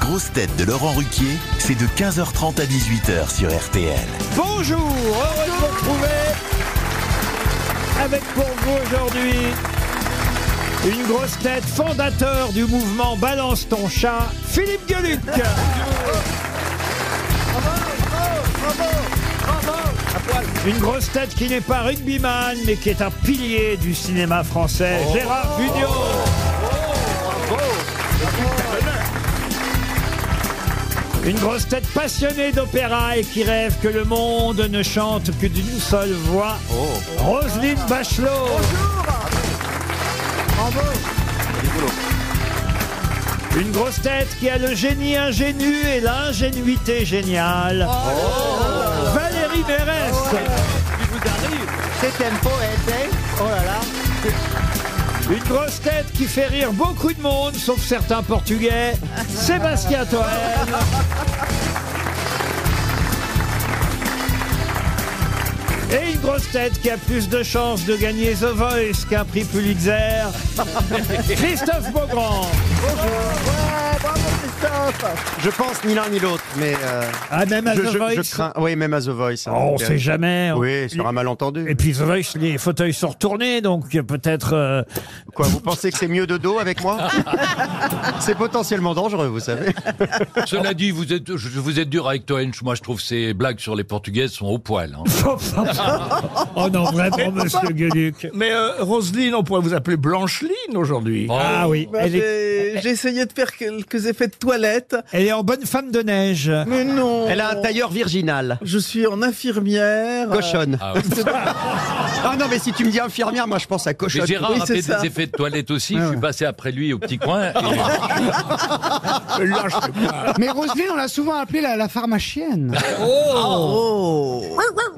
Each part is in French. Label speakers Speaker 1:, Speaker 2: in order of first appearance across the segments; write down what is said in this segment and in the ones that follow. Speaker 1: grosses têtes de Laurent Ruquier, c'est de 15h30 à 18h sur RTL.
Speaker 2: Bonjour, heureux de vous retrouver avec pour vous aujourd'hui une grosse tête fondateur du mouvement Balance ton chat, Philippe Gueluc. Une grosse tête qui n'est pas rugbyman mais qui est un pilier du cinéma français,
Speaker 3: Oh.
Speaker 2: Gérard Bugnot. Une grosse tête passionnée d'opéra et qui rêve que le monde ne chante que d'une seule voix. Roselyne Bachelot. Une grosse tête qui a le génie ingénu et l'ingénuité géniale. Oh.
Speaker 3: Oh.
Speaker 2: Valérie Mérès.
Speaker 4: C'est un poète, Oh là là.
Speaker 2: Une grosse tête qui fait rire beaucoup de monde, sauf certains Portugais, Sébastien Toen. Et une grosse tête qui a plus de chances de gagner The Voice qu'un prix Pulitzer, Christophe Beaugrand.
Speaker 5: Je pense ni l'un ni l'autre, mais. euh,
Speaker 2: Ah, même à
Speaker 5: je,
Speaker 2: The
Speaker 5: je- je
Speaker 2: Voice
Speaker 5: crains- Oui, même à The Voice. hein.
Speaker 2: Oh, on
Speaker 5: Donc,
Speaker 2: sait
Speaker 5: euh,
Speaker 2: jamais.
Speaker 5: Oui, sur un malentendu.
Speaker 2: Et puis The Voice, les fauteuils sont retournés, donc euh, peut-être... euh,
Speaker 5: Quoi, vous pensez que c'est mieux de dos avec moi C'est potentiellement dangereux, vous savez.
Speaker 6: Cela dit, vous êtes, je, vous êtes dur avec Toen. Moi, je trouve ces blagues sur les Portugaises sont au poil. hein.
Speaker 2: oh non, vraiment, monsieur Gueluc.
Speaker 3: Mais euh, Roselyne, on pourrait vous appeler Blancheline aujourd'hui.
Speaker 2: Ah oui,
Speaker 7: Oh.
Speaker 4: Bah,
Speaker 2: elle, est,
Speaker 4: J'ai j'ai essayé de faire quelques effets de toilette,
Speaker 2: elle est en bonne femme de neige.
Speaker 4: mais non.
Speaker 5: Elle a un tailleur virginal.
Speaker 4: Je suis en infirmière. euh,
Speaker 5: Cochonne.
Speaker 6: Ah oui.
Speaker 5: Ah non, mais si tu me dis infirmière, moi je pense
Speaker 2: Bah,
Speaker 5: à cochonne.
Speaker 6: Mais Gérard
Speaker 4: oui,
Speaker 6: a
Speaker 4: c'est
Speaker 6: fait
Speaker 4: ça.
Speaker 6: des effets de toilette aussi.
Speaker 2: Ah
Speaker 6: je suis passé après lui au petit coin. et-
Speaker 7: Bah, Mais Roselyne, on l'a souvent appelée la, la pharmacienne.
Speaker 3: Ah,
Speaker 4: Oh.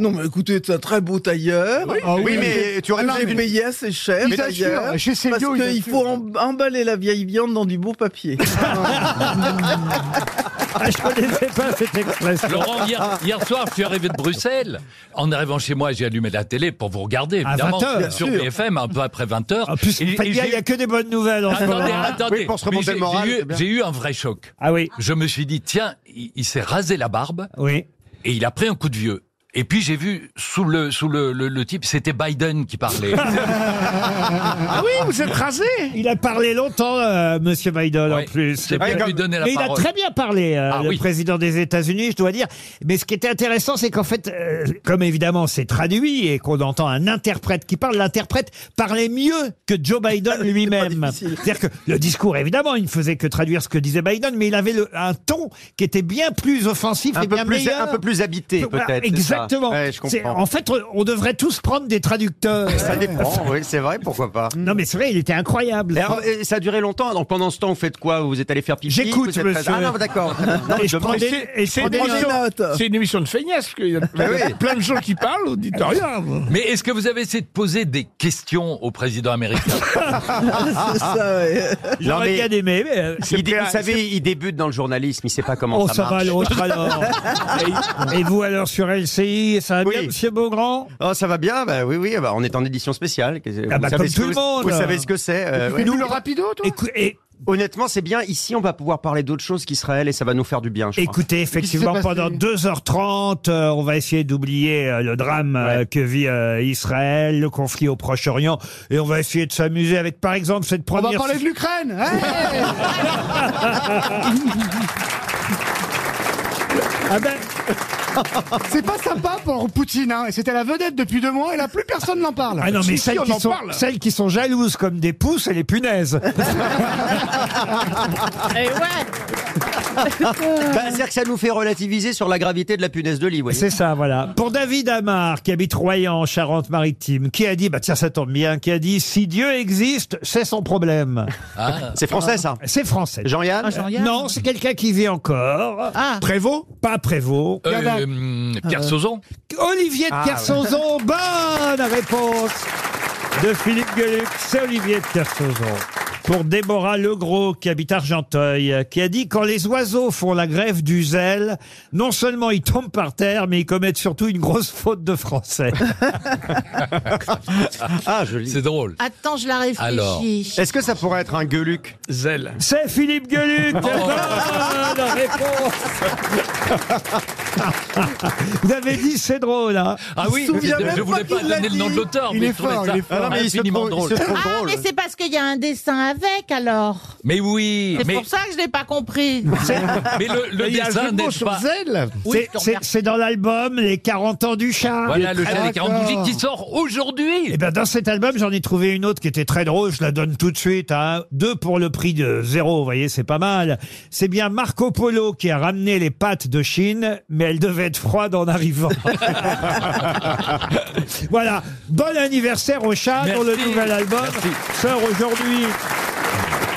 Speaker 4: Non, mais écoutez, c'est un très beau tailleur.
Speaker 7: Ah
Speaker 5: Oui, mais tu aurais
Speaker 4: Elle
Speaker 5: pas
Speaker 4: J'ai
Speaker 5: une-
Speaker 4: payé assez cher
Speaker 7: Ils
Speaker 4: d'ailleurs,
Speaker 7: assurent, chez Célio,
Speaker 4: parce qu'il
Speaker 7: ils assurent.
Speaker 4: faut em- emballer la vieille viande dans du beau papier.
Speaker 2: Ah, je connaissais pas cette expression.
Speaker 6: Laurent, hier, hier soir, je suis arrivé de Bruxelles. En arrivant chez moi, j'ai allumé la télé pour vous regarder,
Speaker 2: À
Speaker 6: évidemment,
Speaker 2: 20 heures, bien
Speaker 6: sur
Speaker 4: sûr.
Speaker 6: BFM, un peu après 20 h
Speaker 2: En plus, il y a- il y a que des bonnes nouvelles en ce moment.
Speaker 6: Attendez, attendez.
Speaker 5: Oui, pour se
Speaker 6: Mais
Speaker 5: remonter
Speaker 6: j'ai-
Speaker 5: le moral,
Speaker 6: j'ai eu-
Speaker 5: c'est bien.
Speaker 6: J'ai eu un vrai choc.
Speaker 2: Ah oui,
Speaker 6: Je me suis dit, tiens, il, il s'est rasé la barbe
Speaker 2: oui.
Speaker 6: et il a pris un coup de vieux. Et puis j'ai vu sous le sous le, le- le type, c'était Biden qui parlait.
Speaker 3: Ah oui, vous êtes rasé
Speaker 2: Il a parlé longtemps, euh, Monsieur Biden, en
Speaker 6: Ouais,
Speaker 2: plus.
Speaker 6: C'est bien de lui donner la
Speaker 2: Mais il a
Speaker 6: parole.
Speaker 2: très bien parlé, euh,
Speaker 6: Ah
Speaker 2: le
Speaker 6: oui.
Speaker 2: président des États-Unis, je dois dire. Mais ce qui était intéressant, c'est qu'en fait, euh, comme évidemment c'est traduit et qu'on entend un interprète qui parle, l'interprète parlait mieux que Joe Biden lui-même.
Speaker 4: difficile.
Speaker 2: C'est-à-dire que le discours, évidemment, il ne faisait que traduire ce que disait Biden, mais il avait le- un ton qui était bien plus offensif
Speaker 5: un
Speaker 2: et
Speaker 5: peu,
Speaker 2: bien
Speaker 5: plus,
Speaker 2: meilleur.
Speaker 5: un peu plus habité,
Speaker 2: Voilà,
Speaker 5: peut-être. c'est ça.
Speaker 2: exactement.
Speaker 5: Ouais, je
Speaker 2: C'est-
Speaker 5: comprends.
Speaker 2: en fait, on- on devrait tous prendre des traducteurs.
Speaker 5: Ça dépend, oui, c'est vrai, pourquoi pas.
Speaker 2: Non, mais c'est vrai, il était incroyable.
Speaker 5: Et alors, et ça a duré longtemps, donc pendant ce temps, vous faites quoi Vous êtes allé faire pipi
Speaker 2: J'écoute,
Speaker 5: Vous êtes resté-
Speaker 2: monsieur.
Speaker 5: Ah non, d'accord. très bien. Non,
Speaker 2: Et
Speaker 5: je
Speaker 2: je prends
Speaker 5: demande.
Speaker 2: des, et je prends des
Speaker 4: Prends des
Speaker 2: notes.
Speaker 4: notes.
Speaker 3: C'est une émission de feignasse, parce qu'il y a
Speaker 5: Mais oui.
Speaker 3: plein de gens qui parlent, vous dites rien. vous.
Speaker 6: Mais est-ce que vous avez essayé de poser des questions au président américain
Speaker 4: Ah, C'est ça, ouais.
Speaker 5: Non,
Speaker 2: J'aurais
Speaker 5: mais-
Speaker 2: bien aimé, mais euh,
Speaker 5: Il dé- vous savez, il débute dans le journalisme, il sait pas comment
Speaker 2: on
Speaker 5: ça
Speaker 2: s'en va
Speaker 5: marche.
Speaker 2: l'autre alors. et, et vous alors sur LCI, ça va
Speaker 5: Oui.
Speaker 2: bien, monsieur Beaugrand
Speaker 5: Oh, ça va bien Bah oui, oui, bah, on est en édition spéciale. Vous
Speaker 2: Ah bah,
Speaker 5: savez
Speaker 2: comme
Speaker 5: ce
Speaker 2: tout
Speaker 5: que-
Speaker 2: le monde.
Speaker 5: Vous savez ce que c'est euh, ouais.
Speaker 7: Fais-nous le rapido, toi
Speaker 2: Écou- et-
Speaker 5: Honnêtement, c'est bien. Ici, on va pouvoir parler d'autre chose qu'Israël et ça va nous faire du bien, je crois.
Speaker 2: Écoutez, effectivement,
Speaker 7: Qu'est-ce qui s'est
Speaker 2: pendant
Speaker 7: passé
Speaker 2: 2h30, euh, on va essayer d'oublier euh, le drame euh,
Speaker 5: Ouais.
Speaker 2: que vit euh, Israël, le conflit au Proche-Orient, et on va essayer de s'amuser avec, par exemple, cette
Speaker 7: On
Speaker 2: première...
Speaker 7: va parler de l'Ukraine. hein Hey
Speaker 2: Ah ben,
Speaker 7: c'est pas sympa pour Poutine. Hein. C'était la vedette depuis deux mois et là, plus personne n'en parle.
Speaker 2: Ah non, mais
Speaker 3: Si,
Speaker 2: celles,
Speaker 3: si, on
Speaker 2: qui
Speaker 3: en
Speaker 2: sont,
Speaker 3: parle.
Speaker 2: celles qui sont jalouses comme des pousses, et les punaises.
Speaker 8: Eh
Speaker 5: Bah, C'est-à-dire que ça nous fait relativiser sur la gravité de la punaise de lit, vous voyez.
Speaker 2: C'est ça, voilà. Pour David Amar, qui habite Royan, en Charente-Maritime, qui a dit, bah tiens, ça tombe bien, qui a dit, si Dieu existe, c'est son problème.
Speaker 6: Ah,
Speaker 5: C'est français, ça
Speaker 2: C'est français.
Speaker 5: Jean-Yann
Speaker 2: Non, c'est quelqu'un qui vit encore.
Speaker 3: Prévost
Speaker 2: Pas Prévost.
Speaker 6: Ah. euh, hum, Pierre Sauzon
Speaker 2: Olivier de
Speaker 5: Ah,
Speaker 2: Kersauzon, bonne réponse de Philippe Gueluc. C'est Olivier de Kersauzon. pour Déborah Legros, qui habite Argenteuil, qui a dit Quand les oiseaux font la grève du zèle, non seulement ils tombent par terre, mais ils commettent surtout une grosse faute de français.
Speaker 9: Ah, joli.
Speaker 6: C'est drôle.
Speaker 8: Attends, je la réfléchis.
Speaker 6: Alors.
Speaker 9: Est-ce que ça pourrait être un gueuluc
Speaker 10: Zèle.
Speaker 2: C'est Philippe Gueluc
Speaker 9: Oh.
Speaker 2: Bonne réponse Vous avez dit c'est drôle, hein
Speaker 6: Ah oui,
Speaker 11: se souvient
Speaker 6: je
Speaker 11: même
Speaker 6: voulais
Speaker 11: pas
Speaker 6: pas
Speaker 11: qu'il l'a
Speaker 6: donner le nom
Speaker 11: dit.
Speaker 6: de l'auteur,
Speaker 7: Il
Speaker 6: mais
Speaker 7: est
Speaker 6: je trouvais
Speaker 7: fort,
Speaker 6: ça
Speaker 7: il est fort.
Speaker 9: Ah non, mais il se
Speaker 6: infiniment
Speaker 9: trouve
Speaker 6: drôle.
Speaker 8: Ah,
Speaker 9: drôle.
Speaker 8: mais c'est parce qu'il y a un dessin avec, alors.
Speaker 6: Mais oui,
Speaker 8: C'est
Speaker 6: mais,
Speaker 8: pour ça que je l'ai pas compris.
Speaker 6: mais le, le
Speaker 10: Il y a un jeu
Speaker 6: dessin
Speaker 10: de
Speaker 6: n'est
Speaker 10: mots sur
Speaker 6: pas.
Speaker 10: zèle.
Speaker 8: Oui,
Speaker 2: C'est-
Speaker 8: je te
Speaker 2: c'est-
Speaker 8: remercie.
Speaker 2: C'est dans l'album Les 40 ans du chat.
Speaker 6: Voilà le chien des 40
Speaker 7: d'accord.
Speaker 6: musiques qui sort aujourd'hui.
Speaker 2: Et ben dans cet album, j'en ai trouvé une autre qui était très drôle, je la donne tout de suite. Hein. Deux pour le prix de zéro, vous voyez, c'est pas mal. C'est bien Marco Polo qui a ramené les pâtes de Chine, mais elles devaient être froides en arrivant. voilà, bon anniversaire au chat dont le
Speaker 6: Merci.
Speaker 2: nouvel album sort aujourd'hui.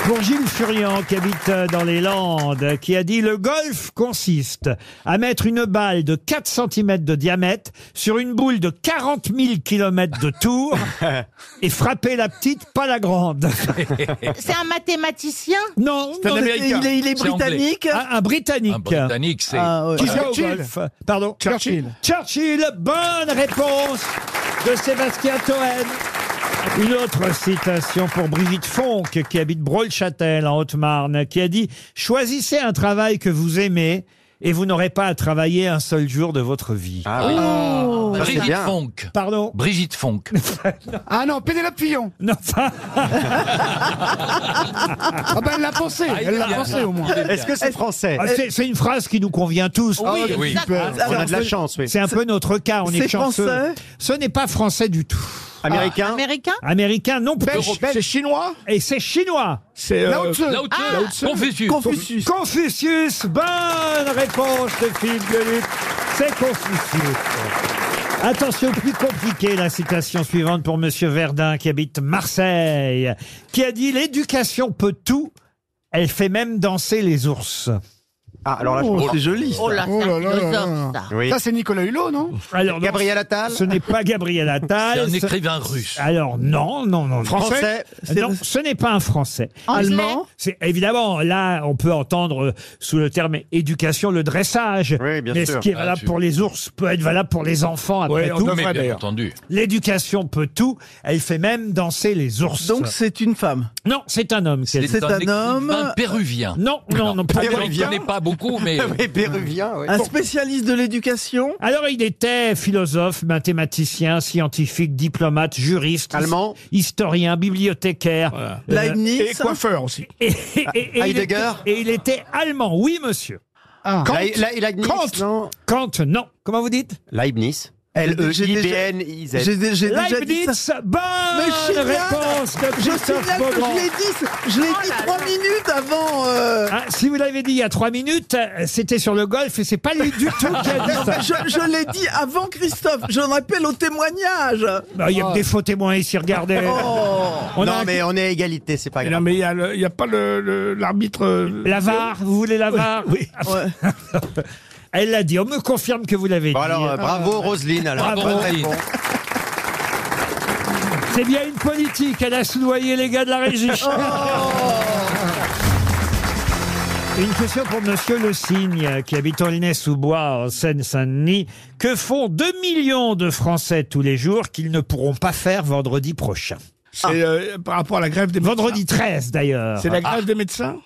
Speaker 2: Pour Gilles Furian, qui habite euh, dans les Landes, qui a dit Le golf consiste à mettre une balle de 4 cm de diamètre sur une boule de 40 000 km de tour et frapper la petite, pas la grande.
Speaker 8: C'est un mathématicien
Speaker 2: Non,
Speaker 6: C'est
Speaker 2: non,
Speaker 6: un Américain.
Speaker 4: Il est, il est
Speaker 6: C'est anglais.
Speaker 4: britannique.
Speaker 2: Ah, un, un Britannique.
Speaker 6: Un britannique, c'est.
Speaker 4: Ah, ouais.
Speaker 2: Qui joue au golf. Pardon
Speaker 7: Churchill.
Speaker 2: Churchill, bonne réponse de Sébastien Toen. Une autre citation pour Brigitte Fonck, qui habite Brault-Châtel, en Haute-Marne, qui a dit « Choisissez un travail que vous aimez et vous n'aurez pas à travailler un seul jour de votre vie.
Speaker 9: Ah oui.
Speaker 7: bah,
Speaker 9: Ça, c'est
Speaker 6: Brigitte
Speaker 9: bien.
Speaker 6: Fonck.
Speaker 2: Oh. Pardon
Speaker 6: Brigitte Fonck.
Speaker 7: Ah non, Pénélope Fillon.
Speaker 2: Non, ça-
Speaker 7: Ah ben, elle l'a pensé. Elle l'a pensé au moins.
Speaker 9: Est-ce que c'est français
Speaker 2: Ah, c'est- C'est une phrase qui nous convient tous. Ah,
Speaker 8: Oui,
Speaker 6: oui.
Speaker 8: d'accord.
Speaker 9: On a de la chance, oui.
Speaker 2: C'est un peu notre cas, on est,
Speaker 4: c'est
Speaker 2: chanceux.
Speaker 4: français
Speaker 2: Ce n'est pas français du tout.
Speaker 9: Américain
Speaker 8: Américain
Speaker 2: Ah. Américain non plus.
Speaker 10: C'est chinois
Speaker 2: Et c'est chinois.
Speaker 10: C'est euh,
Speaker 7: Lao Tzu.
Speaker 6: Lao
Speaker 8: Ah.
Speaker 6: Tzu. Confucius.
Speaker 4: Confucius.
Speaker 2: Confucius, bonne réponse de Philippe Gueluc. C'est Confucius. Attention, plus compliqué, la citation suivante pour Monsieur Verdun, qui habite Marseille, qui a dit « L'éducation peut tout, elle fait même danser les ours
Speaker 9: Ah, alors là, je
Speaker 11: Oh, c'est joli. ça.
Speaker 8: Oh là,
Speaker 7: Oh
Speaker 8: c'est
Speaker 7: là
Speaker 8: un
Speaker 7: là là
Speaker 8: philosophe,
Speaker 7: là.
Speaker 8: ça.
Speaker 9: Oui.
Speaker 7: Ça, c'est Nicolas Hulot, non ».
Speaker 2: Alors non,
Speaker 9: Gabriel Attal
Speaker 2: ce n'est pas Gabriel
Speaker 6: C'est
Speaker 2: Attal.
Speaker 6: un
Speaker 2: ce-
Speaker 6: écrivain russe.
Speaker 2: Alors non, non, non. non.
Speaker 9: Français
Speaker 2: Non, ce n'est pas un Français.
Speaker 4: Allemand
Speaker 2: C'est évidemment là, on peut entendre euh, sous le terme éducation le dressage.
Speaker 9: Oui, bien
Speaker 2: mais ce
Speaker 9: sûr.
Speaker 2: qui est
Speaker 6: Ah,
Speaker 2: valable
Speaker 6: tu-
Speaker 2: pour les ours peut être valable pour les enfants après
Speaker 10: Ouais, on
Speaker 2: tout.
Speaker 10: devrait-
Speaker 6: Mais bien
Speaker 10: d'ailleurs.
Speaker 6: entendu.
Speaker 2: L'éducation peut tout. Elle fait même danser les ours.
Speaker 11: Donc c'est une femme.
Speaker 2: non, c'est un homme. qui a dit-
Speaker 4: C'est un homme-
Speaker 6: écrivain péruvien.
Speaker 2: Non, non, non. pas-
Speaker 6: Je ne
Speaker 9: Péruvien.
Speaker 6: connais pas beaucoup, mais
Speaker 9: Oui, péruvien, Ah oui.
Speaker 4: Un spécialiste de l'éducation
Speaker 2: Alors il était philosophe, mathématicien, scientifique, diplomate, juriste,
Speaker 9: Allemand.
Speaker 2: historien, bibliothécaire. euh,
Speaker 10: Et
Speaker 4: Leibniz
Speaker 10: coiffeur aussi.
Speaker 2: et, et- et- et il
Speaker 9: Ah, Heidegger.
Speaker 2: était, et il était allemand, oui monsieur.
Speaker 4: Ah.
Speaker 7: Kant.
Speaker 9: Leib- Leib- Leibniz,
Speaker 2: Kant.
Speaker 9: non
Speaker 2: Kant, non. Comment vous dites
Speaker 9: Leibniz.
Speaker 4: euh, J'ai déjà-
Speaker 9: L-E-I-B-N-I-Z.
Speaker 4: J'ai dé- j'ai déjà dit ça.
Speaker 2: Leibniz, bonne
Speaker 4: Mais génial
Speaker 2: réponse de
Speaker 4: Je
Speaker 2: Christophe
Speaker 4: signale que
Speaker 2: Beaugrand.
Speaker 4: je l'ai dit, c'est- je l'ai
Speaker 9: Oh
Speaker 4: dit trois minutes avant. euh,
Speaker 2: Ah, si vous l'avez dit il y a trois minutes, euh, c'était sur le golf et c'est pas lui du tout qui a dit
Speaker 4: non,
Speaker 2: ça.
Speaker 4: mais je je l'ai dit avant Christophe. Je rappelle au témoignage.
Speaker 2: Bah,
Speaker 10: Ah.
Speaker 2: Il y a que des faux témoins ici, regardez.
Speaker 4: Oh.
Speaker 2: On a
Speaker 9: Non,
Speaker 2: un-
Speaker 9: mais on est à égalité, c'est pas
Speaker 10: Non,
Speaker 9: grave.
Speaker 10: mais il y a, le- il y a pas le- le- l'arbitre. euh,
Speaker 2: La VAR, vous voulez Ah, la VAR
Speaker 10: Oui.
Speaker 4: Ouais.
Speaker 2: Elle l'a dit, on me confirme que vous l'avez
Speaker 9: Bon,
Speaker 2: dit. Ah.
Speaker 9: alors, euh, bravo Roselyne. Alors,
Speaker 2: Bravo,
Speaker 9: Bonne
Speaker 6: Roselyne.
Speaker 9: réponse.
Speaker 2: C'est bien une politique, elle a soudoyé les gars de la régie.
Speaker 9: Oh.
Speaker 2: Une question pour Monsieur Le Signe, qui habite Aulnay-sous-Bois, en Seine-Saint-Denis. Que font 2 millions de Français tous les jours qu'ils ne pourront pas faire vendredi prochain
Speaker 10: C'est euh, par rapport à la grève des médecins.
Speaker 2: Vendredi 13, d'ailleurs. Ah,
Speaker 10: C'est la grève des médecins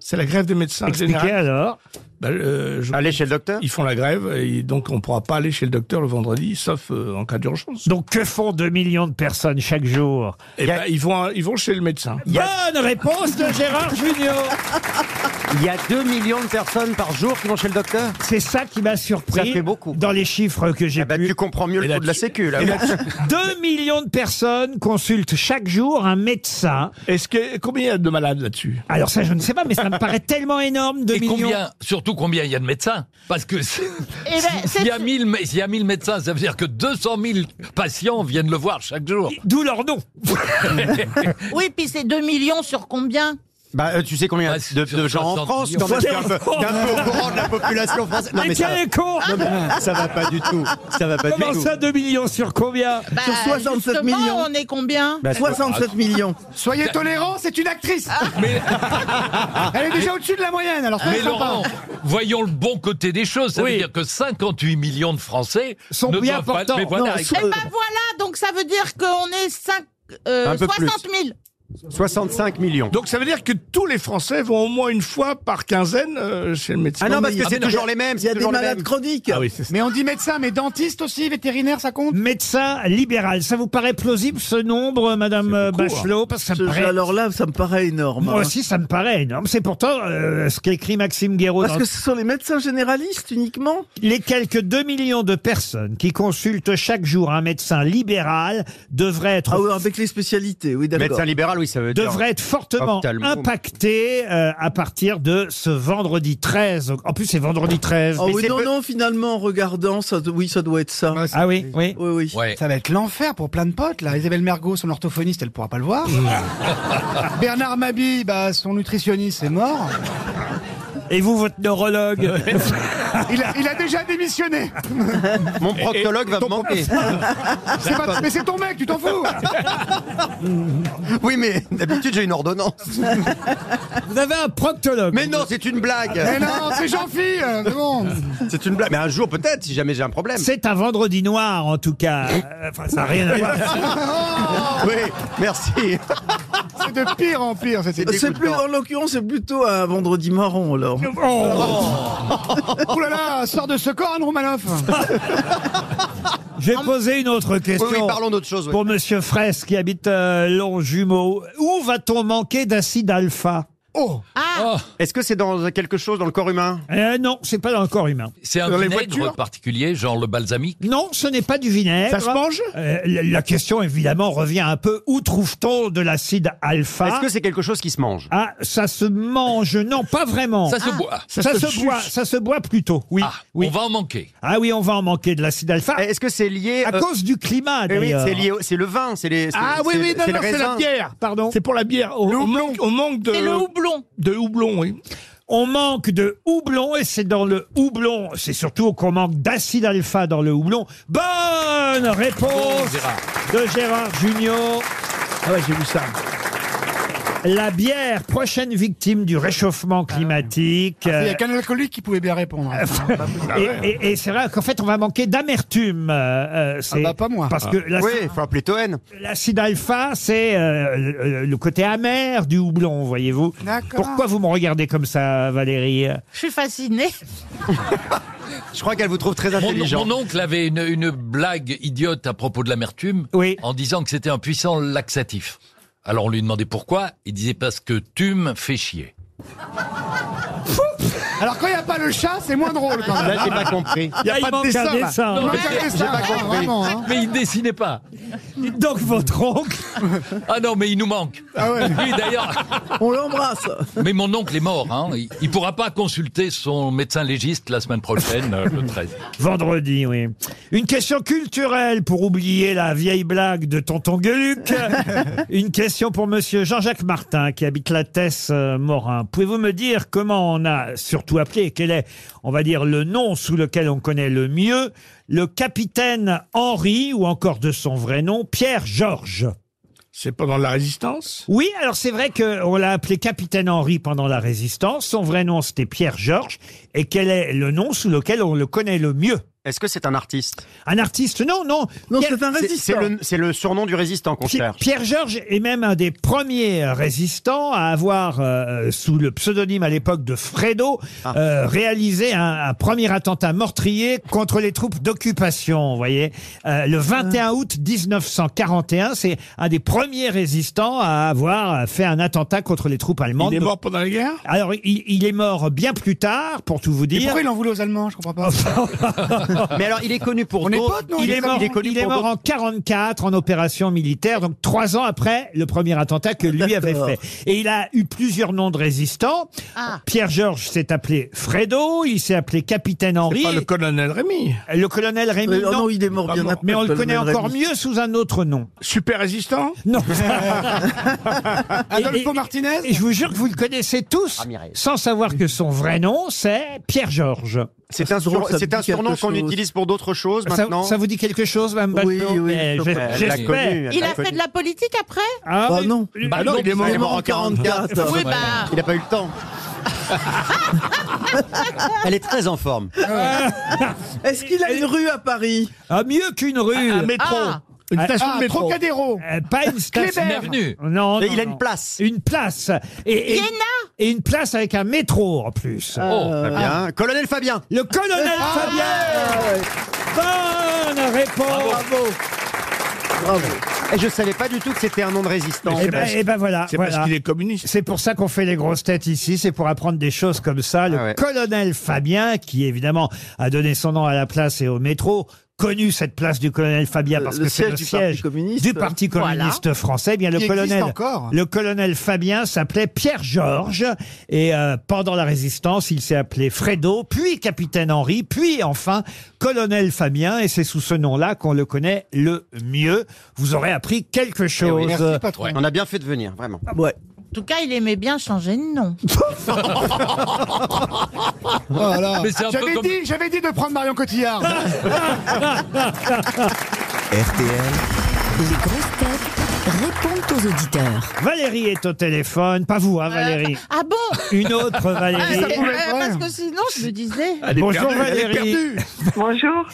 Speaker 10: C'est la grève des médecins en
Speaker 2: Expliquez
Speaker 10: général
Speaker 2: alors.
Speaker 10: Bah, euh, je-
Speaker 9: Allez chez le docteur
Speaker 10: Ils font la grève et donc on ne pourra pas aller chez le docteur le vendredi, sauf euh, en cas d'urgence.
Speaker 2: Donc, que font 2 millions de personnes chaque jour
Speaker 10: Et ben, ils, vont, ils vont chez le médecin.
Speaker 2: Bonne réponse de Gérard Junior.
Speaker 9: Il y a 2 millions de personnes par jour qui vont chez le docteur
Speaker 2: C'est ça qui m'a surpris.
Speaker 9: Ça fait beaucoup.
Speaker 2: Dans les chiffres que j'ai
Speaker 9: Eh ben,
Speaker 2: pu-
Speaker 9: Tu comprends mieux
Speaker 10: Et
Speaker 9: le coup de la
Speaker 10: là-dessus-
Speaker 9: sécu, là.
Speaker 10: Et là-
Speaker 2: 2 millions de personnes consultent chaque jour un médecin.
Speaker 10: Est-ce que combien il y a de malades là-dessus
Speaker 2: Alors ça, je ne sais pas, mais ça me paraît tellement énorme, 2
Speaker 6: Et
Speaker 2: millions. Ah,
Speaker 6: combien, surtout combien il y a de médecins Parce que c'est-
Speaker 8: Eh ben, c'est-
Speaker 6: s'il y, a 1000 mé- s'il y a 1000 médecins, ça veut dire que 200 000 patients viennent le voir chaque jour.
Speaker 2: D'où leur nom.
Speaker 8: Oui, puis c'est 2 millions sur combien
Speaker 9: Bah, euh, tu sais combien
Speaker 6: Ouais,
Speaker 9: de, de
Speaker 6: sur
Speaker 9: gens en
Speaker 6: 60
Speaker 9: France
Speaker 6: millions.
Speaker 9: quand même, T'es un, peu, t'es un peu au courant de la population française. Ah, Non,
Speaker 2: mais
Speaker 9: mais ça,
Speaker 2: quel
Speaker 9: va-
Speaker 2: con
Speaker 9: non, mais ça va pas du tout. Ça va pas
Speaker 2: Comment
Speaker 9: du tout.
Speaker 2: ça, 2 millions sur combien
Speaker 8: Bah,
Speaker 4: Sur 67
Speaker 8: justement,
Speaker 4: millions.
Speaker 8: on est combien
Speaker 9: Bah,
Speaker 4: 67 millions.
Speaker 7: Soyez tolérants, c'est une actrice.
Speaker 4: Ah.
Speaker 7: Elle est déjà au-dessus de la moyenne, alors
Speaker 6: Mais
Speaker 7: soyez sympa.
Speaker 6: Laurent, voyons le bon côté des choses. Ça
Speaker 2: Oui.
Speaker 6: veut dire que 58 millions de Français
Speaker 2: Sont
Speaker 6: ne
Speaker 2: bien
Speaker 6: doivent pas.
Speaker 2: portants.
Speaker 6: Mais voilà,
Speaker 4: Non, sous-
Speaker 8: Eh ben voilà, donc ça veut dire qu'on est 5, euh,
Speaker 9: Un peu
Speaker 8: 60 000.
Speaker 9: 65 millions.
Speaker 10: Donc ça veut dire que tous les Français vont au moins une fois par quinzaine euh, chez le médecin.
Speaker 9: Ah non, parce que c'est
Speaker 6: non.
Speaker 9: toujours les mêmes.
Speaker 4: Il y
Speaker 9: C'est
Speaker 4: a des
Speaker 9: toujours les
Speaker 4: malades
Speaker 9: mêmes.
Speaker 4: chroniques.
Speaker 10: Ah oui, c'est ça.
Speaker 7: Mais on dit médecin, mais dentiste aussi, vétérinaire, ça compte
Speaker 2: Médecin libéral, ça vous paraît plausible ce nombre, Madame euh,
Speaker 7: Bah,
Speaker 10: beaucoup, hein.
Speaker 2: Bachelot Parce que ça me
Speaker 4: Je-
Speaker 2: paraît-
Speaker 4: Alors là, ça me paraît énorme.
Speaker 2: Moi
Speaker 4: hein.
Speaker 2: aussi, ça me paraît énorme. C'est pourtant euh, ce qu'écrit Maxime Guéraud
Speaker 4: Parce
Speaker 2: dans
Speaker 4: que ce sont les médecins généralistes uniquement.
Speaker 2: Les quelques 2 millions de personnes qui consultent chaque jour un médecin libéral devraient être,
Speaker 4: Ah oui, avec les spécialités, oui, d'accord.
Speaker 9: Médecin libéral, oui, ça veut dire.
Speaker 2: devraient être fortement
Speaker 9: Ophtalmo.
Speaker 2: impactées euh, à partir de ce vendredi 13. En plus, c'est vendredi 13.
Speaker 4: Ah
Speaker 9: Mais
Speaker 4: oui,
Speaker 9: c'est
Speaker 4: non,
Speaker 9: peu-
Speaker 4: non, finalement, en regardant, ça, do- oui, ça doit être ça.
Speaker 2: Ah oui, oui.
Speaker 4: Oui, oui.
Speaker 6: ouais.
Speaker 7: Ça va être l'enfer pour plein de potes, là. Isabelle Mergot, son orthophoniste, elle pourra pas le voir. Bernard Mabi, bah, son nutritionniste, est mort.
Speaker 2: Et vous, votre neurologue
Speaker 7: Il a, il a déjà démissionné.
Speaker 9: Mon proctologue va me manquer.
Speaker 7: C'est pas- mais c'est ton mec, tu t'en fous.
Speaker 9: Oui, mais d'habitude, j'ai une ordonnance.
Speaker 2: Vous avez un proctologue
Speaker 9: Mais non, c'est une
Speaker 7: Mais
Speaker 9: blague.
Speaker 7: non, c'est Jean-Phi. euh, mais bon.
Speaker 9: C'est une blague. Mais un jour, peut-être, si jamais j'ai un problème.
Speaker 2: C'est un vendredi noir, en tout cas. Euh, Enfin, ça n'a rien à voir.
Speaker 9: Oui, merci.
Speaker 7: C'est de pire en pire, cette équipe.
Speaker 4: C'est plus, en l'occurrence, c'est plutôt un vendredi marron, alors.
Speaker 7: Oh. Ouh là là, sort de ce corps, Anne Romanoff.
Speaker 2: J'ai posé une autre
Speaker 9: Oui,
Speaker 2: question.
Speaker 9: oui, parlons d'autre chose. oui.
Speaker 2: Pour Monsieur Fraisse qui habite euh, Longjumeau, où va-t-on manquer d'acide alpha
Speaker 7: Oh,
Speaker 8: Ah,
Speaker 6: Oh,
Speaker 9: Est-ce que c'est dans quelque chose dans le corps humain
Speaker 2: Euh, Non, c'est pas dans le corps humain.
Speaker 6: c'est un
Speaker 10: Dans les
Speaker 6: vinaigre
Speaker 10: voitures
Speaker 6: particulier, genre le balsamique.
Speaker 2: Non, ce n'est pas du vinaigre.
Speaker 7: ça se mange
Speaker 2: Euh, la, la question évidemment revient un peu où trouve-t-on de l'acide alpha
Speaker 9: Est-ce que c'est quelque chose qui se mange
Speaker 2: Ah, ça se mange Non, pas vraiment. Ah.
Speaker 6: Ça se boit.
Speaker 2: Ça se, boit, ça se boit plutôt. Oui,
Speaker 6: Ah,
Speaker 2: oui.
Speaker 6: On va en manquer.
Speaker 2: Ah oui, on va en manquer de l'acide alpha
Speaker 9: Est-ce que c'est lié
Speaker 2: à
Speaker 9: euh,
Speaker 2: cause du climat
Speaker 9: eh oui,
Speaker 2: d'ailleurs.
Speaker 9: c'est lié au- c'est le vin, c'est les c'est-
Speaker 10: Ah oui, oui, non,
Speaker 9: c'est le
Speaker 10: non, c'est la
Speaker 9: raisin.
Speaker 10: bière.
Speaker 2: Pardon.
Speaker 10: C'est pour la bière. On, on manque, on manque de,
Speaker 8: c'est le houblon.
Speaker 10: de houblon, oui.
Speaker 2: On manque de houblon et c'est dans le houblon, c'est surtout qu'on manque d'acide alpha dans le houblon. Bonne
Speaker 6: Bon,
Speaker 2: réponse
Speaker 6: Gérard.
Speaker 2: de Gérard Junior.
Speaker 10: Ah ouais, j'ai vu ça.
Speaker 2: La bière, prochaine victime du réchauffement
Speaker 10: Ah.
Speaker 2: climatique. Euh,
Speaker 7: Il n'y a qu'un alcoolique qui pouvait bien répondre.
Speaker 2: Et, et- et c'est vrai qu'en fait, on va manquer d'amertume. euh,
Speaker 10: Ah,
Speaker 2: euh, c'est-
Speaker 7: bah, pas moi.
Speaker 2: Parce que l'ac-
Speaker 9: Oui, il faut appeler Toen.
Speaker 2: l'acide alpha, c'est euh, le, le côté amer du houblon, voyez-vous.
Speaker 7: D'accord.
Speaker 2: Pourquoi vous me regardez comme ça, Valérie
Speaker 8: Je suis fascinée.
Speaker 9: Je crois qu'elle vous trouve très
Speaker 6: Mon,
Speaker 9: intelligent.
Speaker 6: mon oncle avait une, une blague idiote à propos de l'amertume
Speaker 2: Oui.
Speaker 6: en disant que c'était un puissant laxatif. Alors on lui demandait pourquoi. Il disait parce que Tume fait chier.
Speaker 7: Alors quand il n'y a pas le chat, c'est moins drôle quand même.
Speaker 9: Là, j'ai pas compris.
Speaker 2: Il n'y a pas de dessin.
Speaker 7: Il manque un dessin, hein, vraiment, hein.
Speaker 6: Mais il dessinait pas.
Speaker 2: Dites donc votre oncle.
Speaker 6: Ah non, mais il nous manque.
Speaker 7: Ah ouais.
Speaker 6: Lui d'ailleurs.
Speaker 4: On l'embrasse.
Speaker 6: Mais mon oncle est mort. Hein. Il, il pourra pas consulter son médecin légiste la semaine prochaine, euh, le 13.
Speaker 2: Vendredi, oui. Une question culturelle pour oublier la vieille blague de Tonton Gueluc. Une question pour Monsieur Jean-Jacques Martin qui habite la Tesse euh, Morin. Pouvez-vous me dire comment on a surtout appelé et quel est, on va dire, le nom sous lequel on connaît le mieux le capitaine Henri ou encore de son vrai nom Pierre Georges
Speaker 10: C'est pendant la résistance
Speaker 2: Oui, alors c'est vrai qu'on l'a appelé Capitaine Henri pendant la Résistance. Son vrai nom, c'était Pierre Georges. Et quel est le nom sous lequel on le connaît le mieux
Speaker 9: Est-ce que c'est un artiste
Speaker 2: Un artiste Non, non.
Speaker 4: Non,
Speaker 2: Pierre-
Speaker 4: c'est un
Speaker 9: C'est- C'est
Speaker 4: résistant.
Speaker 9: le, c'est le surnom du résistant qu'on
Speaker 2: Pierre,
Speaker 9: cherche.
Speaker 2: Pierre Georges est même un des premiers résistants à avoir, euh, sous le pseudonyme à l'époque de Fredo, euh, réalisé un, un premier attentat meurtrier contre les troupes d'occupation. Vous voyez, Euh, le 21 août 1941, c'est un des premiers résistants à avoir fait un attentat contre les troupes allemandes.
Speaker 10: Il est mort pendant la guerre
Speaker 2: Alors, il, il est mort bien plus tard, pour tout vous
Speaker 7: Et
Speaker 2: dire.
Speaker 7: pourquoi il en voulait aux Allemands Je comprends pas.
Speaker 5: Mais alors, il est connu pour
Speaker 7: On est
Speaker 5: d'autres.
Speaker 7: potes, nous,
Speaker 2: Il est mort,
Speaker 5: il est connu
Speaker 2: il est
Speaker 5: pour
Speaker 2: mort
Speaker 5: d'autres.
Speaker 2: en 44 en opération militaire, donc trois ans après le premier attentat que lui avait
Speaker 4: D'accord.
Speaker 2: fait. Et il a eu plusieurs noms de résistants.
Speaker 8: Ah.
Speaker 2: Pierre-Georges s'est appelé Fredo, il s'est appelé Capitaine Henri.
Speaker 10: Pas le colonel Rémy.
Speaker 2: et le colonel Rémy,
Speaker 4: Euh,
Speaker 2: non. Ah
Speaker 4: non, il est mort
Speaker 10: pas
Speaker 4: bien
Speaker 10: mort.
Speaker 4: après.
Speaker 2: mais on le
Speaker 4: Paul
Speaker 2: connaît encore
Speaker 4: Melremy.
Speaker 2: mieux sous un autre nom.
Speaker 10: Super résistant
Speaker 2: Non.
Speaker 7: Adolfo
Speaker 2: Et-
Speaker 7: Martinez
Speaker 2: Et je vous jure que vous le connaissez tous,
Speaker 5: Ramirez.
Speaker 2: sans savoir que son vrai nom, c'est Pierre-Georges.
Speaker 9: C'est un, sur-
Speaker 4: drôle, ça
Speaker 9: c'est
Speaker 4: me
Speaker 9: un
Speaker 4: dit quelque
Speaker 9: surnom qu'on
Speaker 4: chose.
Speaker 9: utilise pour d'autres choses
Speaker 2: Ça,
Speaker 9: maintenant.
Speaker 2: ça vous dit quelque chose, Mme
Speaker 4: Oui,
Speaker 2: Bachelot
Speaker 4: oui,
Speaker 2: Eh,
Speaker 4: je
Speaker 2: j'ai-
Speaker 4: comprends.
Speaker 9: Elle l'a
Speaker 2: J'espère.
Speaker 9: connu, elle
Speaker 8: Il
Speaker 9: l'a
Speaker 8: a fait
Speaker 9: connu.
Speaker 8: de la politique après
Speaker 2: Ah,
Speaker 4: Bah non.
Speaker 10: Bah non, il est mort.
Speaker 4: Il est mort en 44.
Speaker 8: Oui, bah.
Speaker 9: Il n'a pas eu le temps.
Speaker 5: Elle est très en forme.
Speaker 4: Est-ce qu'il a une rue à Paris
Speaker 2: ah, mieux qu'une rue.
Speaker 10: Un métro.
Speaker 8: Ah.
Speaker 10: Une
Speaker 2: Ah,
Speaker 10: station de
Speaker 7: Ah,
Speaker 10: métro.
Speaker 7: Trocadéro
Speaker 2: Euh, pas une station.
Speaker 6: Une avenue.
Speaker 2: Non,
Speaker 5: Et
Speaker 2: non,
Speaker 5: il a une
Speaker 2: non.
Speaker 5: place.
Speaker 2: Une place. Et, et,
Speaker 8: Iéna
Speaker 2: et une place avec un métro en plus. Ah,
Speaker 6: Oh,
Speaker 9: Fabien. Colonel Fabien.
Speaker 2: Le colonel Ah, Fabien. Bonne réponse.
Speaker 4: Bravo Bravo
Speaker 9: Et Eh, je ne savais pas du tout que c'était un nom de résistant.
Speaker 2: Et ben, eh ben voilà.
Speaker 10: C'est
Speaker 2: voilà.
Speaker 10: parce qu'il est communiste.
Speaker 2: C'est pour ça qu'on fait les grosses têtes ici, c'est pour apprendre des choses comme ça. Le
Speaker 9: Ah ouais.
Speaker 2: colonel Fabien, qui évidemment a donné son nom à la place et au métro, connu cette place du colonel Fabien parce
Speaker 4: le
Speaker 2: que c'est
Speaker 4: siège
Speaker 2: le
Speaker 4: du Parti
Speaker 2: siège
Speaker 4: communiste.
Speaker 2: du Parti communiste français. Eh bien le
Speaker 7: Qui existe
Speaker 2: colonel,
Speaker 7: encore.
Speaker 2: le colonel Fabien s'appelait Pierre Georges et euh, pendant la résistance, il s'est appelé Fredo, puis capitaine Henri, puis enfin colonel Fabien et c'est sous ce nom-là qu'on le connaît le mieux. Vous aurez appris quelque chose.
Speaker 7: Merci, patron.
Speaker 9: On a bien fait de venir, vraiment.
Speaker 4: Ouais.
Speaker 8: En tout cas, il aimait bien changer de nom.
Speaker 10: Oh
Speaker 7: Voilà.
Speaker 6: Mais c'est un peu
Speaker 7: J'avais
Speaker 6: comme-
Speaker 7: dit, j'avais dit de prendre Marion Cotillard.
Speaker 1: RTL,
Speaker 12: Les grosses têtes répondent aux auditeurs.
Speaker 2: Valérie est au téléphone, pas vous,
Speaker 10: Euh,
Speaker 2: hein, Valérie.
Speaker 8: Ah bon
Speaker 2: Une autre
Speaker 8: Ah,
Speaker 2: Valérie.
Speaker 8: mais,
Speaker 7: pouvait
Speaker 8: euh,
Speaker 7: être, ouais.
Speaker 8: Parce que sinon, je me disais.
Speaker 10: Elle est
Speaker 2: Bonjour
Speaker 10: perdue, elle est
Speaker 2: Valérie.
Speaker 10: perdue.
Speaker 12: Bonjour.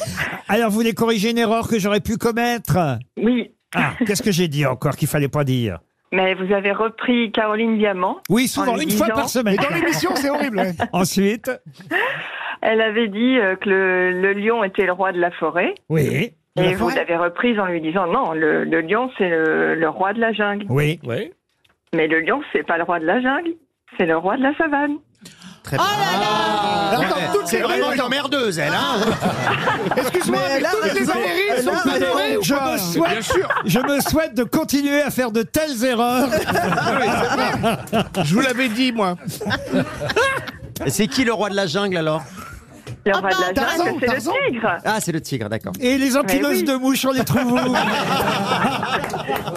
Speaker 2: Alors, vous voulez corriger une erreur que j'aurais pu commettre
Speaker 12: Oui,
Speaker 2: Ah, qu'est-ce que j'ai dit encore qu'il fallait pas dire
Speaker 12: mais vous avez repris Caroline Diamant.
Speaker 2: Oui, souvent,
Speaker 12: En
Speaker 2: une fois
Speaker 12: disant-
Speaker 2: par semaine.
Speaker 7: Oh, Mais dans l'émission, c'est horrible. ouais.
Speaker 2: Ensuite,
Speaker 12: Elle avait dit euh, que le, le lion était le roi de la forêt.
Speaker 2: oui,
Speaker 12: Et
Speaker 7: La
Speaker 12: vous
Speaker 7: forêt
Speaker 12: l'avez reprise en lui disant non, le, le lion c'est le, le roi de la jungle.
Speaker 2: oui.
Speaker 12: Mais le lion c'est pas le roi de la jungle, c'est le roi de la savane.
Speaker 9: Très
Speaker 8: Oh
Speaker 9: bien.
Speaker 8: là là
Speaker 2: Ah,
Speaker 7: Attends, toutes
Speaker 9: C'est
Speaker 7: les-
Speaker 9: vraiment une emmerdeuse, elle. Hein
Speaker 7: Excuse-moi,
Speaker 4: Mais
Speaker 7: mais
Speaker 4: là,
Speaker 7: toutes les
Speaker 4: raison,
Speaker 7: Valérie
Speaker 4: elle
Speaker 7: sont
Speaker 4: a
Speaker 7: colorées ou
Speaker 2: Je
Speaker 7: pas
Speaker 2: me, souhaite, je me souhaite de continuer à faire de telles erreurs.
Speaker 10: Je vous l'avais dit, moi.
Speaker 2: Ah, bah,
Speaker 9: Et c'est qui le roi de la jungle alors
Speaker 12: Le
Speaker 8: Ah
Speaker 12: roi
Speaker 8: bah,
Speaker 12: de la
Speaker 7: Tarzan,
Speaker 12: jungle c'est
Speaker 7: Tarzan.
Speaker 12: le tigre.
Speaker 9: Ah, c'est le tigre, d'accord.
Speaker 2: Et les empileuses
Speaker 12: Eh oui.
Speaker 2: de mouches, on les trouve où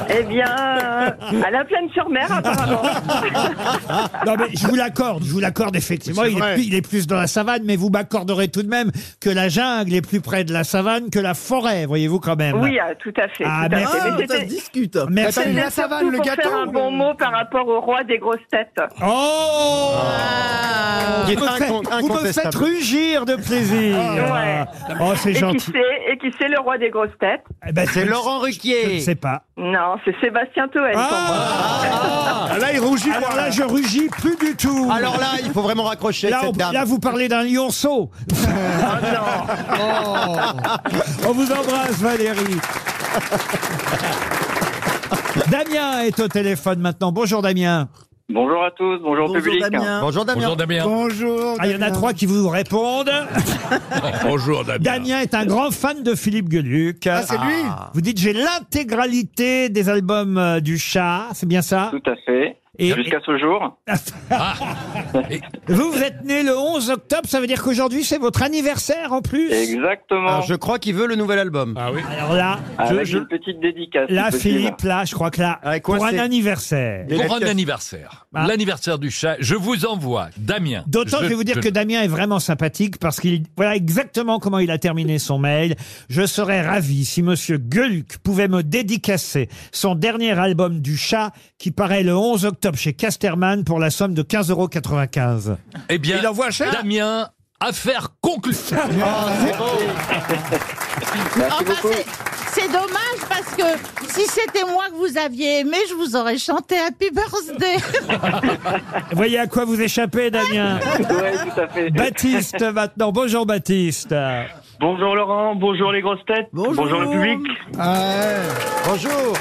Speaker 12: Eh bien, euh, à la plaine sur mer apparemment.
Speaker 2: Non, mais je vous l'accorde, je vous l'accorde effectivement.
Speaker 10: Oui, c'est
Speaker 2: il, est
Speaker 10: vrai.
Speaker 2: plus, il est plus dans la savane, mais vous m'accorderez tout de même que la jungle est plus près de la savane que la forêt, voyez-vous quand même.
Speaker 12: oui, ah, tout à fait.
Speaker 2: Ah,
Speaker 12: tout à fait. Mais
Speaker 4: Ah, ça se
Speaker 12: c'était-
Speaker 4: discute
Speaker 2: Merci.
Speaker 7: Attends, mais la
Speaker 12: c'était surtout
Speaker 7: savane, le
Speaker 12: pour
Speaker 7: gâteau.
Speaker 12: faire un bon mot par rapport au roi des grosses têtes.
Speaker 2: Oh
Speaker 8: Ah.
Speaker 9: Il est
Speaker 2: vous, me faites,
Speaker 9: incon-
Speaker 2: vous me faites
Speaker 9: incontestable.
Speaker 2: rugir de plaisir.
Speaker 12: Ouais.
Speaker 2: Oh, c'est
Speaker 12: Et qui
Speaker 2: gentil.
Speaker 12: c'est Et qui c'est le roi des grosses têtes
Speaker 2: Eh ben,
Speaker 9: C'est
Speaker 2: je-
Speaker 9: Laurent
Speaker 2: Je ne
Speaker 9: Ruquier.
Speaker 2: sais pas.
Speaker 12: Non, c'est Sébastien Toen. pour moi.
Speaker 2: Ah
Speaker 10: Ah, là, il rougit.
Speaker 2: Alors là, je rugis plus du tout.
Speaker 9: Alors là, il faut vraiment raccrocher avec
Speaker 2: Là, on-
Speaker 9: cette dame.
Speaker 2: là, vous parlez d'un lionceau. On vous embrasse, Valérie. Damien est au téléphone maintenant. Bonjour, Damien.
Speaker 13: Bonjour à tous, bonjour,
Speaker 4: Bonjour
Speaker 13: public.
Speaker 4: Damien
Speaker 9: Bonjour Damien.
Speaker 6: bonjour Damien.
Speaker 7: Bonjour.
Speaker 3: Oh,
Speaker 2: Ah, il y en a
Speaker 7: Damien.
Speaker 2: trois qui vous répondent.
Speaker 6: Bonjour Damien.
Speaker 2: Damien est un grand fan de Philippe Gueluc.
Speaker 7: Ah, c'est lui
Speaker 2: Vous dites j'ai l'intégralité des albums euh, du chat, c'est bien ça
Speaker 13: Tout à fait.
Speaker 2: Et-
Speaker 13: Jusqu'à ce jour.
Speaker 6: Ah.
Speaker 2: Vous, vous êtes né le 11 octobre, ça veut dire qu'aujourd'hui c'est votre anniversaire en plus
Speaker 13: Exactement.
Speaker 9: Alors, Ah, je crois qu'il veut le nouvel album.
Speaker 10: Ah oui.
Speaker 2: Alors là,
Speaker 13: Avec
Speaker 10: je-
Speaker 13: une petite
Speaker 5: Ah,
Speaker 13: dédicace.
Speaker 2: là
Speaker 13: si possible.
Speaker 2: Philippe, là je crois que là,
Speaker 9: Ouais,
Speaker 2: pour
Speaker 9: coincé.
Speaker 2: un anniversaire.
Speaker 9: Les
Speaker 6: Pour un
Speaker 9: lettres-
Speaker 6: anniversaire,
Speaker 2: Ah.
Speaker 6: l'anniversaire du chat, je vous envoie Damien.
Speaker 2: D'autant, je, vais vous dire que Damien est vraiment sympathique parce qu'il voilà exactement comment il a terminé son mail. Je serais ravi si Monsieur Gueluc pouvait me dédicacer son dernier album du chat qui paraît le 11 octobre chez Casterman pour la somme de 15,95 euros.
Speaker 6: Eh bien,
Speaker 10: Il envoie cher
Speaker 6: Damien, affaire conclue.
Speaker 13: Merci
Speaker 8: Enfin,
Speaker 13: beaucoup.
Speaker 8: c'est- c'est dommage parce que si c'était moi que vous aviez aimé, je vous aurais chanté Happy Birthday.
Speaker 2: Voyez à quoi vous échappez, Damien.
Speaker 13: Ouais, tout à fait.
Speaker 2: Baptiste maintenant. Bonjour Baptiste.
Speaker 13: Bonjour Laurent, bonjour les grosses têtes.
Speaker 4: Bonjour.
Speaker 13: le public.
Speaker 7: Ah, ouais.
Speaker 9: Bonjour.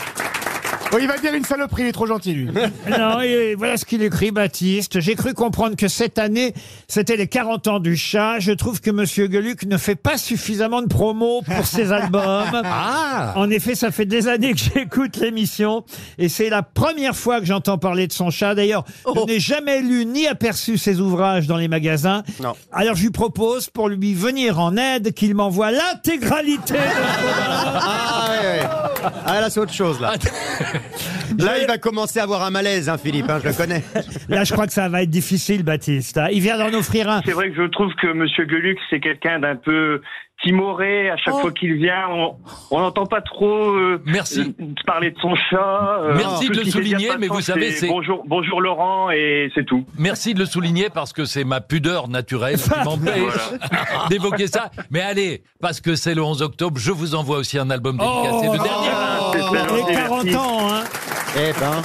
Speaker 7: Oh, il va dire une saloperie, il est trop gentil, lui.
Speaker 2: Non, et voilà ce qu'il écrit, Baptiste. J'ai cru comprendre que cette année, c'était les 40 ans du chat. Je trouve que Monsieur Gueluc ne fait pas suffisamment de promos pour ses albums.
Speaker 14: Ah
Speaker 2: En effet, ça fait des années que j'écoute l'émission et c'est la première fois que j'entends parler de son chat. D'ailleurs,
Speaker 7: Oh.
Speaker 2: je n'ai jamais lu ni aperçu ses ouvrages dans les magasins. Alors, je lui propose pour lui venir en aide qu'il m'envoie l'intégralité
Speaker 5: Ah, ouais, ouais. Ah, là, c'est autre chose, là. Là, il va commencer à avoir un malaise, hein, Philippe, hein, je le connais.
Speaker 2: Là, je crois que ça va être difficile, Baptiste. hein. Il vient d'en offrir un.
Speaker 13: C'est vrai que je trouve que Monsieur Geluc, c'est quelqu'un d'un peu timoré. À chaque
Speaker 2: Oh.
Speaker 13: fois qu'il vient, on on n'entend pas trop euh,
Speaker 6: Merci.
Speaker 13: euh, parler de son chat. euh,
Speaker 6: Merci
Speaker 13: tout
Speaker 6: de
Speaker 13: ce
Speaker 6: le
Speaker 13: qui s'est bien
Speaker 6: souligner,
Speaker 13: passé,
Speaker 6: mais vous savez, c'est-
Speaker 13: Bonjour, bonjour Laurent, et c'est tout.
Speaker 6: Merci de le souligner parce que c'est ma pudeur naturelle qui m'empêche
Speaker 13: Voilà.
Speaker 6: d'évoquer ça. Mais allez, parce que c'est le 11 octobre, je vous envoie aussi un album
Speaker 13: Oh,
Speaker 6: dédicacé. le dernier.
Speaker 2: les 40 ans, hein.
Speaker 5: Eh ben,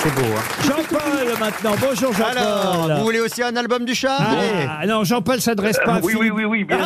Speaker 5: c'est beau, hein.
Speaker 2: Jean-Paul maintenant. Bonjour Jean-Paul.
Speaker 5: Alors, vous voulez aussi un album du chat Allez.
Speaker 2: Ah, non, Jean-Paul s'adresse pas. à
Speaker 5: oui,
Speaker 2: Philippe.
Speaker 13: oui, oui, bien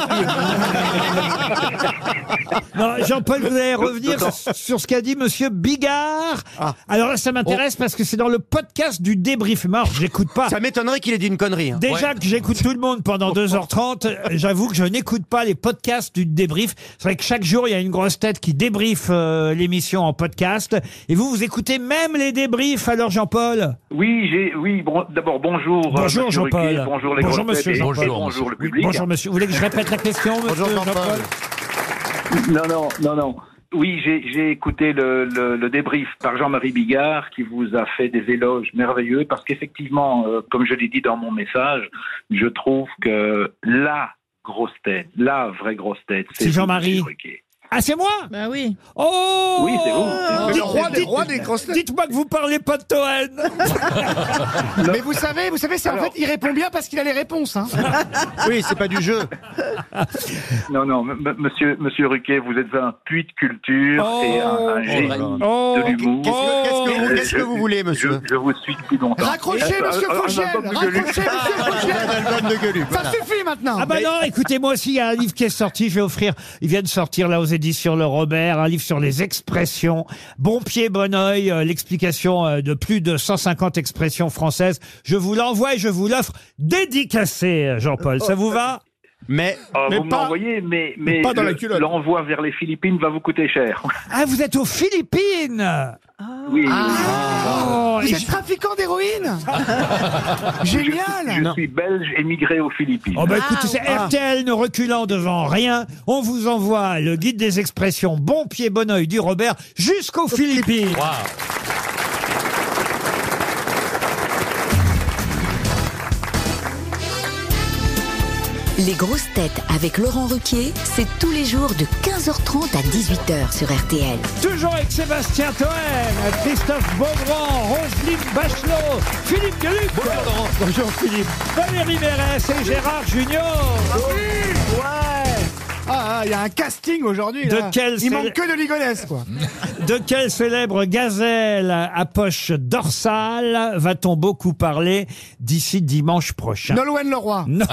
Speaker 2: Non, Jean-Paul, vous allez revenir
Speaker 13: D'autant.
Speaker 2: sur- sur ce qu'a dit Monsieur Bigard.
Speaker 13: Ah.
Speaker 2: Alors là, ça m'intéresse
Speaker 13: Oh.
Speaker 2: parce que c'est dans le podcast du débrief mort. J'écoute pas.
Speaker 5: Ça m'étonnerait qu'il ait dit une connerie. hein.
Speaker 2: Déjà
Speaker 5: Ouais.
Speaker 2: que j'écoute tout le monde pendant 2h30, euh, j'avoue que je n'écoute pas les podcasts du débrief. C'est vrai que chaque jour, il y a une grosse tête qui débriefe euh, l'émission en podcast. Et vous, vous écoutez même les débriefs, alors Jean-Paul
Speaker 13: Oui, j'ai, oui. bon, d'abord, bonjour. euh,
Speaker 2: Bonjour
Speaker 13: monsieur
Speaker 2: Jean-Paul.
Speaker 13: Ruquier, Bonjour les
Speaker 2: Bonjour
Speaker 13: grosses
Speaker 2: monsieur
Speaker 13: têtes et- et
Speaker 2: Jean-Paul.
Speaker 13: bonjour, le
Speaker 2: Oui,
Speaker 13: public.
Speaker 2: Bonjour monsieur. Vous voulez que je répète la question, monsieur Jean-Paul
Speaker 13: Non, non, non, non. Oui, j'ai j'ai écouté le, le- le débrief par Jean-Marie Bigard qui vous a fait des éloges merveilleux parce qu'effectivement, euh, comme je l'ai dit dans mon message, je trouve que la grosse tête, la vraie grosse tête,
Speaker 2: C'est
Speaker 13: vous,
Speaker 2: Jean-Marie.
Speaker 13: monsieur Ruquier.
Speaker 2: Ah, c'est moi
Speaker 8: Bah oui.
Speaker 2: Oh
Speaker 13: Oui, c'est vous.
Speaker 2: Dites-
Speaker 13: C'est le roi des-
Speaker 2: dites-
Speaker 13: roi des grosses têtes.
Speaker 2: Dites-moi que vous parlez pas de Toen
Speaker 7: Mais vous savez, vous savez, c'est en fait, il répond bien parce qu'il a les réponses. Hein.
Speaker 5: Oui, c'est pas du jeu.
Speaker 13: Non, non, m- m- monsieur, monsieur Ruquet, vous êtes un puits de culture
Speaker 5: Oh,
Speaker 13: et un, un génie de l'humour.
Speaker 5: Qu'est-ce que- qu'est-ce que vous-
Speaker 13: Et
Speaker 5: qu'est-ce que
Speaker 13: je-
Speaker 5: vous voulez, monsieur
Speaker 13: je, je vous suis depuis longtemps. Euh,
Speaker 7: Raccrochez, monsieur
Speaker 13: Un- un- un
Speaker 7: Fauchel
Speaker 13: album de Ah,
Speaker 7: Raccrochez,
Speaker 13: Gueuluc.
Speaker 7: monsieur
Speaker 5: album de
Speaker 7: Fauchel
Speaker 5: Gueuluc,
Speaker 7: Ça suffit maintenant
Speaker 2: Ah bah non, écoutez, moi aussi, il y a un livre qui est sorti, je vais offrir, il vient de sortir là aux éditions Le Robert, un livre sur les expressions, Bon pied, bon oeil, euh, l'explication euh, de plus de 150 expressions françaises. Je vous l'envoie et je vous l'offre dédicacé, euh, Jean-Paul, ça vous va
Speaker 5: Mais,
Speaker 13: Ah,
Speaker 2: mais
Speaker 13: vous
Speaker 2: pas-
Speaker 13: m'envoyez, mais,
Speaker 2: mais
Speaker 13: mais
Speaker 2: pas dans
Speaker 13: le-
Speaker 2: la culotte.
Speaker 13: l'envoi vers les Philippines va vous coûter cher.
Speaker 2: Ah, vous êtes aux Philippines Ah,
Speaker 13: Oui. Ah.
Speaker 2: Oh,
Speaker 7: Ah. Vous
Speaker 2: et
Speaker 7: êtes
Speaker 2: je- Ah.
Speaker 7: trafiquant d'héroïne Génial
Speaker 13: Je, suis- je suis belge émigré aux Philippines.
Speaker 2: Oh bah écoutez, c'est RTL ne reculant devant rien. On vous envoie le guide des expressions Bon pied, bon oeil du Robert jusqu'aux Philippines.
Speaker 15: Les grosses têtes avec Laurent Ruquier, c'est tous les jours de 15h30 à 18h sur RTL.
Speaker 2: Toujours avec Sébastien Toen, Christophe Beaugrand, Roselyne Bachelot, Philippe Deluc. Bonjour Bonjour Philippe. Valérie Mérès et Gérard Junior.
Speaker 7: Ah, ah, il y a un casting aujourd'hui.
Speaker 2: De
Speaker 7: là.
Speaker 2: quel
Speaker 7: Il
Speaker 2: c'est-
Speaker 7: manque que de Ligonesse, quoi.
Speaker 2: De quelle célèbre gazelle à poche dorsale va-t-on beaucoup parler d'ici dimanche prochain
Speaker 7: Nolwenn Leroy.
Speaker 2: Non.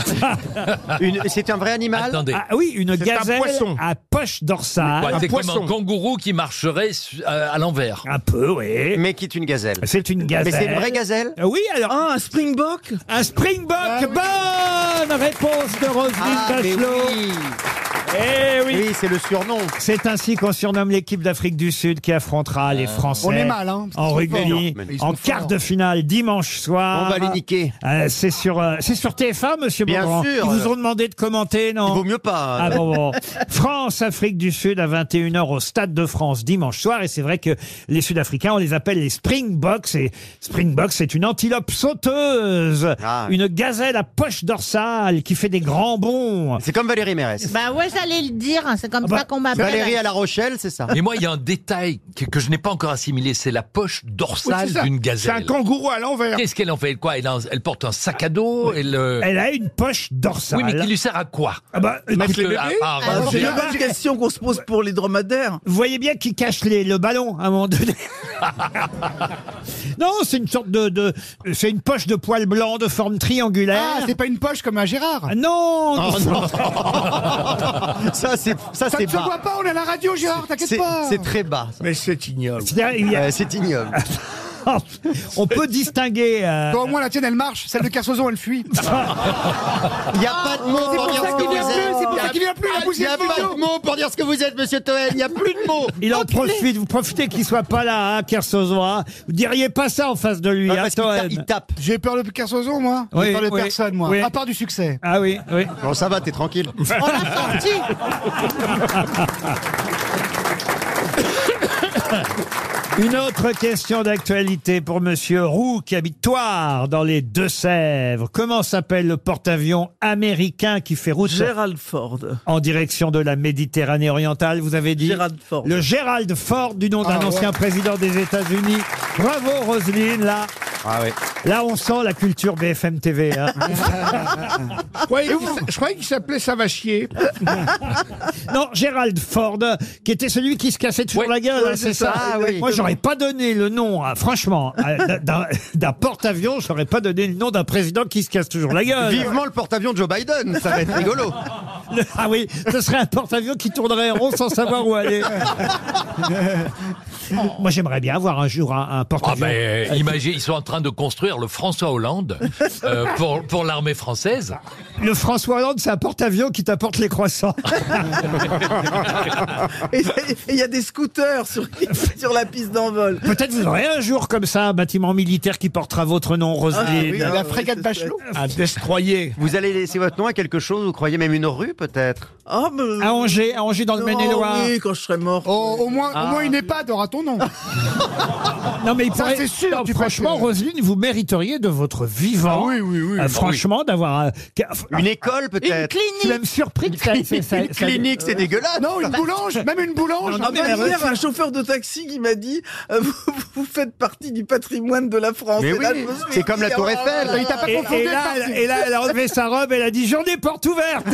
Speaker 5: Une- C'est un vrai animal
Speaker 2: Ah oui, une
Speaker 5: C'est un
Speaker 2: gazelle
Speaker 5: poisson.
Speaker 2: à poche
Speaker 6: Ouais,
Speaker 2: dorsale.
Speaker 6: c'est comme un kangourou qui marcherait su- à, à l'envers.
Speaker 2: Un peu, oui.
Speaker 5: Mais qui est une gazelle.
Speaker 2: C'est une
Speaker 5: Mais
Speaker 2: gazelle.
Speaker 5: c'est une vraie gazelle Ah,
Speaker 2: Euh, Ah Oui, alors. un springbok Un springbok Bonne réponse de Roselyne
Speaker 5: Ah, mais
Speaker 2: Bachelot. Eh oui.
Speaker 5: Oui, c'est le surnom.
Speaker 2: C'est ainsi qu'on surnomme l'équipe d'Afrique du Sud qui affrontera les Français
Speaker 7: On est mal, hein, parce
Speaker 2: en
Speaker 7: qu'ils sont forts.
Speaker 2: rugby
Speaker 7: Non, Euh, mais ils
Speaker 2: en
Speaker 7: sont
Speaker 2: quart
Speaker 7: forts.
Speaker 2: de finale dimanche soir.
Speaker 5: On va les niquer.
Speaker 2: Euh, c'est sur euh, c'est sur TF1, Monsieur
Speaker 5: Bien
Speaker 2: Beaugrand.
Speaker 5: sûr.
Speaker 2: Ils vous ont demandé de commenter, non
Speaker 5: Il vaut mieux pas.
Speaker 2: Ah bon, bon. France, Afrique du Sud à 21h au Stade de France dimanche soir. Et c'est vrai que les Sud-Africains, on les appelle les Springboks. Et Springboks, c'est une antilope sauteuse.
Speaker 5: Ah.
Speaker 2: Une gazelle à poche dorsale qui fait des grands bonds.
Speaker 5: C'est comme Valérie Mérès.
Speaker 8: Bah ouais, j'allais le dire, hein. c'est comme ça qu'on m'appelle.
Speaker 5: Valérie à La Rochelle, c'est ça.
Speaker 6: Mais moi, il y a un détail que, que je n'ai pas encore assimilé, c'est la poche dorsale
Speaker 10: Oui, c'est ça.
Speaker 6: d'une gazelle.
Speaker 10: C'est un kangourou à l'envers.
Speaker 6: Qu'est-ce qu'elle en fait Quoi elle, a un- elle porte un sac à dos. Elle, euh,
Speaker 2: Ah, Elle a une poche dorsale.
Speaker 6: Oui, mais qui lui sert à quoi
Speaker 2: Ah bah,
Speaker 6: Parce
Speaker 2: écoute,
Speaker 6: que-
Speaker 2: euh,
Speaker 6: à- à
Speaker 2: ah,
Speaker 6: ranger-
Speaker 2: c'est
Speaker 4: C'est
Speaker 2: le
Speaker 4: la
Speaker 2: bas.
Speaker 4: même question qu'on se pose pour les dromadaires.
Speaker 2: Vous voyez bien qu'il cache les- le ballon à un moment donné. non, c'est une sorte de, de- c'est une poche de poils blancs de forme triangulaire.
Speaker 5: Oh,
Speaker 7: Ah, c'est pas une poche comme un Gérard
Speaker 2: non, non.
Speaker 5: Ça, c'est ça,
Speaker 7: Ça
Speaker 5: c'est
Speaker 7: ne se
Speaker 5: bas.
Speaker 7: voit pas, on est à la radio, Gérard, t'inquiète
Speaker 5: C'est-
Speaker 7: pas.
Speaker 5: C'est très bas.
Speaker 10: Mais c'est ignoble.
Speaker 5: c'est ignoble.
Speaker 2: On peut distinguer. euh,
Speaker 7: Bon, au moins, la tienne, elle marche. Celle de Carsozon, elle fuit.
Speaker 5: Il n'y a pas de mots
Speaker 7: C'est
Speaker 5: pour
Speaker 7: pour
Speaker 5: dire
Speaker 7: ça
Speaker 5: ce que
Speaker 7: qu'il
Speaker 5: vous
Speaker 7: vient plus,
Speaker 5: êtes.
Speaker 7: c'est pour ça qu'il vient plus, la
Speaker 5: Il n'y a
Speaker 7: bougie
Speaker 5: pas de mots pour dire ce que vous êtes, monsieur Toen. Il n'y a plus de mots.
Speaker 2: Il en profite, vous profitez qu'il soit pas là, hein, Kersozo, hein. Vous diriez pas ça en face de lui, hein, Toen.
Speaker 5: tape.
Speaker 7: J'ai peur de Carsozon, moi.
Speaker 2: Oui,
Speaker 7: J'ai peur de
Speaker 2: oui,
Speaker 7: personne, moi.
Speaker 2: oui.
Speaker 7: À part du succès.
Speaker 2: Ah oui, oui.
Speaker 5: Bon, ça va, t'es tranquille.
Speaker 8: On l'a sorti.
Speaker 2: Une autre question d'actualité pour Monsieur Roux, qui habite Toire, dans les Deux-Sèvres. Comment s'appelle le porte-avions américain qui fait route
Speaker 4: Gerald Ford.
Speaker 2: en direction de la Méditerranée orientale, vous avez dit
Speaker 4: Gerald Ford.
Speaker 2: Le Gerald Ford, du nom d'un
Speaker 4: Ah,
Speaker 2: ancien
Speaker 4: ouais.
Speaker 2: président des États-Unis. Bravo, Roselyne, là.
Speaker 5: Ah oui.
Speaker 2: Là, on sent la culture BFM TV. hein.
Speaker 10: Je croyais qu'il s- je croyais qu'il s'appelait Savachier.
Speaker 2: non, Gerald Ford, qui était celui qui se cassait toujours la gueule,
Speaker 10: oui,
Speaker 2: hein, c'est
Speaker 10: c'est
Speaker 2: ça.
Speaker 10: ça. Ah oui.
Speaker 2: Moi, j'aurais pas donné le nom, hein, franchement, à- d'un- d'un- d'un porte-avions, j'aurais pas donné le nom d'un président qui se casse toujours la gueule.
Speaker 5: Vivement le porte-avions de Joe Biden. Ça va être rigolo.
Speaker 2: Le- Ah oui, ce serait un porte-avions qui tournerait en rond sans savoir où aller. Oh. Moi, j'aimerais bien avoir un jour un, un
Speaker 6: Ah
Speaker 2: porte-avions. Euh,
Speaker 6: ben, imagine, ils sont en train de construire le François Hollande euh, pour, pour l'armée française.
Speaker 2: Le François Hollande, c'est un porte-avions qui t'apporte les croissants.
Speaker 4: Et il y a des scooters sur, sur la piste d'envol.
Speaker 2: Peut-être vous aurez un jour comme ça un bâtiment militaire qui portera votre nom, Roselyne.
Speaker 4: Ah oui,
Speaker 7: La frégate Bachelot.
Speaker 10: Un destroyer.
Speaker 5: Vous allez laisser votre nom à quelque chose, vous croyez même une rue peut-être
Speaker 4: Oh, mais-
Speaker 2: À Angers, à Angers dans le
Speaker 4: Oh,
Speaker 2: Maine-et-Loire.
Speaker 4: oui, quand je serai mort.
Speaker 7: Oh, au moins, au moins une EHPAD aura ton nom.
Speaker 2: Non mais il
Speaker 7: Ça,
Speaker 2: pourrait-
Speaker 7: c'est sûr,
Speaker 2: Non,
Speaker 7: tu
Speaker 2: franchement,
Speaker 7: passes-
Speaker 2: Roselyne, vous mériteriez de votre vivant.
Speaker 5: Ah oui, oui, oui.
Speaker 2: euh,
Speaker 5: Ah oui.
Speaker 2: franchement, d'avoir euh, qu'un-
Speaker 5: Une école
Speaker 8: Une
Speaker 5: peut-être
Speaker 2: Je suis
Speaker 8: clinique.
Speaker 2: même surpris que ça. ça- ça-
Speaker 5: Une
Speaker 2: ça-
Speaker 5: clinique, c'est dégueulasse.
Speaker 7: Non, une boulange, même une boulange.
Speaker 4: Ah, mais hier, un chauffeur de taxi qui m'a dit euh, vous, vous faites partie du patrimoine de la France.
Speaker 5: Mais
Speaker 4: Et là,
Speaker 5: oui,
Speaker 4: je me suis
Speaker 5: c'est comme la
Speaker 4: dit,
Speaker 5: Tour
Speaker 4: oh,
Speaker 5: Eiffel.
Speaker 4: là,
Speaker 7: Il t'a pas
Speaker 2: Et, et
Speaker 7: confondu.
Speaker 2: là,
Speaker 7: par-
Speaker 2: elle- et là, elle a enlevé sa robe, elle a dit J'en ai porte ouverte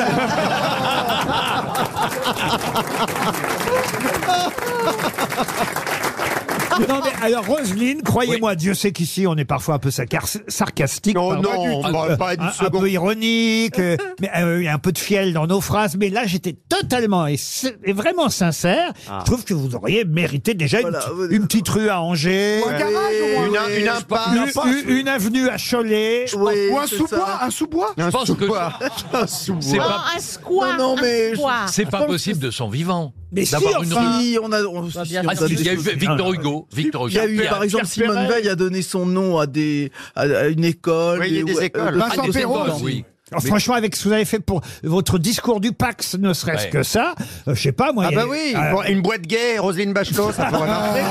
Speaker 2: Non mais alors Roselyne, croyez-moi, Dieu sait qu'ici on est parfois un peu sacar- sarcastique,
Speaker 5: Non,
Speaker 2: pardon,
Speaker 5: non,
Speaker 2: un-
Speaker 5: bah, pas
Speaker 2: un,
Speaker 5: une
Speaker 2: un
Speaker 5: seconde.
Speaker 2: peu ironique, euh, mais euh, il y a un peu de fiel dans nos phrases. Mais là, j'étais totalement et, si- et vraiment sincère.
Speaker 7: Ah.
Speaker 2: Je trouve que vous auriez mérité déjà une
Speaker 4: Voilà,
Speaker 2: petite-
Speaker 4: vous-
Speaker 2: une, petite rue à Angers,
Speaker 7: Ou un garage, au moins.
Speaker 5: Une, une
Speaker 2: une,
Speaker 5: impasse.
Speaker 2: une- une avenue à Cholet.
Speaker 4: Oui,
Speaker 7: Ou un
Speaker 4: c'est
Speaker 7: sous-bois,
Speaker 4: ça.
Speaker 7: un sous-bois.
Speaker 5: Un
Speaker 6: pense que-
Speaker 5: sous-bois. Un
Speaker 6: C'est
Speaker 5: sous-bois.
Speaker 8: Non,
Speaker 6: pas,
Speaker 8: Oh, un square.
Speaker 4: Non, non, mais
Speaker 8: un
Speaker 4: je-
Speaker 8: square.
Speaker 6: c'est pas possible de son vivant.
Speaker 2: Ah, Mais si,
Speaker 6: D'avoir une
Speaker 2: enfin.
Speaker 6: rue.
Speaker 4: Si, on a, on- si,
Speaker 6: Ah,
Speaker 4: on a
Speaker 6: si,
Speaker 4: des
Speaker 6: il y a eu
Speaker 4: choses. Ah.
Speaker 6: Victor Hugo. Victor
Speaker 4: Il y a eu,
Speaker 6: Hugo.
Speaker 4: par exemple, Simone Veil a donné son nom à, des, à, à une école.
Speaker 5: Oui, il y a des
Speaker 4: ouais,
Speaker 5: écoles.
Speaker 4: euh,
Speaker 7: Vincent
Speaker 6: Ah, des
Speaker 7: Perrault.
Speaker 6: écoles, oui.
Speaker 2: Alors,
Speaker 6: Mais-
Speaker 2: Franchement, avec ce que vous avez fait pour votre discours du Pax, ne serait-ce
Speaker 6: Ouais.
Speaker 2: que ça, euh, je sais pas, moi.
Speaker 5: Ah
Speaker 2: il y a-
Speaker 5: bah oui,
Speaker 2: Ah,
Speaker 5: bon, une boîte gay, Roselyne Bachelot, ça
Speaker 7: Ah.
Speaker 5: pourrait marcher.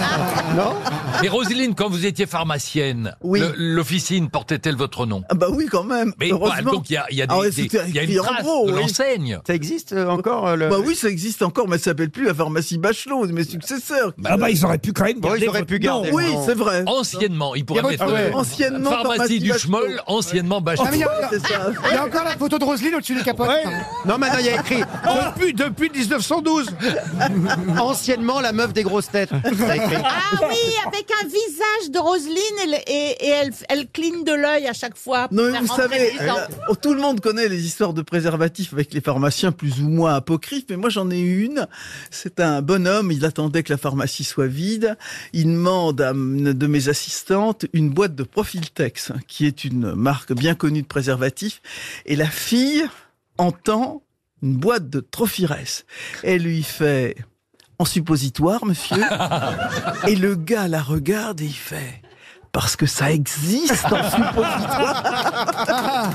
Speaker 5: Non
Speaker 6: Et Roselyne, quand vous étiez pharmacienne,
Speaker 4: Oui.
Speaker 6: le- l'officine portait-elle votre nom
Speaker 4: ah bah oui, quand même.
Speaker 6: Mais bah,
Speaker 4: Heureusement.
Speaker 6: donc il y a, il y a des,
Speaker 4: Ah ouais,
Speaker 6: des-
Speaker 4: c'était
Speaker 6: il y a une
Speaker 4: écrit en
Speaker 6: trace
Speaker 4: gros,
Speaker 6: de
Speaker 4: oui.
Speaker 6: l'enseigne.
Speaker 5: Ça existe euh, encore euh, le...
Speaker 4: Bah oui, ça existe encore, mais ça s'appelle plus la pharmacie Bachelot, mes successeurs.
Speaker 2: ah bah, ils auraient pu quand même
Speaker 5: Bon, ils
Speaker 2: garder
Speaker 5: auraient
Speaker 2: votre
Speaker 5: pu garder.
Speaker 2: nom.
Speaker 4: oui, c'est vrai.
Speaker 6: Anciennement, il pourrait
Speaker 7: Il y a
Speaker 6: mettre
Speaker 7: votre-
Speaker 6: euh,
Speaker 7: ouais.
Speaker 4: Anciennement,
Speaker 6: pharmacie
Speaker 4: pharmacie
Speaker 6: du
Speaker 4: Bachelot.
Speaker 6: Schmoll, anciennement Bachelot.
Speaker 7: Ah, mais il y a-
Speaker 4: C'est ça.
Speaker 7: Il y a encore la photo de Roselyne au-dessus des capotes.
Speaker 10: Ouais.
Speaker 5: Non, maintenant il y a écrit
Speaker 10: Depuis, depuis 1912.
Speaker 5: anciennement la meuf des grosses têtes. Ça écrit.
Speaker 8: Ah oui, avec un visage de Roselyne et, le- et- et elle, elle cligne de l'œil à chaque fois. pour
Speaker 4: Non, mais
Speaker 8: faire
Speaker 4: vous
Speaker 8: rentrer
Speaker 4: savez,
Speaker 8: les gens.
Speaker 4: euh, oh, tout le monde connaît les histoires de préservatifs avec les pharmaciens plus ou moins apocryphes, mais moi j'en ai une. C'est un bonhomme, il attendait que la pharmacie soit vide. Il demande à une de mes assistantes une boîte de Profiltex, qui est une marque bien connue de préservatifs. Et la fille entend une boîte de Trophires. Elle lui fait en suppositoire, monsieur. et le gars la regarde et il fait. Parce que ça existe en Ah,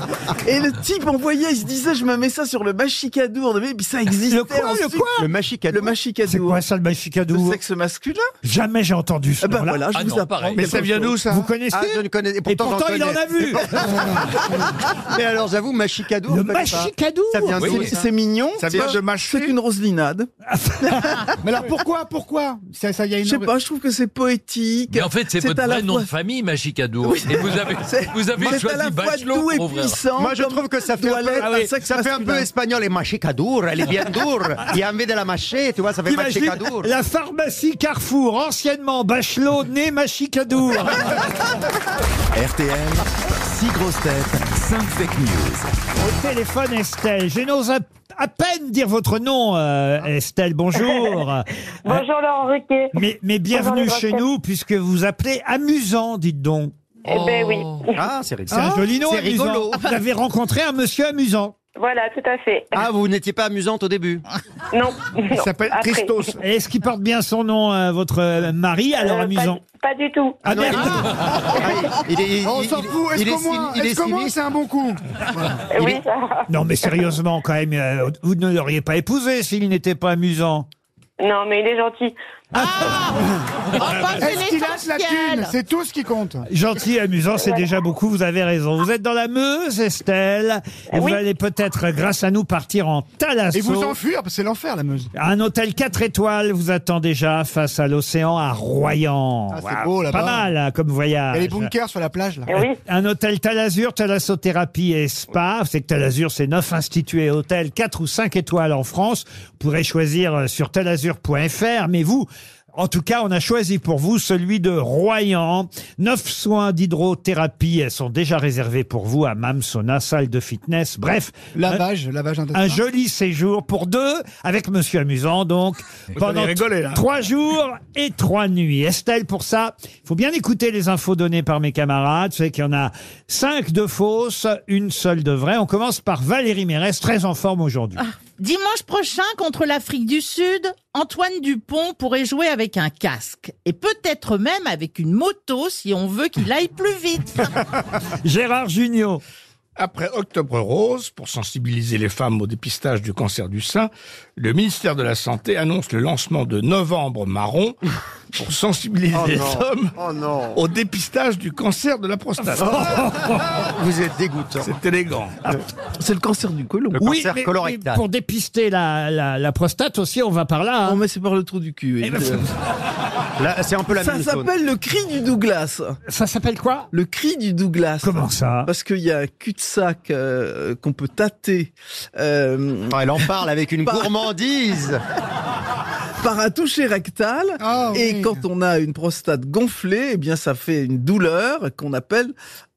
Speaker 4: Et le type envoyait, il se disait, je me mets ça sur le machicadour. Mais puis ça existait.
Speaker 2: Le quoi, le
Speaker 4: ensuite.
Speaker 2: quoi
Speaker 5: Le machicadour.
Speaker 4: Le machicadour.
Speaker 2: C'est quoi ça, le
Speaker 4: Le
Speaker 2: Machicadour
Speaker 4: sexe masculin
Speaker 2: Jamais j'ai entendu ce
Speaker 4: Eh ben
Speaker 2: nom-là.
Speaker 4: voilà, je
Speaker 6: Ah
Speaker 4: vous
Speaker 6: non,
Speaker 4: apprends.
Speaker 6: pareil.
Speaker 10: Mais ça vient d'où, ça
Speaker 2: Vous connaissez
Speaker 5: Ah, je ne connais...
Speaker 2: Et pourtant,
Speaker 5: j'en
Speaker 2: il en
Speaker 5: connais.
Speaker 2: a vu
Speaker 5: Mais alors, j'avoue, machicadour,
Speaker 2: Le
Speaker 5: je connais pas.
Speaker 2: Machicadour
Speaker 5: Ça vient
Speaker 6: Oui,
Speaker 5: d'où
Speaker 6: oui.
Speaker 5: ça
Speaker 4: C'est mignon.
Speaker 10: Ça vient
Speaker 4: C'est-
Speaker 10: de mâcher.
Speaker 4: C'est une roselinade.
Speaker 7: Mais alors pourquoi Pourquoi ça, ça y a une...
Speaker 4: Je sais pas, je trouve que c'est poétique.
Speaker 6: Mais en fait, c'est votre
Speaker 4: à la
Speaker 6: vrai nom
Speaker 4: fois-
Speaker 6: de famille, Machicadour.
Speaker 4: Oui.
Speaker 6: Et vous avez,
Speaker 4: C'est-
Speaker 6: vous avez
Speaker 4: C'est à
Speaker 6: choisi
Speaker 4: la fois
Speaker 6: Bachelot
Speaker 4: doux et
Speaker 6: pour ouvrir.
Speaker 4: puissant.
Speaker 5: Moi, je
Speaker 4: comme
Speaker 5: trouve que ça fait,
Speaker 4: doit
Speaker 5: un peu,
Speaker 4: l'être
Speaker 5: Ah oui,
Speaker 4: un sexe
Speaker 5: ça fait un peu
Speaker 4: masculin.
Speaker 5: espagnol. Et machicadour, elle est bien dure. Il y a envie de la mâcher, tu vois, ça fait
Speaker 2: T'imagines
Speaker 5: machicadour.
Speaker 2: la pharmacie Carrefour, anciennement Bachelot, né Machicadour.
Speaker 1: RTL, 6 grosses têtes, 5 fake news.
Speaker 2: Au téléphone, Estelle, j'ai nos ap- à peine dire votre nom, euh, Estelle. Bonjour.
Speaker 14: Bonjour Laurent Ruquier.
Speaker 2: mais, mais
Speaker 14: Bonjour,
Speaker 2: bienvenue
Speaker 14: les
Speaker 2: chez
Speaker 14: grosses
Speaker 2: nous, puisque vous appelez amusant, dites donc.
Speaker 14: Eh ben oui.
Speaker 5: Ah, c'est rigolo.
Speaker 2: C'est un joli nom,
Speaker 5: C'est
Speaker 2: amusant.
Speaker 5: rigolo.
Speaker 2: Vous avez rencontré un monsieur amusant.
Speaker 14: Voilà, tout à fait.
Speaker 5: Ah, vous n'étiez pas amusante au début
Speaker 14: Non.
Speaker 2: Il s'appelle Christos. Est-ce qu'il porte bien son nom, euh, votre euh, mari Alors
Speaker 14: Euh,
Speaker 2: amusant.
Speaker 14: Pas du tout.
Speaker 2: Ah, merde.
Speaker 5: il est- il-
Speaker 7: Ah, On s'en
Speaker 5: il-
Speaker 7: fout. Est-ce
Speaker 5: il est
Speaker 7: qu'au moins,
Speaker 5: cyni- il
Speaker 7: est-ce
Speaker 5: est
Speaker 7: qu'au moins,
Speaker 5: cynique.
Speaker 7: c'est un bon coup
Speaker 14: Euh, Oui, ça.
Speaker 2: Non, mais sérieusement, quand même, euh, vous ne l'auriez pas épousé s'il n'était pas amusant.
Speaker 14: Non, mais il est gentil.
Speaker 8: Enfin,
Speaker 7: Est-ce
Speaker 8: c'est
Speaker 7: qu'il lâche la thune
Speaker 8: l'essentiel.
Speaker 7: C'est tout ce qui compte.
Speaker 2: Gentil, amusant, c'est déjà beaucoup, vous avez raison. Vous êtes dans la Meuse, Estelle, et vous allez peut-être, grâce à nous, partir en Thalasso.
Speaker 7: Eh Et vous enfuir, parce que c'est l'enfer la Meuse.
Speaker 2: Un hôtel 4 étoiles vous attend déjà face à l'océan à Royan.
Speaker 7: Ah, c'est
Speaker 2: Waouh,
Speaker 7: beau, là-bas.
Speaker 2: Pas mal hein, comme
Speaker 7: Il
Speaker 2: voyage.
Speaker 7: y a les bunkers sur la plage
Speaker 2: Eh
Speaker 7: là.
Speaker 16: Eh
Speaker 2: Un hôtel Talazur, Thalassothérapie et Spa. C'est que Talazur, c'est neuf instituts et hôtels, 4 ou 5 étoiles en France. Vous pourrez choisir euh, sur talazur.fr, mais vous, en tout cas, on a choisi pour vous celui de Royan. Neuf soins d'hydrothérapie sont déjà réservés pour vous à Mamsona, salle de fitness. Bref.
Speaker 7: Lavage, lavage
Speaker 2: Un
Speaker 7: intestin.
Speaker 2: un joli séjour pour deux, avec Monsieur Amusant, donc, pendant
Speaker 7: allez rigoler, là.
Speaker 2: trois jours et trois nuits. Estelle, pour ça, il faut bien écouter les infos données par mes camarades. Vous savez qu'il y en a cinq de fausses, une seule de vraie. On commence par Valérie Mérès, très en forme aujourd'hui.
Speaker 14: Ah.
Speaker 8: Dimanche prochain, contre l'Afrique du Sud, Antoine Dupont pourrait jouer avec un casque. Et peut-être même avec une moto si on veut qu'il aille plus vite.
Speaker 2: Gérard Junior.
Speaker 10: Après Octobre Rose, pour sensibiliser les femmes au dépistage du cancer du sein, le ministère de la Santé annonce le lancement de Novembre Marron pour sensibiliser les hommes
Speaker 5: Oh non
Speaker 10: au dépistage du cancer de la prostate.
Speaker 5: Vous êtes dégoûtant.
Speaker 10: C'est élégant.
Speaker 2: Ah,
Speaker 4: C'est le cancer du côlon.
Speaker 5: Le cancer
Speaker 2: mais- mais
Speaker 5: colorectal.
Speaker 2: pour dépister la, la- la prostate aussi, on va par là. hein.
Speaker 5: Oh,
Speaker 4: mais c'est par le trou du cul.
Speaker 2: Eh ben,
Speaker 5: Là, c'est un peu la
Speaker 4: Ça
Speaker 5: même zone.
Speaker 4: s'appelle le cri du Douglas.
Speaker 2: Ça s'appelle quoi
Speaker 4: Le cri du Douglas.
Speaker 2: Comment ça
Speaker 4: Parce qu'il y a un cul-de-sac euh, qu'on peut tâter euh,
Speaker 5: Ah, Elle en parle avec une gourmandise.
Speaker 4: par un toucher rectal.
Speaker 7: Ah, oui.
Speaker 4: Et quand on a une prostate gonflée, eh bien, ça fait une douleur qu'on appelle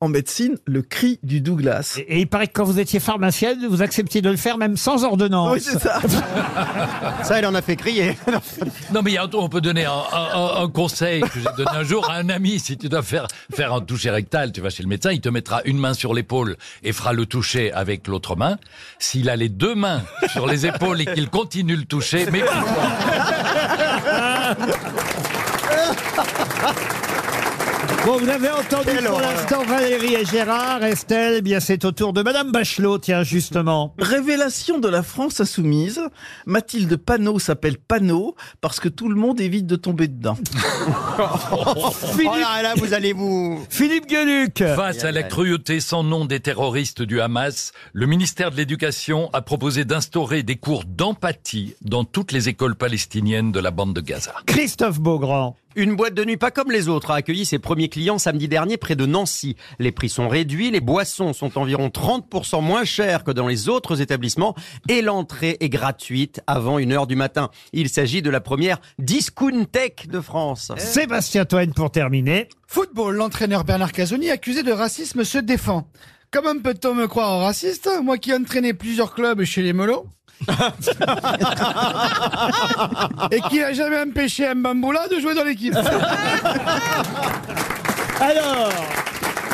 Speaker 4: en médecine le cri du Douglas.
Speaker 2: Et, et il paraît que quand vous étiez pharmacienne, vous acceptiez de le faire même sans ordonnance.
Speaker 4: Oui, c'est ça.
Speaker 5: Ça, elle en a fait crier.
Speaker 6: Non, mais il y a un truc, on peut donner un, un- un- un conseil que j'ai donné un jour à un ami. Si tu dois faire, faire un toucher rectal, tu vas chez le médecin, il te mettra une main sur l'épaule et fera le toucher avec l'autre main. S'il a les deux mains sur les épaules et qu'il continue le toucher, mais
Speaker 2: Bon, vous avez entendu pour l'instant Valérie et Gérard, Estelle, eh bien c'est au tour de Madame Bachelot, tiens, justement.
Speaker 4: Révélation de la France insoumise. Mathilde Panot s'appelle Panot parce que tout le monde évite de tomber dedans.
Speaker 5: Oh là là, vous allez vous...
Speaker 2: Philippe Gueluc
Speaker 6: Face à la cruauté sans nom des terroristes du Hamas, le ministère de l'Éducation a proposé d'instaurer des cours d'empathie dans toutes les écoles palestiniennes de la bande de Gaza.
Speaker 2: Christophe Beaugrand.
Speaker 5: Une boîte de nuit pas comme les autres a accueilli ses premiers clients samedi dernier près de Nancy. Les prix sont réduits, les boissons sont environ 30% moins chères que dans les autres établissements et l'entrée est gratuite avant 1h du matin. Il s'agit de la première Discount Tech de France.
Speaker 7: Eh.
Speaker 2: Sébastien Toen pour terminer.
Speaker 7: Football, l'entraîneur Bernard Casoni, accusé de racisme, se défend. Comment peut-on me croire raciste Moi qui ai entraîné plusieurs clubs chez les Molos. et qui n'a jamais empêché un Bamboula de jouer dans l'équipe.
Speaker 2: Alors,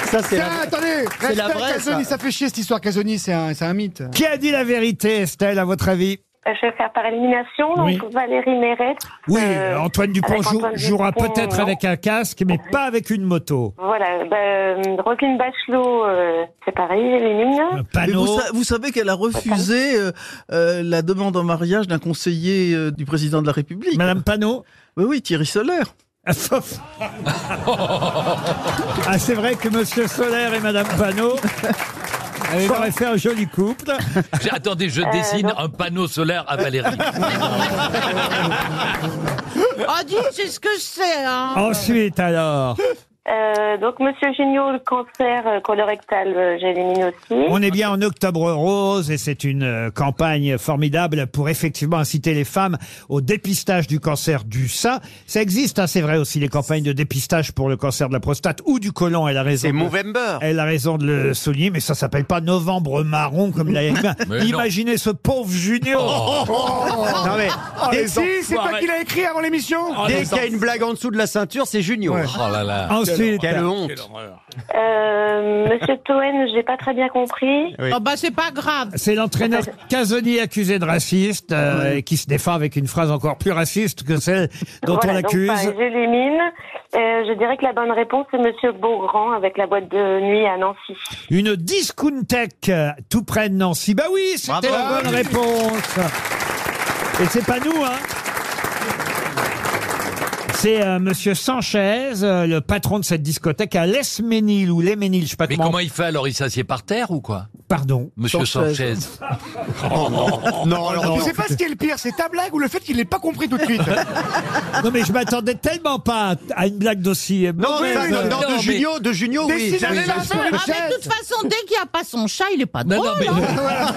Speaker 5: Ça, c'est
Speaker 7: Tiens, attendez,
Speaker 5: c'est la
Speaker 7: respect
Speaker 5: vraie,
Speaker 7: à Casoni,
Speaker 5: ça.
Speaker 7: ça. fait chier cette histoire Casoni, c'est un, c'est un mythe.
Speaker 2: qui a dit la vérité, Estelle, à votre avis
Speaker 14: Euh, Je vais faire par élimination, donc
Speaker 2: Oui.
Speaker 14: Valérie Mérès.
Speaker 2: Oui,
Speaker 14: euh,
Speaker 2: Antoine Dupont
Speaker 14: avec
Speaker 2: jou-
Speaker 14: Antoine
Speaker 2: jouera
Speaker 14: Dupont,
Speaker 2: peut-être
Speaker 14: non.
Speaker 2: avec un casque, mais pas avec une moto.
Speaker 14: Voilà, ben, Roselyne Bachelot, euh, c'est pareil, j'élimine.
Speaker 2: Un
Speaker 4: Mais
Speaker 2: panneau.
Speaker 4: vous, sa- vous savez qu'elle a refusé euh, euh, la demande en mariage d'un conseiller euh, du président de la République.
Speaker 2: Madame Panot
Speaker 4: Oui, oui, Thierry Solaire.
Speaker 2: ah, c'est vrai que Monsieur Solaire et Madame Panot auraient fait un joli couple.
Speaker 6: J'ai- Attendez,
Speaker 2: Euh,
Speaker 6: je dessine un panneau solaire à Valérie.
Speaker 7: Ah,
Speaker 8: Oh, dis, c'est ce que c'est, hein.
Speaker 2: Ensuite, alors,
Speaker 14: Euh, donc, Monsieur Géniaud, le cancer euh, colorectal, euh, j'élimine aussi.
Speaker 2: On est bien en octobre rose et c'est une euh, campagne formidable pour effectivement inciter les femmes au dépistage du cancer du sein. Ça existe, hein, c'est vrai aussi, les campagnes de dépistage pour le cancer de la prostate ou du côlon. Elle a raison.
Speaker 5: C'est
Speaker 2: de-
Speaker 5: Movember.
Speaker 2: Elle a raison de le souligner, mais ça s'appelle pas novembre marron comme l'a
Speaker 5: Mais non. Oh.
Speaker 2: Imaginez ce pauvre Junior. non mais,
Speaker 7: Et si, c'est pas qu'il a écrit avant l'émission
Speaker 5: Oh, Dès qu'il y a une blague en dessous de la ceinture, c'est Junior.
Speaker 6: Oh là là.
Speaker 2: Ensuite.
Speaker 5: Quelle honte.
Speaker 14: Euh, Monsieur Toen, j'ai pas très bien compris.
Speaker 2: Oui.
Speaker 8: Oh bah c'est pas grave.
Speaker 2: C'est l'entraîneur Casoni accusé de raciste euh, et qui se défend avec une phrase encore plus raciste que celle dont on
Speaker 14: Voilà, donc, bah,
Speaker 2: l'accuse.
Speaker 14: pareil, J'élimine. Euh, je dirais que la bonne réponse, c'est Monsieur Beaugrand avec la boîte de nuit à Nancy.
Speaker 2: Une discountech euh, tout près de Nancy. Bah oui, c'était
Speaker 14: Bravo.
Speaker 2: la bonne réponse. Et c'est pas nous, hein c'est euh, Monsieur Sanchez, euh, le patron de cette discothèque à Lesménil ou Léménil, je sais pas
Speaker 6: Mais
Speaker 2: comment.
Speaker 6: comment il fait alors Il s'assied par terre ou quoi
Speaker 2: Pardon.
Speaker 6: Monsieur Sanchez. Oh non.
Speaker 2: Non, alors non.
Speaker 7: Je sais pas ce qui est le pire, c'est ta blague ou le fait qu'il l'ait pas compris tout de suite.
Speaker 2: Non mais je m'attendais tellement pas à à une blague d'aussi.
Speaker 5: Non, mais
Speaker 2: mauvaise.
Speaker 5: ça, non, de Junio, de Junio, oui.
Speaker 2: Décidément,
Speaker 5: Oui,
Speaker 2: il a
Speaker 5: oui.
Speaker 2: fait-
Speaker 8: Ah, mais de toute façon, dès qu'il n'y a pas son chat, il est pas drôle. hein.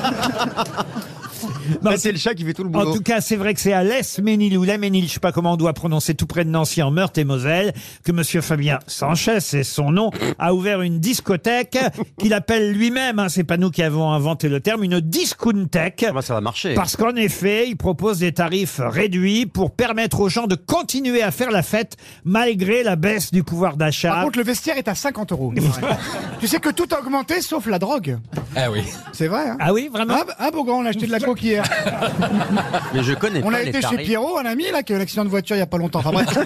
Speaker 2: Non,
Speaker 5: Bah, c'est le chat qui fait tout le
Speaker 2: En
Speaker 5: boulot.
Speaker 2: tout cas, c'est vrai que c'est à l'Esménil ou l'Aménil, je sais pas comment on doit prononcer tout près de Nancy en Meurthe-et-Moselle, que monsieur Fabien Sanchez, c'est son nom, a ouvert une discothèque qu'il appelle lui-même, hein, c'est pas nous qui avons inventé le terme, une discounthèque.
Speaker 5: Ah, bah, ça va marcher.
Speaker 2: Parce qu'en effet, il propose des tarifs réduits pour permettre aux gens de continuer à faire la fête malgré la baisse du pouvoir d'achat.
Speaker 7: Par contre, le vestiaire est à 50 euros. tu sais que tout a augmenté sauf la drogue.
Speaker 6: Ah oui.
Speaker 7: C'est vrai. Hein
Speaker 2: Ah oui, vraiment
Speaker 7: ah, bah- ah, Beaugrand, on a acheté de la coke hier.
Speaker 5: Mais je connais
Speaker 7: On
Speaker 5: pas
Speaker 7: a
Speaker 5: les
Speaker 7: été chez
Speaker 5: tarifs.
Speaker 7: Pierrot, un ami, là, qui a eu un accident de voiture il y a pas longtemps. Enfin, bref.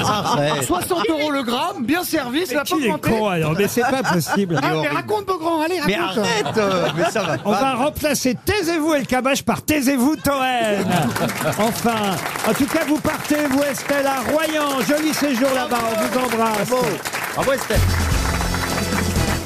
Speaker 5: Arrête.
Speaker 7: 60 euros le gramme, bien servi, ça
Speaker 2: Mais
Speaker 7: n'a pas
Speaker 2: qui est
Speaker 7: augmenté.
Speaker 2: con alors Mais c'est pas possible.
Speaker 7: Ah, mais raconte, Beaugrand, allez, raconte.
Speaker 5: Mais arrête, euh, mais ça va
Speaker 2: On
Speaker 5: pas.
Speaker 2: va remplacer Taisez-vous El Kabach par Taisez-vous Toen. Enfin, en tout cas, vous partez, vous Estelle, à Royan. Joli séjour là-bas, on vous embrasse.
Speaker 6: Ah
Speaker 5: Bravo, Estelle.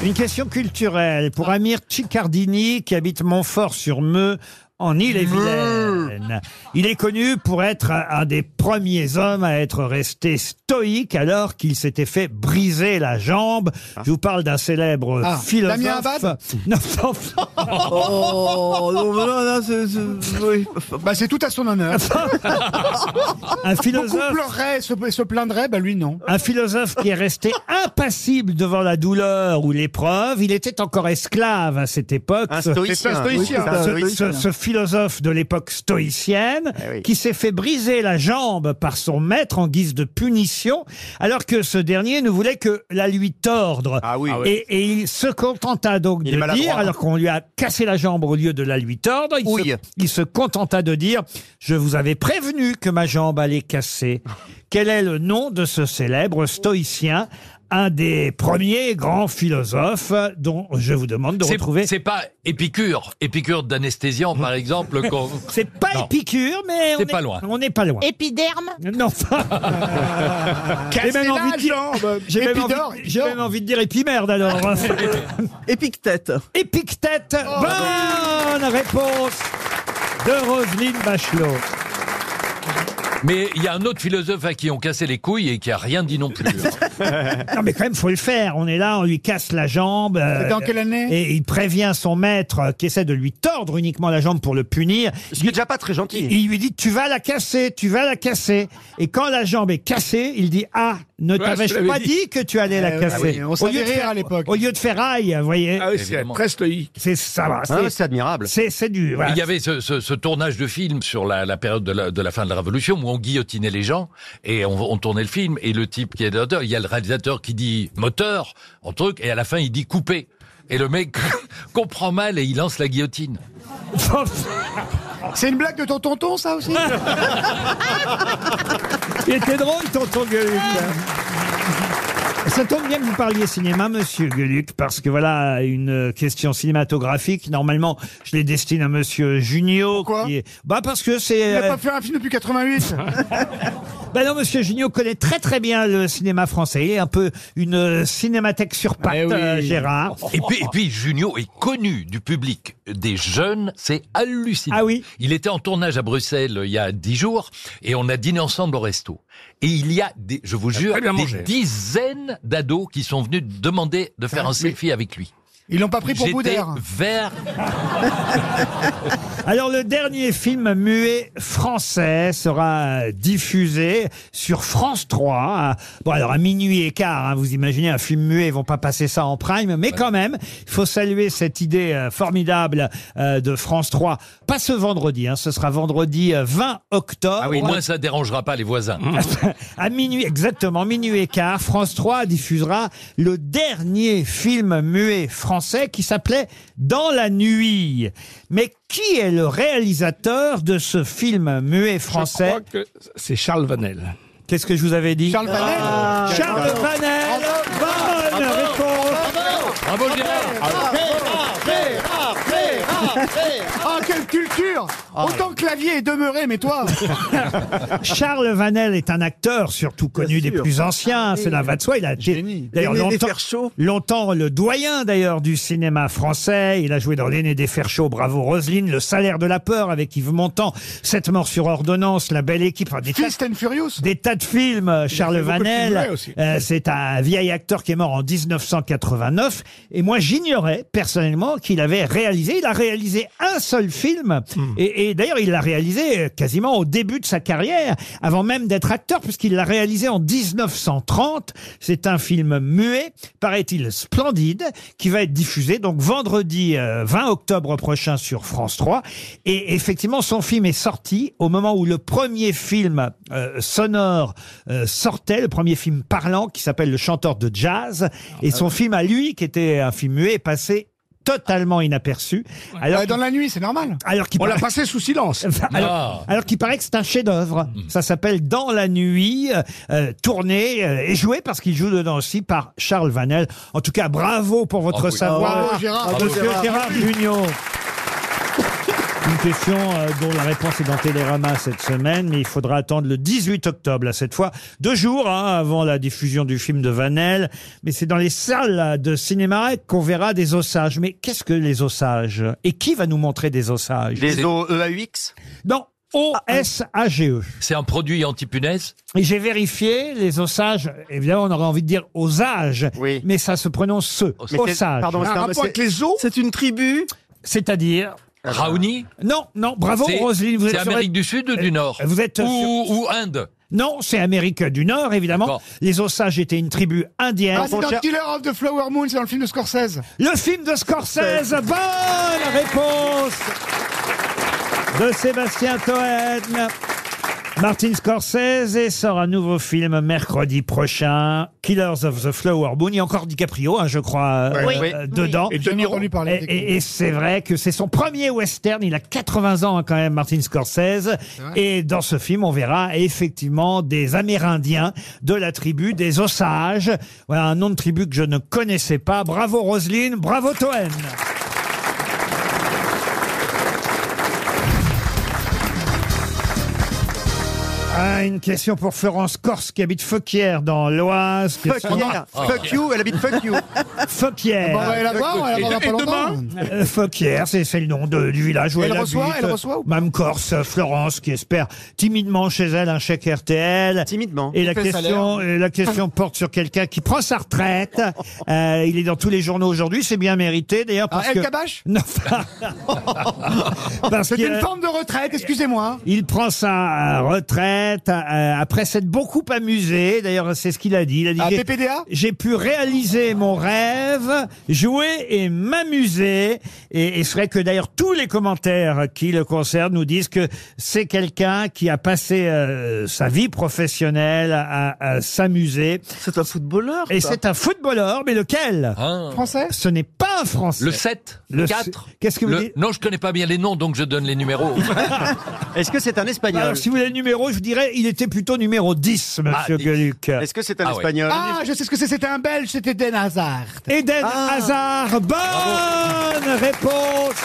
Speaker 2: Une question culturelle pour Amir Cicardini qui habite Montfort-sur-Meux. En Ille-et-Vilaine. Il est connu pour être un un des premiers hommes à être resté stoïque alors qu'il s'était fait briser la jambe.
Speaker 5: Ah.
Speaker 2: Je vous parle d'un célèbre
Speaker 7: Ah,
Speaker 2: philosophe.
Speaker 7: Damien Abad
Speaker 2: Non, non, non.
Speaker 4: Oh, non, mais non, non, c'est- c'est- oui.
Speaker 7: Bah, c'est tout à son honneur.
Speaker 2: Un
Speaker 7: Beaucoup
Speaker 2: philosophe.
Speaker 7: pleurerait, se, se plaindrait, bah lui, non.
Speaker 2: Un philosophe qui est resté impassible devant la douleur ou l'épreuve. Il était encore esclave à cette époque.
Speaker 5: Un
Speaker 2: Ce-
Speaker 5: stoïcien.
Speaker 10: C'est un stoïcien.
Speaker 5: Oui, c'est un
Speaker 2: ce-
Speaker 5: stoïcien.
Speaker 2: ce, ce philosophe de l'époque stoïcienne
Speaker 5: Eh oui.
Speaker 2: qui s'est fait briser la jambe par son maître en guise de punition, alors que ce dernier ne voulait que la lui tordre.
Speaker 5: Ah oui.
Speaker 2: Et, et il se contenta donc
Speaker 5: Il est
Speaker 2: de
Speaker 5: maladroit.
Speaker 2: dire, alors qu'on lui a cassé la jambe au lieu de la lui tordre, il
Speaker 5: Ouille.
Speaker 2: se, il se contenta de dire Je vous avais prévenu que ma jambe allait casser. Quel est le nom de ce célèbre stoïcien un des premiers grands philosophes dont je vous demande de
Speaker 6: C'est-
Speaker 2: retrouver.
Speaker 6: C'est pas Épicure. Épicure d'anesthésiant, par exemple. qu'on-
Speaker 2: C'est pas
Speaker 6: Non.
Speaker 2: Épicure, mais on
Speaker 6: C'est
Speaker 2: est
Speaker 6: pas loin.
Speaker 2: On n'est pas loin.
Speaker 8: Épiderme.
Speaker 2: Non, j'ai même envie de dire. J'ai même, envie- j'ai même envie de dire épimerde alors.
Speaker 4: Épictète.
Speaker 2: Épictète. Bonne réponse de Roselyne Bachelot.
Speaker 6: Mais il y a un autre philosophe à qui on cassait les couilles et qui a rien dit non plus. hein.
Speaker 2: Non, mais quand même, faut le faire. On est là, on lui casse la jambe. euh,
Speaker 7: C'était en quelle année
Speaker 2: et il prévient son maître euh, qui essaie de lui tordre uniquement la jambe pour le punir.
Speaker 5: Ce qui est déjà pas très gentil.
Speaker 2: Il lui dit tu vas la casser, tu vas la casser. Et quand la jambe est cassée, il dit ah ne
Speaker 10: je
Speaker 2: t'avais-je
Speaker 10: l'avais
Speaker 2: pas
Speaker 10: dit.
Speaker 2: dit que tu allais la
Speaker 7: oui,
Speaker 2: casser.
Speaker 7: ah oui, on savait rire à l'époque.
Speaker 2: Au lieu de faire aïe, vous voyez.
Speaker 10: Ah oui, c'est
Speaker 6: Évidemment.
Speaker 10: très stoïque.
Speaker 2: C'est ça va.
Speaker 5: Hein,
Speaker 2: c'est-
Speaker 5: c'est admirable.
Speaker 2: C'est c'est du. voilà.
Speaker 6: Il y avait ce, ce- ce tournage de film sur la, la période de la, de la fin de la Révolution où on guillotinait les gens et on, on tournait le film et le type qui est l'auteur, il y a le réalisateur qui dit moteur en truc et à la fin il dit coupé. Et le mec comprend mal et il lance la guillotine.
Speaker 7: C'est une blague de ton tonton, ça aussi
Speaker 2: Il était drôle, tonton Gueluc. Ça tombe bien que vous parliez cinéma, monsieur Gueluc, parce que voilà une question cinématographique. Normalement, je les destine à monsieur Junio.
Speaker 7: Pourquoi
Speaker 2: qui est- Bah parce que
Speaker 7: Il
Speaker 2: c'est.
Speaker 7: n'a
Speaker 2: euh,
Speaker 7: pas fait un film depuis 88.
Speaker 2: Bah non, monsieur Junio connaît très très bien le cinéma français. Il est un peu une euh, cinémathèque sur pattes,
Speaker 10: Eh oui.
Speaker 2: euh, Gérard.
Speaker 6: Et puis, et puis Junio est connu du public des jeunes, c'est hallucinant.
Speaker 2: Ah oui
Speaker 6: euh, Il était en tournage à Bruxelles il y a dix jours et on a dîné ensemble au resto. Et il y a, des, je vous
Speaker 10: Il a
Speaker 6: jure,
Speaker 10: très bien
Speaker 6: des
Speaker 10: mangé.
Speaker 6: dizaines d'ados qui sont venus demander de faire un selfie avec lui.
Speaker 7: Ils l'ont pas pris pour
Speaker 6: J'étais
Speaker 7: Boudère.
Speaker 6: vert.
Speaker 2: Alors le dernier film muet français sera diffusé sur France 3. à- Bon alors à minuit et quart, hein, vous imaginez un film muet, ils vont pas passer ça en prime, mais quand même, il faut saluer cette idée euh, formidable euh, de France 3. Pas ce vendredi, hein, ce sera vendredi euh, 20 octobre.
Speaker 6: Au moins, ça dérangera pas les voisins.
Speaker 2: à minuit, exactement, minuit et quart, France 3 diffusera le dernier film muet français qui s'appelait Dans la nuit. Mais qui est le réalisateur de ce film muet français
Speaker 10: que c'est Charles Vanel.
Speaker 2: Qu'est-ce que je vous avais dit
Speaker 10: Charles Vanel
Speaker 3: Euh,
Speaker 2: Charles
Speaker 10: Bravo.
Speaker 2: Vanel Bonne réponse
Speaker 6: Bravo Gérard
Speaker 7: Ah, quelle culture
Speaker 2: Ah.
Speaker 7: Autant que clavier est demeuré, mais toi
Speaker 2: Charles Vanel est un acteur surtout connu des
Speaker 7: sûr. Ah
Speaker 2: plus anciens,
Speaker 7: Oui.
Speaker 2: cela va de soi. Il a été d'ailleurs
Speaker 7: L'aîné des
Speaker 2: longtemps, longtemps le doyen d'ailleurs du cinéma français. Il a joué dans L'aîné des fers chauds, Bravo Roselyne, Le salaire de la peur avec Yves Montand, Sept morts sur ordonnance, La belle équipe, enfin, des
Speaker 7: Fist
Speaker 2: tas,
Speaker 7: and Furious
Speaker 2: des tas de films. euh, Charles
Speaker 7: beaucoup de films
Speaker 2: Vanel,
Speaker 7: muets aussi.
Speaker 2: euh, c'est un vieil acteur qui est mort en 1989. Et moi, j'ignorais personnellement qu'il avait réalisé. Il a réalisé un seul film.
Speaker 7: Hmm.
Speaker 2: Et, et d'ailleurs, il l'a réalisé euh, quasiment au début de sa carrière, avant même d'être acteur, puisqu'il l'a réalisé en 1930. C'est un film muet, paraît-il splendide, qui va être diffusé donc vendredi euh, 20 octobre prochain sur France 3. Et effectivement, son film est sorti au moment où le premier film euh, sonore euh, sortait, le premier film parlant qui s'appelle Le chanteur de jazz. Et son film à lui, qui était un film muet, est passé totalement inaperçu. Alors dans la nuit, c'est normal. Alors qu'il
Speaker 10: On l'a
Speaker 2: paraît-
Speaker 10: passé sous silence.
Speaker 2: alors, alors qu'il paraît que c'est un chef-d'œuvre. Ça s'appelle Dans la nuit, euh, euh, tourné euh, et joué parce qu'il joue dedans aussi par Charles Vanel. En tout cas, bravo pour votre
Speaker 10: Ah oui.
Speaker 2: savoir,
Speaker 10: Bravo, Gérard.
Speaker 2: Monsieur
Speaker 10: Bravo, Gérard.
Speaker 2: Gérard Junior. Une question euh, dont la réponse est dans Télérama cette semaine, mais il faudra attendre le 18 octobre, là, cette fois, deux jours hein, avant la diffusion du film de Vanel. Mais c'est dans les salles là, de cinéma qu'on verra des ossages. Mais qu'est-ce que les ossages Et qui va nous montrer des ossages
Speaker 5: Des OEAX
Speaker 2: Non, O-S-A-G-E.
Speaker 6: C'est un produit anti-punaise
Speaker 2: E. Et j'ai vérifié les ossages. Évidemment, on aurait envie de dire osages, mais ça se prononce ce.
Speaker 5: Mais c'est-
Speaker 2: Ossages.
Speaker 5: pardon, c'est un- Un rapport c'est- avec
Speaker 2: les os C'est une tribu C'est-à-dire
Speaker 7: Ah,
Speaker 6: Raoni
Speaker 2: Non, non, bravo
Speaker 6: C'est-
Speaker 2: Roselyne. vous
Speaker 6: C'est
Speaker 2: êtes sur- Euh,
Speaker 6: Amérique du Sud ou du Nord
Speaker 2: Vous êtes
Speaker 6: Ou-
Speaker 2: sur-
Speaker 6: ou Inde
Speaker 2: Non, c'est Amérique du Nord, évidemment. Les Osages étaient une tribu indienne.
Speaker 7: Ah, c'est dans Killer of the Flower Moon, c'est dans le film de Scorsese.
Speaker 2: Le film de Scorsese, bonne réponse de Sébastien Toen. Martin Scorsese sort un nouveau film mercredi prochain, Killers of the Flower Moon. Il y a encore DiCaprio, hein, je crois, euh,
Speaker 7: Oui.
Speaker 2: euh,
Speaker 7: Oui.
Speaker 2: dedans.
Speaker 7: Et Tony Robbins.
Speaker 2: Et, et- et c'est vrai que c'est son premier western. Il a 80 ans hein, quand même, Martin Scorsese. Et dans ce film, on verra effectivement des Amérindiens de la tribu des Osages. Voilà un nom de tribu que je ne connaissais pas. Bravo Roselyne, bravo Toen. Ah, une question pour Florence Corse qui habite Feuquières dans l'Oise.
Speaker 9: Fuck yeah. Ah. Fuck you, elle habite fuck you.
Speaker 2: Feuquières.
Speaker 9: Bon, on va aller la voir, on va la voir dans pas longtemps.
Speaker 2: Euh, Fauquière, c'est c'est le nom de, du village où
Speaker 7: Elle
Speaker 2: elle,
Speaker 7: reçoit,
Speaker 2: habite.
Speaker 7: elle reçoit ou
Speaker 2: Mme Corse, euh, Florence, qui espère timidement chez elle un chèque RTL. Timidement. Et la
Speaker 7: Quel
Speaker 2: question,
Speaker 7: salaire
Speaker 2: et la question porte sur quelqu'un qui prend sa retraite. Euh, il est dans tous les journaux aujourd'hui, c'est bien mérité d'ailleurs.
Speaker 7: Ah,
Speaker 2: parce
Speaker 7: El
Speaker 2: que-
Speaker 7: Kabash
Speaker 2: Non, parce
Speaker 7: C'est
Speaker 2: que-
Speaker 7: une forme de retraite, excusez-moi.
Speaker 2: il prend sa euh, retraite euh, après s'être beaucoup amusé. D'ailleurs, c'est ce qu'il a dit. Il a dit
Speaker 7: Ah,
Speaker 2: j'ai-
Speaker 7: PPDA
Speaker 2: J'ai pu réaliser mon rêve, jouer et m'amuser. Et, et c'est vrai que d'ailleurs tous les commentaires qui le concernent nous disent que c'est quelqu'un qui a passé euh, sa vie professionnelle à, à s'amuser.
Speaker 4: C'est un footballeur.
Speaker 2: Et
Speaker 4: ça.
Speaker 2: c'est un footballeur, mais lequel
Speaker 7: Français
Speaker 2: Ce n'est pas un français.
Speaker 6: Ah. Le 7
Speaker 2: Le
Speaker 6: Le 4
Speaker 2: Qu'est-ce que vous
Speaker 6: Le-
Speaker 2: dites
Speaker 6: Non, je connais pas bien les noms, donc je donne les numéros. Ah,
Speaker 5: Est-ce que c'est un espagnol
Speaker 2: Alors, si vous voulez le numéro, je vous dirais, il était plutôt numéro 10, monsieur
Speaker 5: Ah,
Speaker 2: Gueluc.
Speaker 5: Est-ce que c'est un espagnol
Speaker 7: Ah, je sais ce que c'est, c'était un Belge, c'était Den Hazard. Ah.
Speaker 2: Eden Hazard, bonne réponse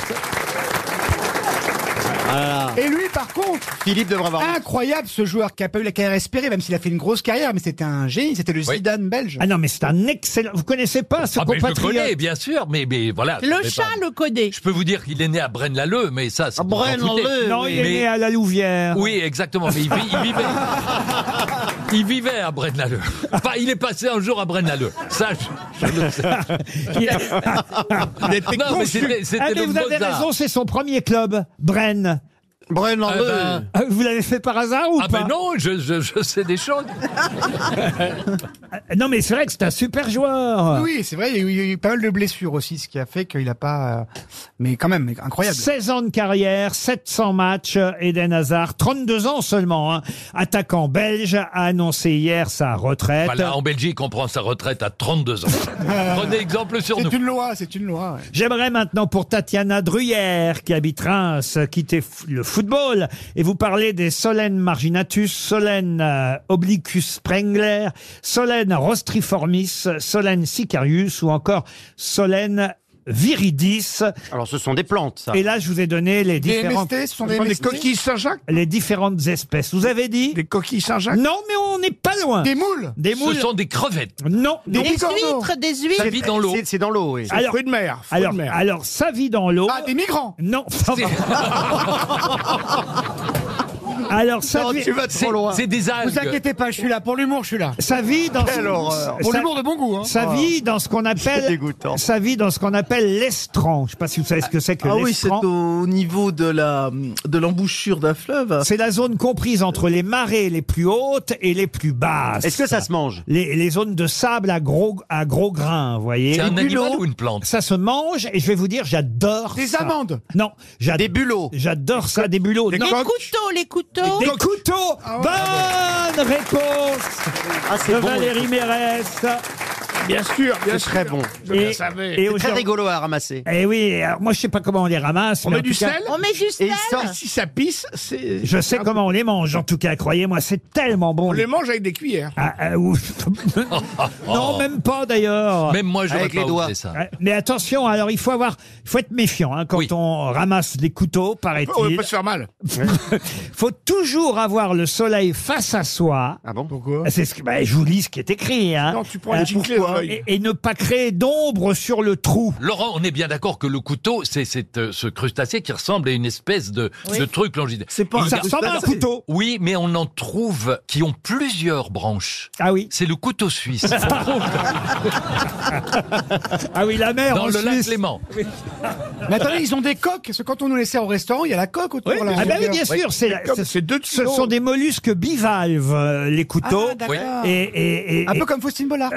Speaker 6: Euh,
Speaker 7: Ah. Et lui, par contre,
Speaker 5: Philippe devrait avoir.
Speaker 7: incroyable ce joueur qui a pas eu la carrière espérée, même s'il a fait une grosse carrière, mais c'était un génie, c'était le Zidane belge.
Speaker 2: Ah non, mais c'est un excellent. Vous connaissez pas ce
Speaker 6: Ah, mais je le
Speaker 2: compatriote
Speaker 6: connais, bien sûr, mais, mais voilà.
Speaker 8: Le
Speaker 6: mais
Speaker 8: chat,
Speaker 6: Ah, pas-
Speaker 8: le codé.
Speaker 6: Je peux vous dire qu'il est né à Braine-l'Alleud, mais ça, c'est.
Speaker 2: Non, il est né à la Louvière.
Speaker 6: Oui, exactement, mais il, vit- il vivait. Il vivait à Brennaleux. Enfin, il est passé un jour à Brennaleux. Ça, je, je le sais.
Speaker 2: Il
Speaker 6: Non, mais c'était- c'était
Speaker 2: Ah, mais
Speaker 6: le
Speaker 2: vous avez
Speaker 6: Mozart.
Speaker 2: raison, c'est son premier club, Bren. Bren
Speaker 6: Eh ben.
Speaker 2: Ah, Vous l'avez fait par hasard ou
Speaker 6: ah
Speaker 2: pas
Speaker 6: ben non, je, je- je sais des choses.
Speaker 2: Non, mais c'est vrai que c'est un super joueur.
Speaker 7: Oui, c'est vrai, il y a eu- il y a eu pas mal de blessures aussi, ce qui a fait qu'il n'a pas. euh, Mais quand même, incroyable.
Speaker 2: 16 ans de carrière, 700 matchs, euh, Eden Hazard, 32 ans seulement, hein. attaquant belge, a annoncé hier sa retraite.
Speaker 6: Voilà, en Belgique, on prend sa retraite à 32 ans. Prenez exemple sur nous.
Speaker 7: C'est une loi, c'est une loi. ouais.
Speaker 2: J'aimerais maintenant pour Tatiana Druyère, qui habite Reims, quitter f- le football et vous parler des Solène marginatus, Solène euh, oblicus sprengler, Solène rostriformis, Solène sicarius ou encore Solène viridis.
Speaker 5: Alors, ce sont des plantes, ça.
Speaker 2: Et là, je vous ai donné les
Speaker 5: Des
Speaker 2: différentes...
Speaker 5: MST, ce sont des Ce sont des MST? coquilles
Speaker 2: Saint-Jacques Les différentes espèces. Vous avez dit Des coquilles Saint-Jacques Non, mais on n'est pas loin. Des moules Des moules.
Speaker 6: Ce sont des crevettes.
Speaker 2: Non,
Speaker 8: Des huîtres, des huîtres.
Speaker 6: Ça vit dans l'eau.
Speaker 5: C'est dans l'eau, oui.
Speaker 2: Alors- alors, alors, ça vit dans l'eau.
Speaker 7: Ah, des migrants
Speaker 2: Non. alors, ça
Speaker 7: Non,
Speaker 2: vit...
Speaker 7: tu vas trop C'est- loin. c'est des algues. Vous inquiétez pas, je suis là. Pour l'humour, je suis là.
Speaker 2: Ça vit dans...
Speaker 7: Quelle horreur. Pour l'humour de bon goût, hein.
Speaker 2: Ça
Speaker 7: Ah.
Speaker 2: vit dans ce qu'on appelle...
Speaker 7: C'est dégoûtant.
Speaker 2: Ça vit dans ce qu'on appelle l'estran. Je sais pas si vous savez ce que c'est que
Speaker 4: Ah oui, c'est
Speaker 2: l'estran.
Speaker 4: au niveau de la de l'embouchure d'un fleuve.
Speaker 2: C'est la zone comprise entre les marées les plus hautes et les plus basses.
Speaker 4: Est-ce que ça
Speaker 5: se mange
Speaker 2: les, les zones de sable à gros, à gros grains, vous voyez.
Speaker 6: C'est un
Speaker 2: Les
Speaker 6: animal
Speaker 2: bulots,
Speaker 6: ou une plante
Speaker 2: Ça se mange, et je vais vous dire, j'adore
Speaker 7: Des
Speaker 2: ça.
Speaker 7: amandes
Speaker 2: Non. Des bulots J'adore ça, des bulots.
Speaker 8: Les
Speaker 2: non.
Speaker 8: couteaux, les couteaux.
Speaker 2: Des couteaux Ah Bonne réponse de
Speaker 5: bon, les
Speaker 2: Valérie
Speaker 5: couteaux.
Speaker 2: Mérès
Speaker 5: Bien sûr, bien C'est très sûr. bon. Je le savais. C'est très
Speaker 2: aujourd'hui-
Speaker 5: rigolo à ramasser.
Speaker 2: Eh oui, alors moi je sais pas comment on les ramasse. mais en tout cas-
Speaker 8: On met du sel.
Speaker 10: Si ça pisse, c'est.
Speaker 2: Je sais comment on les mange, en tout cas, croyez-moi, c'est tellement bon.
Speaker 10: On les mange avec des cuillères.
Speaker 2: Ah, ah, ouf. Ah.
Speaker 7: Oh.
Speaker 2: non, même pas d'ailleurs.
Speaker 6: Oh. Même moi, j'aurais Avec pas les doigts. osé ça.
Speaker 2: Ouais, Mais attention, alors il faut avoir, il faut être méfiant hein, quand on ramasse les couteaux,
Speaker 10: On
Speaker 2: paraît-il.
Speaker 10: peut pas se faire mal.
Speaker 2: faut toujours avoir le soleil face à soi.
Speaker 5: Ah bon
Speaker 2: Pourquoi C'est ce que, bah, je vous lis ce qui est écrit. hein.
Speaker 10: Non, tu prends une giclée
Speaker 2: pourquoi
Speaker 10: dans l'œil.
Speaker 2: et, et ne pas créer d'ombre sur le trou.
Speaker 6: Laurent, on est bien d'accord que le couteau, c'est c'est, euh, ce crustacé qui ressemble à une espèce de,
Speaker 2: Oui.
Speaker 6: de truc longitudinal.
Speaker 2: C'est pas un Ça ressemble à un crustacé. couteau.
Speaker 6: Oui, mais on en trouve qui ont plusieurs branches.
Speaker 2: Ah oui.
Speaker 6: C'est le couteau suisse. On trouve
Speaker 2: Ah oui, la mer
Speaker 6: dans
Speaker 2: en
Speaker 6: le lac
Speaker 2: Suisse.
Speaker 6: Léman.
Speaker 7: Mais attendez, ils ont des coques. Parce que quand on nous les sert au restaurant, il y a la coque autour.
Speaker 2: Oui,
Speaker 7: là,
Speaker 2: ah bah oui,
Speaker 7: hamburger.
Speaker 2: bien sûr, c'est la- ce- ce sont des mollusques bivalves, euh, les couteaux.
Speaker 7: Ah, d'accord.
Speaker 2: et, et- et-
Speaker 7: Un peu comme Faustine Bollard.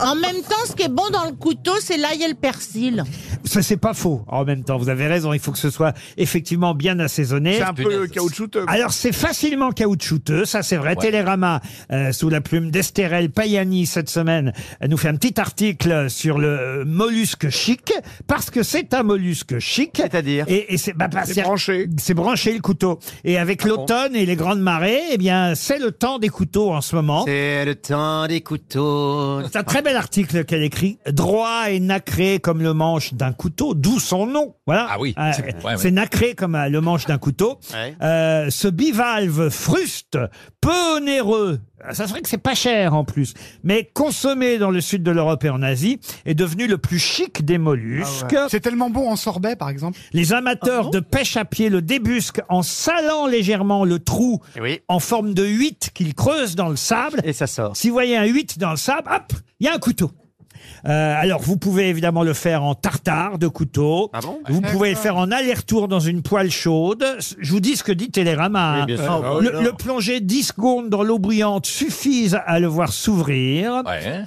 Speaker 8: En même temps, ce qui est bon dans le couteau, c'est l'ail et le persil.
Speaker 2: Ça, c'est pas faux. En même temps, vous avez raison. Il faut que ce soit effectivement bien assaisonné.
Speaker 10: C'est un peu caoutchouteux.
Speaker 2: Alors, c'est facilement caoutchouteux. Ça, c'est vrai.
Speaker 10: Ouais.
Speaker 2: Télérama, euh, sous la plume d'Estérel Payani, cette semaine, elle nous fait un petit article sur le euh, mollusque chic. Parce que c'est un mollusque chic. C'est-à-dire? Et, et c'est, bah,
Speaker 10: C'est
Speaker 2: branché. Ah C'est branché, le couteau. Et avec l'automne et les grandes marées, eh bien, c'est le temps des couteaux en ce moment.
Speaker 5: C'est le temps des couteaux.
Speaker 2: C'est un Oh. très bel article qu'elle écrit. Droit et nacré comme le manche d'un couteau, d'où son nom. Voilà.
Speaker 6: Ah oui.
Speaker 2: Euh,
Speaker 6: C'est-
Speaker 2: C'est
Speaker 6: ouais, ouais.
Speaker 2: nacré comme euh, le manche d'un couteau.
Speaker 6: Ouais.
Speaker 2: Euh, ce bivalve fruste, peu onéreux, ça serait que c'est pas cher en plus, mais consommé dans le sud de l'Europe et en Asie, est devenu le plus chic des mollusques.
Speaker 7: C'est tellement bon en sorbet, par exemple.
Speaker 2: Les
Speaker 5: Ah
Speaker 2: amateurs de pêche à pied le débusquent en salant légèrement le trou en forme de 8 qu'ils creusent dans le sable.
Speaker 5: Eh Et ça sort.
Speaker 2: Si vous voyez un 8 dans le sable, hop, il y a un couteau. Euh, alors, vous pouvez évidemment le faire en tartare de couteau.
Speaker 5: Ah
Speaker 2: vous pouvez le faire en aller-retour dans une poêle chaude. Je vous dis ce que dit Télérama.
Speaker 5: Oui, bien
Speaker 2: hein.
Speaker 5: sûr.
Speaker 2: Le-
Speaker 5: Ah oui,
Speaker 2: le,
Speaker 5: alors.
Speaker 2: plonger 10 secondes dans l'eau brillante suffisent à le voir s'ouvrir.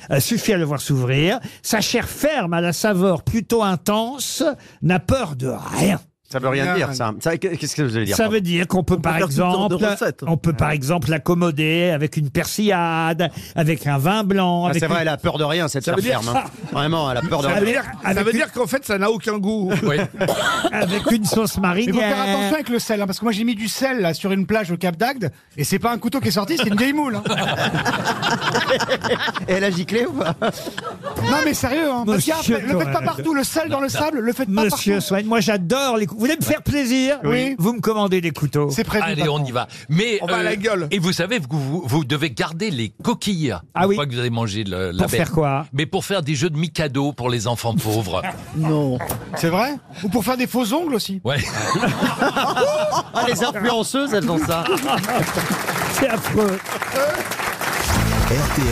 Speaker 2: Euh, suffit à le voir s'ouvrir. Sa chair ferme à la saveur plutôt intense n'a peur de rien.
Speaker 5: Ça veut
Speaker 10: Ah,
Speaker 5: rien
Speaker 2: Non,
Speaker 5: dire,
Speaker 2: non.
Speaker 5: ça. Ça, Qu'est-ce que vous allez dire
Speaker 2: Ça
Speaker 5: pardon
Speaker 2: veut dire qu'on peut,
Speaker 5: peut
Speaker 2: par
Speaker 5: faire toutes sortes de
Speaker 2: exemple,
Speaker 5: recettes.
Speaker 2: on peut par exemple l'accommoder avec une persillade, avec un vin blanc.
Speaker 5: Ah,
Speaker 2: avec
Speaker 5: C'est vrai,
Speaker 2: une-
Speaker 5: elle a peur de rien, cette
Speaker 2: Ça
Speaker 5: serre
Speaker 2: veut dire-
Speaker 5: ferme. hein. Vraiment, elle a peur de
Speaker 10: Ça
Speaker 5: rien.
Speaker 10: veut dire- ça veut dire qu'en fait, ça n'a aucun goût.
Speaker 2: avec une sauce
Speaker 7: Il faut faire
Speaker 2: marinière.
Speaker 7: attention avec le sel, hein, parce que moi j'ai mis du sel là, sur une plage au Cap d'Agde, et c'est pas un couteau qui est sorti, c'est une vieille moule. hein.
Speaker 5: Et elle a giclé ou pas
Speaker 7: Non mais sérieux, hein, parce qu'il y a-
Speaker 2: Monsieur
Speaker 7: le faites pas
Speaker 2: Cohen.
Speaker 7: partout, le sel dans le sable, le faites pas
Speaker 2: Monsieur
Speaker 7: partout.
Speaker 2: Swain, moi j'adore les couteaux. Vous voulez me faire plaisir
Speaker 7: Oui.
Speaker 2: Vous me commandez des couteaux.
Speaker 7: C'est prévu,
Speaker 6: Allez, on y va. Mais, euh,
Speaker 10: On va à la gueule.
Speaker 6: Et vous savez que vous, vous devez garder les coquilles.
Speaker 2: Ah
Speaker 6: une
Speaker 2: oui.
Speaker 6: fois que vous avez mangé le, la
Speaker 2: Pour
Speaker 6: bête.
Speaker 2: faire quoi
Speaker 6: Mais pour faire des jeux de Mikado pour les enfants pauvres.
Speaker 7: Non. C'est vrai Ou pour faire des faux ongles aussi.
Speaker 6: Ouais.
Speaker 5: Ah, les influenceuses, elles ont ça.
Speaker 2: C'est affreux.
Speaker 1: RTL,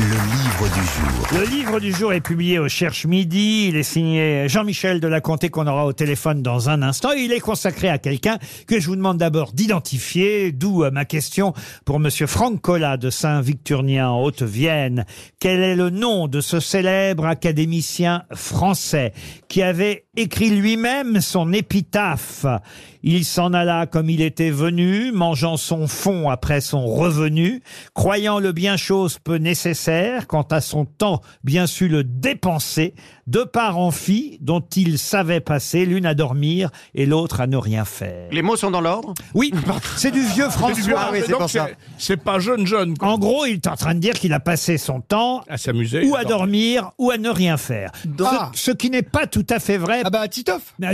Speaker 1: le livre du jour.
Speaker 2: Le livre du jour est publié au Cherche Midi. Il est signé Jean-Michel Delaconté qu'on aura au téléphone dans un instant. Il est consacré à quelqu'un que je vous demande d'abord d'identifier, d'où euh, ma question pour Monsieur Franck Collat de Saint-Victurnien en Haute-Vienne. Quel est le nom de ce célèbre académicien français qui avait écrit lui-même son épitaphe Il s'en alla comme il était venu, mangeant son fond après son revenu, croyant le bien chose peu nécessaire, quant à son temps bien su le dépenser, deux parts en filles dont il savait passer, l'une à dormir et l'autre à ne rien faire.
Speaker 5: Les mots sont dans l'ordre
Speaker 2: Oui, c'est du vieux François.
Speaker 10: Ah oui, c'est pour ça.
Speaker 2: C'est pas jeune jeune. En gros, il est en train de dire qu'il a passé son temps
Speaker 10: à s'amuser.
Speaker 2: ou à dormir ou à ne rien faire. Ce, ce qui n'est pas tout à fait vrai. Ah bah Titoff. Non.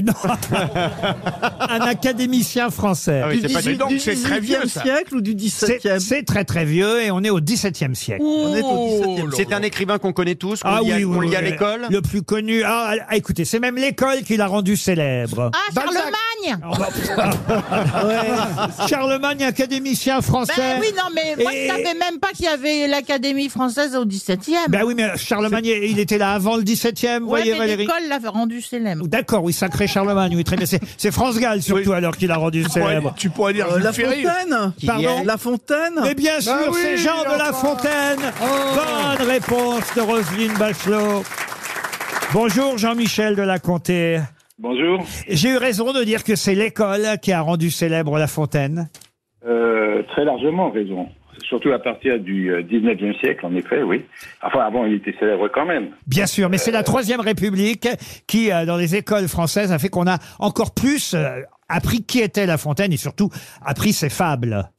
Speaker 2: Un académicien français.
Speaker 10: Ah oui, c'est pas Du du- donc, du c'est très vieux, 18e ça. siècle
Speaker 2: ou du 17e C'est très très vieux et on est au 17e siècle. Ah
Speaker 5: On est au 17e. C'est un écrivain qu'on connaît tous, qu'on lit, à- qu'on lit à
Speaker 2: oui.
Speaker 5: l'école.
Speaker 2: Le plus connu. Ah, ah, écoutez, c'est même l'école qui l'a rendu célèbre.
Speaker 8: Ah, Charlemagne
Speaker 2: Ouais. Charlemagne, académicien français.
Speaker 8: Ben oui, non, mais moi,
Speaker 2: Et-
Speaker 8: je savais même pas qu'il y avait l'Académie française au 17e.
Speaker 2: Ben oui, mais Charlemagne, il était là avant le 17e,
Speaker 8: Ouais,
Speaker 2: voyez
Speaker 8: mais
Speaker 2: Valérie.
Speaker 8: l'école l'a rendu célèbre.
Speaker 2: D'accord, oui, sacré Charlemagne, oui, très bien. C'est- C'est France Gall surtout alors qu'il a rendu célèbre.
Speaker 10: tu pourrais dire
Speaker 2: La
Speaker 4: Ferry. Euh, Fontaine Qui
Speaker 2: Pardon
Speaker 4: est La Fontaine
Speaker 2: Mais bien
Speaker 4: Bah
Speaker 2: sûr,
Speaker 4: oui,
Speaker 2: c'est Jean de La
Speaker 4: enfin.
Speaker 2: Fontaine.
Speaker 10: Oh.
Speaker 2: Bonne réponse de Roselyne Bachelot. Bonjour Jean-Michel de la Comté.
Speaker 13: Bonjour.
Speaker 2: J'ai eu raison de dire que c'est l'école qui a rendu célèbre La Fontaine.
Speaker 13: Euh, très largement raison. Surtout à partir du euh, 19e siècle, en effet, oui. Enfin, avant, il était célèbre quand même.
Speaker 2: Bien sûr, mais c'est la Troisième République qui, euh, dans les écoles françaises, a fait qu'on a encore plus euh, appris qui était La Fontaine et surtout appris ses fables.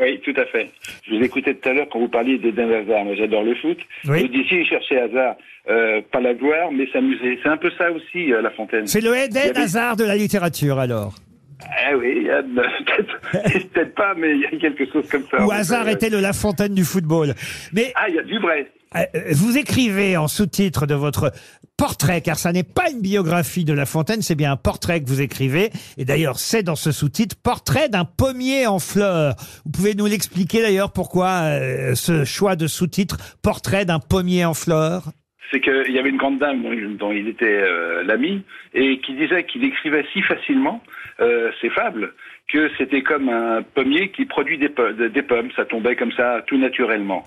Speaker 13: Oui, tout à fait. Je vous écoutais tout à l'heure quand vous parliez d'Eden Hazard. Moi, j'adore le foot.
Speaker 2: Oui.
Speaker 13: Vous disiez chercher Hazard, euh, pas la gloire, mais s'amuser. C'est un peu ça aussi, euh, La Fontaine.
Speaker 2: C'est le
Speaker 13: Il y
Speaker 2: Eden
Speaker 13: avait-
Speaker 2: Hazard de la littérature, alors.
Speaker 13: Ah oui, euh, peut-être peut-être pas, mais il y a quelque chose comme ça.
Speaker 2: Ou Hazard
Speaker 13: Euh,
Speaker 2: était le La Fontaine du football. Mais
Speaker 13: Ah, il y a du vrai.
Speaker 2: Euh, vous écrivez en sous-titre de votre portrait, car ça n'est pas une biographie de La Fontaine, c'est bien un portrait que vous écrivez. Et d'ailleurs, c'est dans ce sous-titre, portrait d'un pommier en fleurs. Vous pouvez nous l'expliquer d'ailleurs pourquoi euh, ce choix de sous-titre, portrait d'un pommier en fleurs
Speaker 13: c'est qu'il y avait une grande dame dont, il- dont il était euh, l'ami et qui disait qu'il écrivait si facilement euh, ses fables que c'était comme un pommier qui produit des, po- de- des pommes, ça tombait comme ça tout naturellement.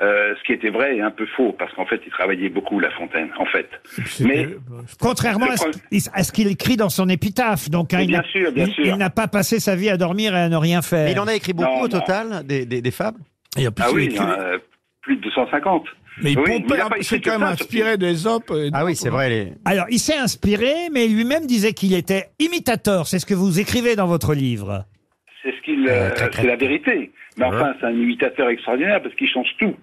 Speaker 13: Euh, ce qui était vrai et un peu faux parce qu'en fait il travaillait beaucoup La Fontaine en fait. Mais
Speaker 2: Contrairement à ce, à ce qu'il écrit dans son épitaphe. Donc, hein,
Speaker 13: Mais
Speaker 2: il
Speaker 13: bien
Speaker 2: n'a-
Speaker 13: sûr, bien
Speaker 2: il-
Speaker 13: sûr.
Speaker 2: il n'a pas passé sa vie à dormir et à ne rien faire.
Speaker 5: Mais il en a écrit beaucoup
Speaker 13: Non,
Speaker 5: au
Speaker 13: non.
Speaker 5: total, des, des, des fables
Speaker 13: ah oui, il y en a, euh, plus de 250.
Speaker 10: Mais il
Speaker 13: Oui,
Speaker 10: pompait
Speaker 13: mais il a
Speaker 10: un-
Speaker 13: pas écrit
Speaker 10: c'est
Speaker 13: que
Speaker 10: quand même
Speaker 13: ça, surtout.
Speaker 10: inspiré des Hop. Ah oui, c'est vrai.
Speaker 2: Alors, il s'est inspiré, mais lui-même disait qu'il était imitateur. C'est ce que vous écrivez dans votre livre.
Speaker 13: C'est ce qu'il, euh, c'est la vérité. Mais enfin, c'est un imitateur extraordinaire parce qu'il change tout.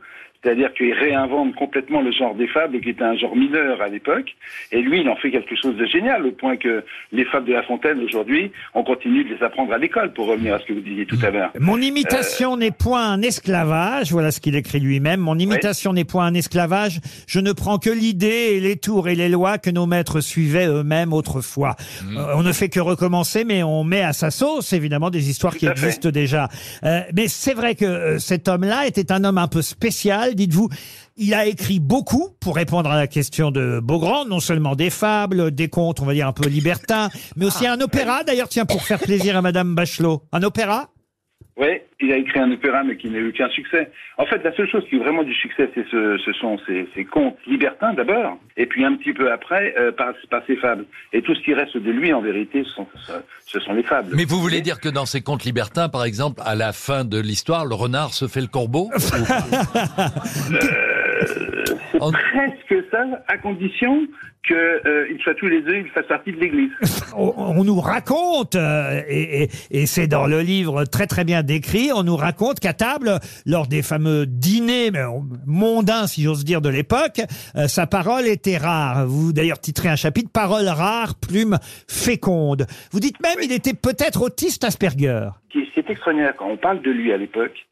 Speaker 13: C'est-à-dire qu'il réinvente complètement le genre des fables, qui était un genre mineur à l'époque. Et lui, il en fait quelque chose de génial, au point que les fables de La Fontaine, aujourd'hui, on continue de les apprendre à l'école, pour revenir à ce que vous disiez tout à l'heure.
Speaker 2: Mm. Mon imitation n'est point un esclavage, voilà ce qu'il écrit lui-même. Mon imitation n'est point un esclavage, je ne prends que l'idée et les tours et les lois que nos maîtres suivaient eux-mêmes autrefois.
Speaker 13: Mm.
Speaker 2: Euh, on ne fait que recommencer, mais on met à sa sauce, évidemment, des histoires qui
Speaker 13: à fait.
Speaker 2: existent déjà. Euh, mais c'est vrai que euh, cet homme-là était un homme un peu spécial, dites-vous. Il a écrit beaucoup pour répondre à la question de Beaugrand, non seulement des fables, des contes, on va dire un peu libertins, mais aussi
Speaker 13: Ah.
Speaker 2: un opéra, d'ailleurs, tiens, pour faire plaisir à Madame Bachelot. Un opéra
Speaker 13: Oui, il a écrit un opéra, mais qui n'a eu aucun succès. En fait, la seule chose qui a eu vraiment du succès, c'est ce, ce sont ces, ces contes libertins d'abord, et puis un petit peu après, euh, par, par ses fables. Et tout ce qui reste de lui, en vérité, ce sont, ce- ce sont les fables.
Speaker 6: Mais vous voulez dire que dans ces contes libertins, par exemple, à la fin de l'histoire, le renard se fait le corbeau
Speaker 13: C'est presque ça, à condition qu'ils soient tous les deux, ils fassent partie de l'Église.
Speaker 2: on, on nous raconte, euh, et, et- et c'est dans le livre très très bien décrit, on nous raconte qu'à table, lors des fameux dîners mais, on- mondains, si j'ose dire, de l'époque, euh, sa parole était rare. Vous d'ailleurs titrez un chapitre, Parole rare, plume féconde. Vous dites même, il était peut-être autiste Asperger.
Speaker 13: Qui- C'est extraordinaire, quand on parle de lui à l'époque,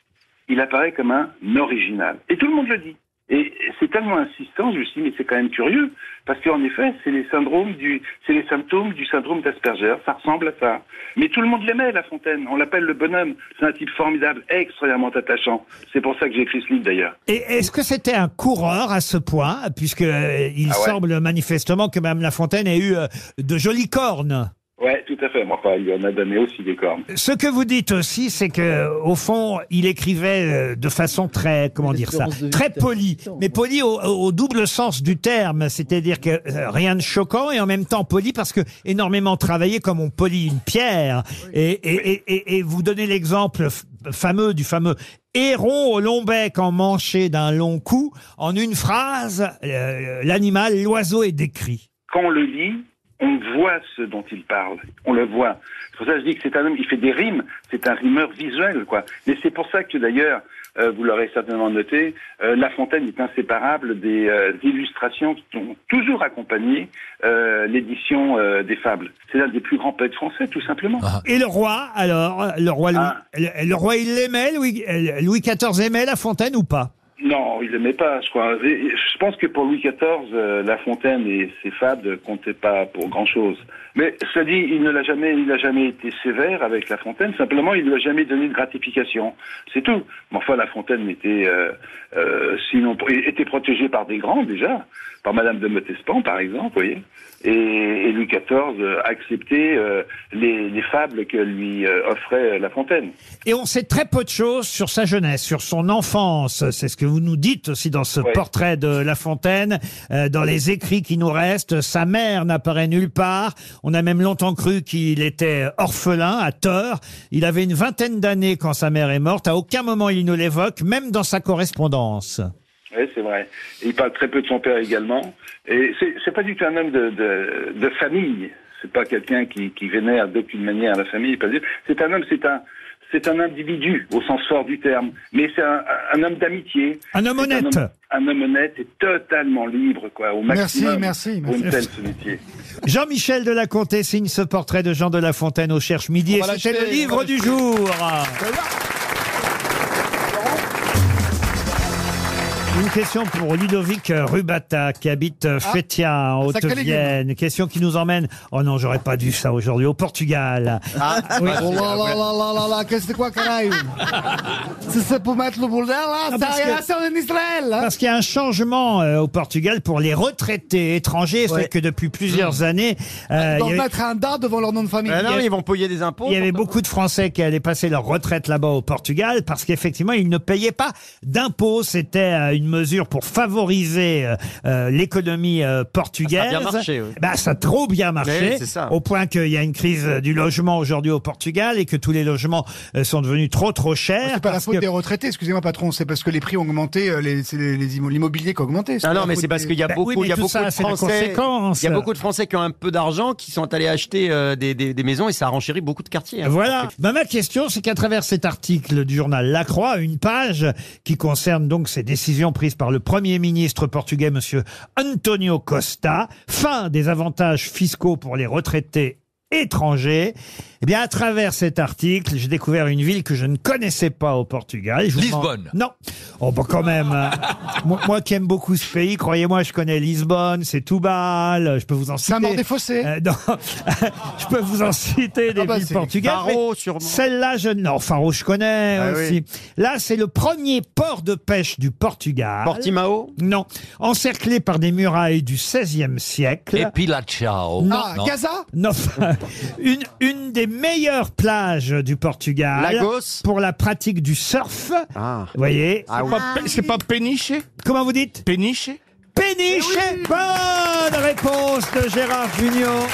Speaker 13: il apparaît comme un original. Et tout le monde le dit. Et c'est tellement insistant, je me suis dit, mais c'est quand même curieux, parce qu'en effet, c'est les syndromes du, c'est les symptômes du syndrome d'Asperger, ça ressemble à ça. Mais tout le monde l'aimait, La Fontaine, on l'appelle le bonhomme, c'est un type formidable, extrêmement attachant. C'est pour ça que j'ai écrit ce livre d'ailleurs.
Speaker 2: Et est-ce que c'était un coureur à ce point, puisque euh, il
Speaker 13: Ah ouais.
Speaker 2: semble manifestement que Mme Lafontaine ait eu euh, de jolies cornes
Speaker 13: Ouais, tout à fait, moi, enfin, il y en a donné aussi des cornes.
Speaker 2: ce que vous dites aussi, c'est que au fond, il écrivait euh, de façon très, comment dire ça,
Speaker 17: L'espérance de vie,
Speaker 2: très
Speaker 17: c'est
Speaker 2: polie, mais polie au, au double sens du terme, c'est-à-dire que euh, rien de choquant et en même temps poli parce que énormément travaillé comme on polie une pierre. Et, et, et, et, et vous donnez l'exemple f- fameux du fameux héron au long bec en manché d'un long cou. En une phrase, euh, l'animal, l'oiseau est décrit.
Speaker 13: quand on le lit, on voit ce dont il parle. On le voit. C'est pour ça que je dis que c'est un homme qui fait des rimes. C'est un rimeur visuel, quoi. Mais c'est pour ça que d'ailleurs, euh, vous l'aurez certainement noté, euh, La Fontaine est inséparable des euh, illustrations qui ont toujours accompagné euh, l'édition euh, des fables. C'est l'un des plus grands poètes français, tout simplement.
Speaker 2: Et le roi, alors, le roi Louis, le, le roi, il l'aimait, Louis, euh, Louis XIV aimait La Fontaine ou pas
Speaker 13: Non, il l'aimait pas, je crois. Et- et je pense que pour Louis XIV, euh, La Fontaine et ses fables comptaient pas pour grand-chose. Mais cela dit, il ne l'a jamais, il n'a jamais été sévère avec La Fontaine. Simplement, il ne lui a jamais donné de gratification. C'est tout. Mais enfin, La Fontaine était, euh, euh, sinon, était protégé par des grands déjà, par Madame de Montespan, par exemple, vous voyez. Et, et Louis XIV euh, acceptait euh, les, les fables que lui euh, offrait euh, La Fontaine.
Speaker 2: Et on sait très peu de choses sur sa jeunesse, sur son enfance. C'est ce que vous nous dites aussi dans ce portrait de La Fontaine, euh, dans les écrits qui nous restent. Sa mère n'apparaît nulle part. On a même longtemps cru qu'il était orphelin, à tort. Il avait une vingtaine d'années quand sa mère est morte. À aucun moment il ne l'évoque, même dans sa correspondance.
Speaker 13: Oui, c'est vrai. Et il parle très peu de son père également. Et c'est c'est pas du tout un homme de, de, de famille. C'est pas quelqu'un qui, qui vénère d'aucune manière la famille. pas du- C'est un homme, c'est un, c'est un individu au sens fort du terme. Mais c'est un, un homme d'amitié.
Speaker 2: Un homme
Speaker 13: C'est
Speaker 2: honnête.
Speaker 13: Un homme, un homme honnête et totalement libre, quoi, au
Speaker 2: Merci,
Speaker 13: maximum.
Speaker 2: merci,
Speaker 13: Pour une telle
Speaker 2: merci.
Speaker 13: solitude.
Speaker 2: Jean-Michel de la Comté signe ce portrait de Jean de la Fontaine au Cherche Midi.
Speaker 13: On
Speaker 2: Et
Speaker 13: va
Speaker 2: c'était le
Speaker 13: l'acheter, on
Speaker 2: livre
Speaker 13: va
Speaker 2: du
Speaker 13: l'acheter.
Speaker 2: jour. Une question pour Ludovic Rubata qui habite euh,
Speaker 17: Ah,
Speaker 2: Fethia en
Speaker 17: un sacré
Speaker 2: Haute-Vienne. Question qui nous emmène, oh non j'aurais pas dû ça aujourd'hui, au Portugal. Ah, Oui.
Speaker 7: Oh là là là là là là, qu'est-ce que c'est quoi, caralho C'est c'est pour mettre le bordel, là
Speaker 2: Ah,
Speaker 17: parce
Speaker 7: ça,
Speaker 17: que-
Speaker 7: là, c'est en Israël hein
Speaker 2: Parce qu'il y a un changement euh, au Portugal pour les retraités étrangers. C'est
Speaker 7: Ouais.
Speaker 2: vrai que depuis plusieurs années,
Speaker 7: Ils
Speaker 2: euh, il y
Speaker 7: doivent
Speaker 2: avait-
Speaker 7: mettre un dard devant leur nom de famille.
Speaker 2: Ah non, ils vont
Speaker 5: payer des impôts.
Speaker 2: Il y avait beaucoup de Français qui allaient passer leur retraite là-bas au Portugal parce qu'effectivement, ils ne payaient pas d'impôts. C'était euh, une mesure pour favoriser euh, euh, l'économie euh, portugaise.
Speaker 5: Ah, ça a bien marché, oui.
Speaker 2: Bah, ça a trop bien
Speaker 5: Mais
Speaker 2: marché.
Speaker 5: oui, c'est ça.
Speaker 2: Au point qu'il y a une crise euh, du logement aujourd'hui au Portugal et que tous les logements euh, sont devenus trop, trop chers.
Speaker 7: Ah, C'est pas la
Speaker 2: parce
Speaker 7: faute
Speaker 2: que-
Speaker 7: des retraités, excusez-moi patron, c'est parce que les prix ont augmenté, euh, les- c'est les- les immo- l'immobilier qui a augmenté.
Speaker 5: Ah
Speaker 7: pas
Speaker 5: non,
Speaker 7: la
Speaker 5: mais
Speaker 7: faute
Speaker 5: c'est parce
Speaker 7: des-
Speaker 5: qu'il y a
Speaker 7: Bah
Speaker 5: beaucoup,
Speaker 7: oui, mais
Speaker 5: il y a
Speaker 7: tout
Speaker 5: beaucoup
Speaker 7: ça,
Speaker 5: de
Speaker 7: c'est la
Speaker 5: Français.
Speaker 7: conséquence.
Speaker 5: Il y a beaucoup de Français qui ont un peu d'argent, qui sont allés acheter euh, des, des- des maisons et ça a renchéri beaucoup de quartiers. hein.
Speaker 2: Voilà. Bah, ma question, c'est qu'à travers cet article du journal La Croix, une page qui concerne donc ces décisions prises par le Premier ministre portugais, Monsieur Antonio Costa, fin des avantages fiscaux pour les retraités étrangers. Eh bien, à travers cet article, j'ai découvert une ville que je ne connaissais pas au Portugal. Je vous
Speaker 6: Lisbonne.
Speaker 2: Non. Oh, bah, quand même. euh, moi, moi qui aime beaucoup ce pays, croyez-moi, je connais Lisbonne, c'est Toubal, je peux vous en citer.
Speaker 7: Saint-Maur-des-Fossés.
Speaker 2: Euh, non. je peux vous en citer des
Speaker 7: Ah bah,
Speaker 2: villes
Speaker 7: c'est
Speaker 2: portugaises.
Speaker 7: Faro,
Speaker 2: mais
Speaker 7: sûrement.
Speaker 2: Celle-là, je non. Faro, je connais
Speaker 7: Ah
Speaker 2: aussi. Là, c'est le premier port de pêche du Portugal.
Speaker 5: Portimao
Speaker 2: Non. Encerclé par des murailles du XVIe siècle.
Speaker 6: Et puis la ciao.
Speaker 7: Ah,
Speaker 6: Non.
Speaker 2: Non. une, une des meilleures plages du Portugal.
Speaker 10: Lagos
Speaker 2: Pour la pratique du surf.
Speaker 7: Ah.
Speaker 2: Vous voyez
Speaker 6: Ah
Speaker 10: C'est pas pe- C'est pas, péniché
Speaker 2: Ah Comment vous dites
Speaker 10: Péniché
Speaker 2: Péniche Bonne réponse de Gérard Junior.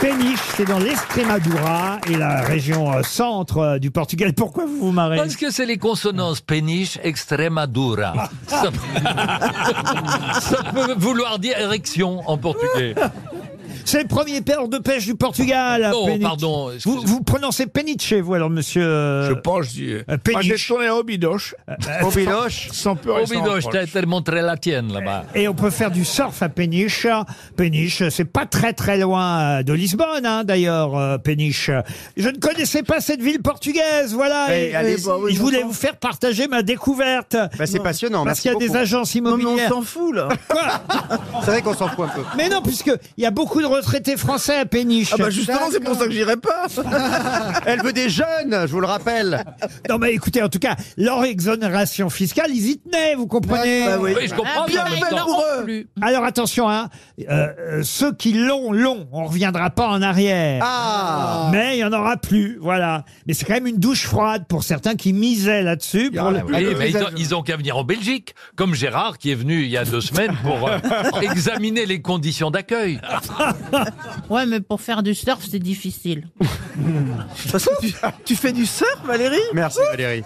Speaker 2: Péniche, c'est dans l'Estremadura et la région euh, centre euh, du Portugal. Pourquoi vous vous marrez
Speaker 6: Parce que c'est les consonances péniche, extremadura. Ça, peut- ça peut vouloir dire érection en portugais.
Speaker 2: C'est le premier port de pêche du Portugal.
Speaker 6: Oh,
Speaker 2: Péniche.
Speaker 6: pardon,
Speaker 2: Vous, vous prononcez Péniche, vous, alors, monsieur.
Speaker 10: Je pense, je dis.
Speaker 2: Euh,
Speaker 10: Moi, j'ai
Speaker 2: Péniche. Euh,
Speaker 10: tourné à Obidoche.
Speaker 6: Obidoche
Speaker 10: Sans peur et sans
Speaker 6: Obidoche,
Speaker 10: reproche.
Speaker 6: t'as t'as montré la tienne là-bas.
Speaker 2: Et on peut faire du surf à Péniche. Péniche, c'est pas très très loin euh, de Lisbonne, hein, d'ailleurs, euh, Péniche. Je ne connaissais pas cette ville portugaise, voilà.
Speaker 4: Eh,
Speaker 2: Et-
Speaker 4: allez-y,
Speaker 2: et
Speaker 4: bah oui,
Speaker 2: je voulais
Speaker 4: j'entends.
Speaker 2: vous faire partager ma découverte.
Speaker 4: c'est passionnant, merci
Speaker 2: Parce qu'il y a des
Speaker 4: beaucoup.
Speaker 2: agences
Speaker 4: Non, mais on
Speaker 2: immobilières.
Speaker 4: s'en fout, là.
Speaker 2: c'est vrai qu'on s'en fout un peu. Mais non, puisque il y a beaucoup de retraités français à Péniche.
Speaker 4: Ah bah justement, c'est pour ça que j'irai pas.
Speaker 2: Elle veut des jeunes, je vous le rappelle. Non, mais écoutez, en tout cas, leur exonération fiscale, ils y tenaient, vous comprenez
Speaker 4: Bah oui. Oui, je comprends, Ah, bien mais en même fait temps. pour eux.
Speaker 2: Alors attention, hein, euh, euh, ceux qui l'ont, l'ont. On reviendra pas en arrière.
Speaker 4: Ah.
Speaker 2: Mais il y en aura plus, voilà. Mais c'est quand même une douche froide pour certains qui misaient là-dessus. pour le-
Speaker 6: Oui, Ah, mais ils ont, ils ont qu'à venir en Belgique, comme Gérard qui est venu il y a deux semaines pour euh, examiner les conditions d'accueil.
Speaker 8: Ouais, mais pour faire du surf, c'est difficile.
Speaker 4: Parce que tu, tu fais du surf, Valérie
Speaker 5: Merci, Valérie.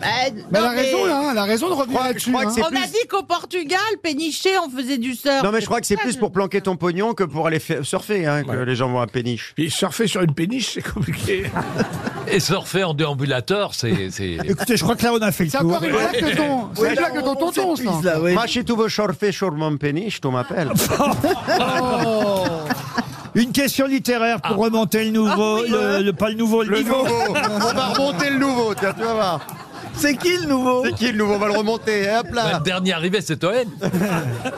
Speaker 5: Ben,
Speaker 7: Mais elle a raison, là, hein, elle a raison de revenir là-dessus.
Speaker 5: crois que
Speaker 7: hein.
Speaker 5: c'est
Speaker 8: On a dit qu'au Portugal, péniché, on faisait du surf.
Speaker 5: Non, mais je crois que c'est plus pour planquer ton pognon que pour aller fa- surfer hein, que les gens vont à péniche.
Speaker 10: Et surfer sur une péniche, c'est compliqué.
Speaker 6: Et surfer en déambulateur, c'est. c'est-
Speaker 2: Écoutez, je crois que là, on a fait le tour.
Speaker 5: Oui,
Speaker 7: blague de ton tonton, ça.
Speaker 5: Moi, si tu veux surfer sur mon péniche, tu m'appelles.
Speaker 2: Une question littéraire pour
Speaker 10: Ah.
Speaker 2: remonter le
Speaker 7: Ah,
Speaker 2: nouveau, le, Euh, le- pas le nouveau, le, niveau.
Speaker 5: On va remonter le nouveau, tiens, tu vas voir.
Speaker 4: C'est qui le nouveau
Speaker 5: C'est qui le nouveau On va le remonter, hop
Speaker 6: Bah,
Speaker 5: là.
Speaker 6: le dernier arrivé, c'est Toen.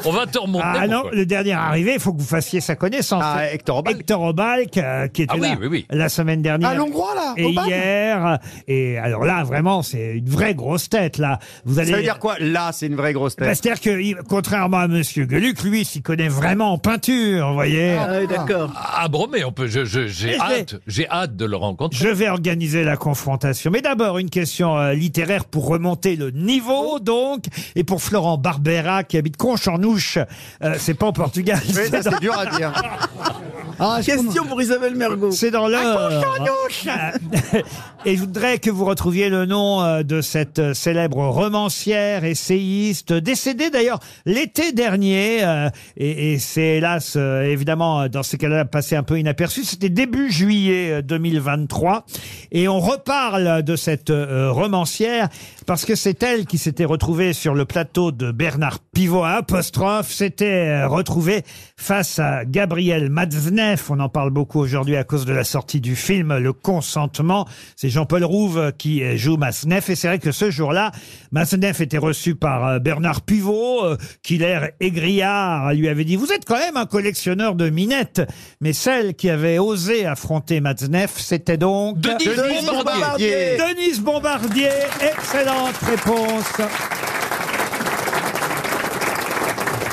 Speaker 6: On va te remonter.
Speaker 2: Ah
Speaker 6: mon
Speaker 2: non,
Speaker 6: pote.
Speaker 2: le dernier arrivé, il faut que vous fassiez sa connaissance.
Speaker 5: Ah, Hector Obalk.
Speaker 2: Hector Obalk, euh, qui était
Speaker 6: Ah oui,
Speaker 2: là
Speaker 6: oui, oui.
Speaker 2: la semaine dernière.
Speaker 7: Ah, l'Hongrois, là,
Speaker 2: Et
Speaker 7: Obalk.
Speaker 2: hier. Et alors là, vraiment, c'est une vraie grosse tête, là. Vous allez...
Speaker 5: Ça veut dire quoi Là, c'est une vraie grosse
Speaker 2: Bah,
Speaker 5: tête.
Speaker 2: C'est-à-dire que, il- contrairement à Monsieur Geluc, lui, s'y connaît vraiment en peinture, vous voyez.
Speaker 4: Ah oui, d'accord.
Speaker 6: Ah bon, mais on peut. je- je-
Speaker 2: Et
Speaker 6: J'ai
Speaker 2: je
Speaker 6: hâte, j'ai hâte de le rencontrer.
Speaker 2: Je vais organiser la confrontation. Mais d'abord, une question euh, littéraire pour remonter le niveau, donc. Et pour Florent Barbera, qui habite Conche-en-Ouche. Euh, c'est pas en Portugal.
Speaker 5: Oui, ça,
Speaker 2: dans-
Speaker 5: c'est dur à dire.
Speaker 4: Question pour Isabelle Mergot.
Speaker 2: Ah, C'est dans l'heure. Ah, Et je voudrais que vous retrouviez le nom euh, de cette euh, célèbre romancière, essayiste, décédée d'ailleurs l'été dernier. euh, Et, et c'est hélas, euh, évidemment, euh, dans ces cas-là, passé un peu inaperçu. C'était début juillet euh, 2023. Et on reparle de cette euh, romancière parce que c'est elle qui s'était retrouvée sur le plateau de Bernard Pivot à apostrophe, s'était euh, retrouvée face à Gabriel Matzneff. On en parle beaucoup aujourd'hui à cause de la sortie du film Le Consentement. C'est Jean-Paul Rouve qui euh, joue Matzneff. Et c'est vrai que ce jour-là, Matzneff était reçu par euh, Bernard Pivot, euh, qui l'air égrillard lui avait dit, vous êtes quand même un collectionneur de minettes. Mais celle qui avait osé affronter Matzneff, c'était donc...
Speaker 6: Denise Denise Bombardier. Bombardier.
Speaker 2: Denise
Speaker 5: Euh,
Speaker 2: Bombardier, excellente réponse.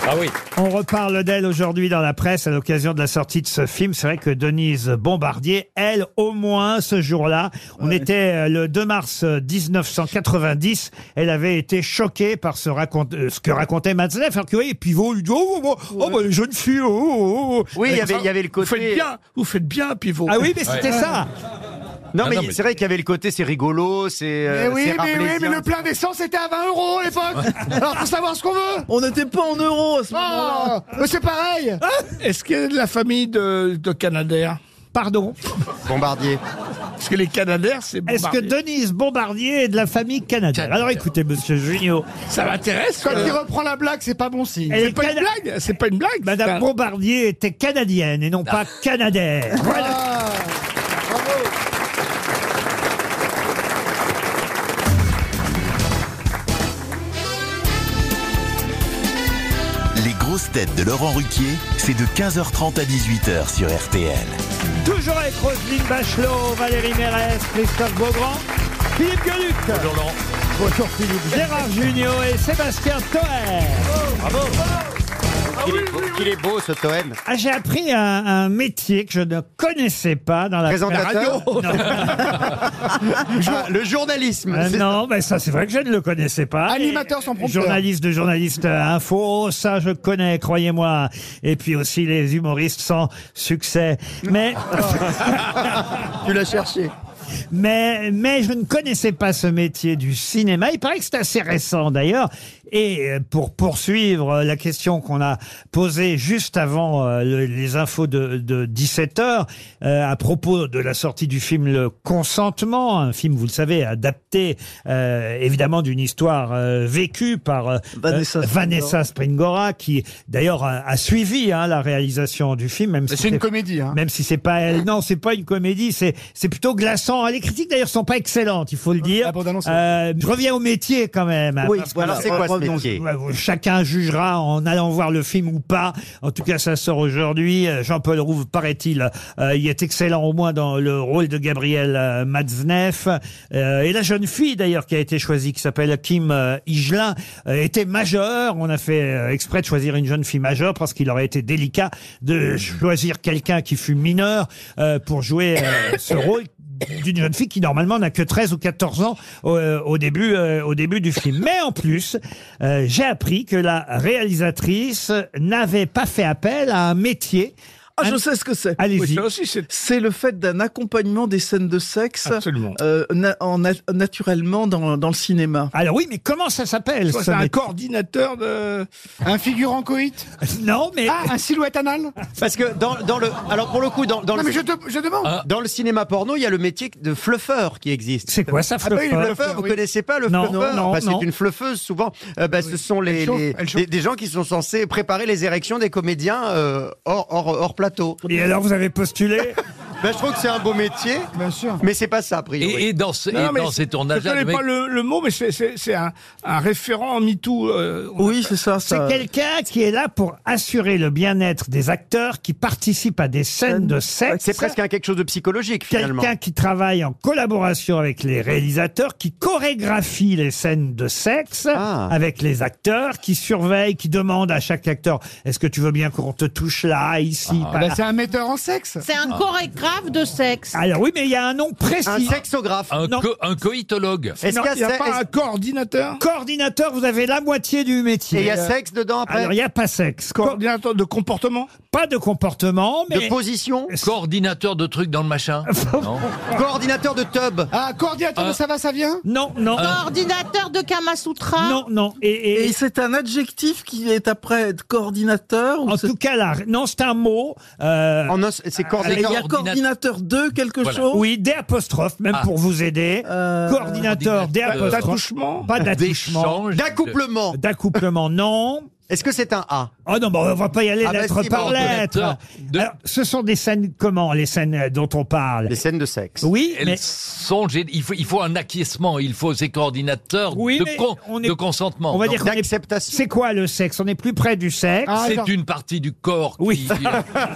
Speaker 6: Ah oui.
Speaker 2: On reparle d'elle aujourd'hui dans la presse à l'occasion de la sortie de ce film. C'est vrai que Denise Bombardier, elle, au moins ce jour-là, on était euh, le 2 mars euh, 1990, elle avait été choquée par ce, raconte, euh, ce que racontait Matzneff. Alors que oui, Pivot lui dit Oh, oh, oh, oh, bah, les jeunes filles, oh, oh, oh.
Speaker 5: Oui, il y
Speaker 2: Mais
Speaker 5: avait, il y avait le
Speaker 10: Vous
Speaker 5: côté.
Speaker 10: faites bien, vous faites bien, pivot.
Speaker 2: Ah oui, mais c'était ça
Speaker 5: Non,
Speaker 6: Ah
Speaker 5: mais,
Speaker 6: non, mais-
Speaker 5: c'est vrai qu'il y avait le côté, c'est rigolo, c'est.
Speaker 7: Mais
Speaker 5: euh,
Speaker 7: oui,
Speaker 5: c'est
Speaker 7: mais oui, mais
Speaker 5: raplésien.
Speaker 7: le plein d'essence était à 20 euros à l'époque. Alors faut savoir ce qu'on veut.
Speaker 4: On n'était pas en euros à ce moment-là.
Speaker 7: Ah, mais c'est pareil.
Speaker 10: Est-ce que la famille de, de Canadair
Speaker 2: Pardon
Speaker 5: euh, Bombardier.
Speaker 10: Parce que les Canadair, c'est
Speaker 2: Est-ce que
Speaker 10: bombardier.
Speaker 2: Denise Bombardier est de la famille Canadair Alors écoutez, monsieur Junio,
Speaker 10: Ça m'intéresse.
Speaker 7: Quand
Speaker 10: euh,
Speaker 7: il reprend la blague, c'est pas bon signe.
Speaker 2: elle est
Speaker 10: C'est pas une
Speaker 2: Cana-
Speaker 10: blague, c'est pas une blague.
Speaker 2: Madame
Speaker 10: c'est un- Ah.
Speaker 2: Bombardier était canadienne et non pas canadaire. Voilà.
Speaker 1: Les grosses têtes de Laurent Ruquier, c'est de 15h30 à 18h sur RTL.
Speaker 2: Toujours avec Roselyne Bachelot, Valérie Mérès, Christophe Beaugrand, Philippe Gueluc,
Speaker 6: Bonjour Laurent.
Speaker 2: Bonjour Philippe, Gérard Junior et Sébastien Toer.
Speaker 5: Qu'il est beau- qu'il est beau ce Toem.
Speaker 2: Ah, J'ai appris un, un métier que je ne connaissais pas dans la
Speaker 5: Présentateur.
Speaker 10: Oh.
Speaker 2: Je-
Speaker 5: Ah, le journalisme.
Speaker 2: Euh,
Speaker 5: c'est-
Speaker 2: non, mais ça, c'est vrai que je ne le connaissais pas.
Speaker 7: Ah, Animateur sans prompteur.
Speaker 2: Journaliste de journaliste euh, info, ça, je connais, croyez-moi. Et puis aussi les humoristes sans succès. Mais.
Speaker 5: Tu l'as cherché.
Speaker 2: mais, mais je ne connaissais pas ce métier du cinéma. Il paraît que c'est assez récent d'ailleurs. Et euh, pour poursuivre euh, la question qu'on a posée juste avant euh, le- les infos de, de 17h, euh, à propos de la sortie du film Le Consentement, un film, vous le savez, adapté euh, évidemment d'une histoire euh, vécue par euh,
Speaker 4: Vanessa
Speaker 2: euh, Vanessa Springora, qui d'ailleurs a, a suivi hein, la réalisation du film. Même
Speaker 11: C'est
Speaker 2: si
Speaker 11: une comédie, hein.
Speaker 2: Même si c'est pas elle. Non, c'est pas une comédie, c'est c'est plutôt glaçant. Ah, Les critiques d'ailleurs sont pas excellentes, il faut le dire. Euh, je reviens au métier quand même. hein,
Speaker 5: Oui,
Speaker 2: parce que-
Speaker 5: voilà, c'est quoi ce
Speaker 2: Revenons-
Speaker 5: métier
Speaker 2: Ouais, Chacun jugera en allant voir le film ou pas. En tout cas, ça sort aujourd'hui. Euh, Jean-Paul Rouve, paraît-il, euh, il est excellent au moins dans le rôle de Gabriel euh, Matzneff. Euh, et la jeune fille d'ailleurs qui a été choisie, qui s'appelle Kim euh, Higelin, euh, était majeure. On a fait euh, exprès de choisir une jeune fille majeure parce qu'il aurait été délicat de choisir quelqu'un qui fut mineur euh, pour jouer euh, ce rôle d'une jeune fille qui normalement n'a que 13 ou 14 ans au, au début euh, au début du film. Mais en plus, euh, j'ai appris que la réalisatrice n'avait pas fait appel à un métier.
Speaker 4: Ah, je
Speaker 2: Un-
Speaker 4: sais ce que c'est.
Speaker 2: Allez-y.
Speaker 4: c'est le fait d'un accompagnement des scènes de sexe
Speaker 2: Absolument.
Speaker 4: euh, na- en nat- naturellement dans, dans le cinéma.
Speaker 2: Alors oui, mais comment ça s'appelle
Speaker 4: ça
Speaker 10: C'est un coordinateur de.
Speaker 7: Un figurant coït
Speaker 2: Non, mais.
Speaker 7: Ah, un silhouette anal
Speaker 5: Parce que dans, dans le. Alors pour le coup, dans, dans
Speaker 7: Non,
Speaker 5: le.
Speaker 7: mais je, te- je demande.
Speaker 5: Ah. Dans le cinéma porno, il y a le métier de fluffeur qui existe.
Speaker 2: C'est quoi ça,
Speaker 5: Ah bah oui, le
Speaker 2: fluffeur
Speaker 5: fluffeur, vous
Speaker 2: Oui.
Speaker 5: connaissez pas le
Speaker 2: Non,
Speaker 5: fluffeur
Speaker 2: non,
Speaker 5: Bah,
Speaker 2: non.
Speaker 5: C'est une fluffeuse, souvent. Euh, bah, Ce sont les,
Speaker 7: Ah Elle chauffe,
Speaker 5: les-
Speaker 7: elle chauffe.
Speaker 5: des, des gens qui sont censés préparer les érections des comédiens euh, hors, hors, hors plateau.
Speaker 2: Et alors, vous avez postulé
Speaker 5: bah, Je trouve que c'est un beau métier,
Speaker 7: Bien sûr.
Speaker 5: mais c'est pas ça, a priori.
Speaker 6: Et, et dans, ce- et
Speaker 10: mais
Speaker 6: dans ces
Speaker 10: c'est-
Speaker 6: tournages-là,
Speaker 10: Je
Speaker 6: le
Speaker 10: connais
Speaker 6: mec-
Speaker 10: pas le, le mot, mais c'est- c'est c'est un, un référent MeToo. euh, on
Speaker 4: Oui, c'est ça.
Speaker 2: C'est
Speaker 4: ça.
Speaker 2: quelqu'un qui est là pour assurer le bien-être des acteurs qui participent à des scènes de sexe.
Speaker 5: C'est presque un quelque chose de psychologique, finalement.
Speaker 2: Quelqu'un qui travaille en collaboration avec les réalisateurs, qui chorégraphie les scènes de sexe avec les acteurs, qui surveille, qui demande à chaque acteur est-ce que tu veux bien qu'on te touche là, ici
Speaker 7: Ah,
Speaker 2: par
Speaker 7: bah,
Speaker 2: là
Speaker 7: c'est un metteur en sexe.
Speaker 8: C'est un chorégraphe de sexe.
Speaker 2: Alors oui, mais il y a un nom précis.
Speaker 5: Un sexographe.
Speaker 6: un,
Speaker 2: Non.
Speaker 6: co- un coïtologue.
Speaker 5: Est-ce
Speaker 2: Non,
Speaker 5: qu'il y a,
Speaker 2: il y a
Speaker 5: se-
Speaker 2: pas
Speaker 5: est-ce-
Speaker 10: un coordinateur
Speaker 2: Coordinateur, vous avez la moitié du métier.
Speaker 5: et il y a sexe dedans après
Speaker 2: Alors il n'y a pas sexe, Co-
Speaker 10: Coordinateur de comportement
Speaker 2: pas de comportement, mais
Speaker 5: De position
Speaker 6: Coordinateur de trucs dans le machin. non.
Speaker 5: Coordinateur de tub
Speaker 7: Ah, coordinateur de ça va, ça vient
Speaker 2: non, non,
Speaker 8: Coordinateur de Kamasutra.
Speaker 2: non, non. Et, et-
Speaker 4: Et c'est un adjectif qui est après être coordinateur. ou
Speaker 2: en
Speaker 4: c'est-
Speaker 2: tout cas là, non, c'est un mot. euh,
Speaker 5: En os- C'est
Speaker 4: Il y a
Speaker 5: coordinateur.
Speaker 6: coordinate-
Speaker 4: coordinateur de quelque
Speaker 6: Voilà.
Speaker 4: chose.
Speaker 2: Oui, des apostrophes, même
Speaker 6: Ah.
Speaker 2: pour vous aider.
Speaker 4: Euh,
Speaker 2: Coordinateur, des
Speaker 6: Coordinateur.
Speaker 2: apostrophes.
Speaker 10: Touchement
Speaker 2: Pas d'attouchement.
Speaker 6: D'échange.
Speaker 5: D'accouplement.
Speaker 2: D'accouplement, non.
Speaker 5: Est-ce que c'est un A
Speaker 2: Oh non, bah, on va pas y aller
Speaker 5: Ah bah
Speaker 2: lettre
Speaker 5: si,
Speaker 2: par
Speaker 5: bon,
Speaker 2: lettre.
Speaker 6: d'accord. De-
Speaker 2: Alors, ce sont des scènes comment, les scènes euh, dont on parle
Speaker 5: Les scènes de sexe.
Speaker 2: Oui,
Speaker 6: Elles
Speaker 2: mais
Speaker 6: sont gé- il, faut, il faut un acquiescement, il faut ces coordinateurs
Speaker 2: Oui,
Speaker 6: de,
Speaker 2: mais
Speaker 6: con-
Speaker 2: on est-
Speaker 6: de consentement.
Speaker 2: on va
Speaker 6: Donc,
Speaker 2: dire qu'on est-
Speaker 5: D'acceptation.
Speaker 2: c'est quoi le sexe On est plus près du sexe.
Speaker 7: Ah,
Speaker 6: c'est
Speaker 7: genre-
Speaker 6: une partie du corps qui- euh,
Speaker 2: Oui.
Speaker 5: Qui, est
Speaker 7: Ah.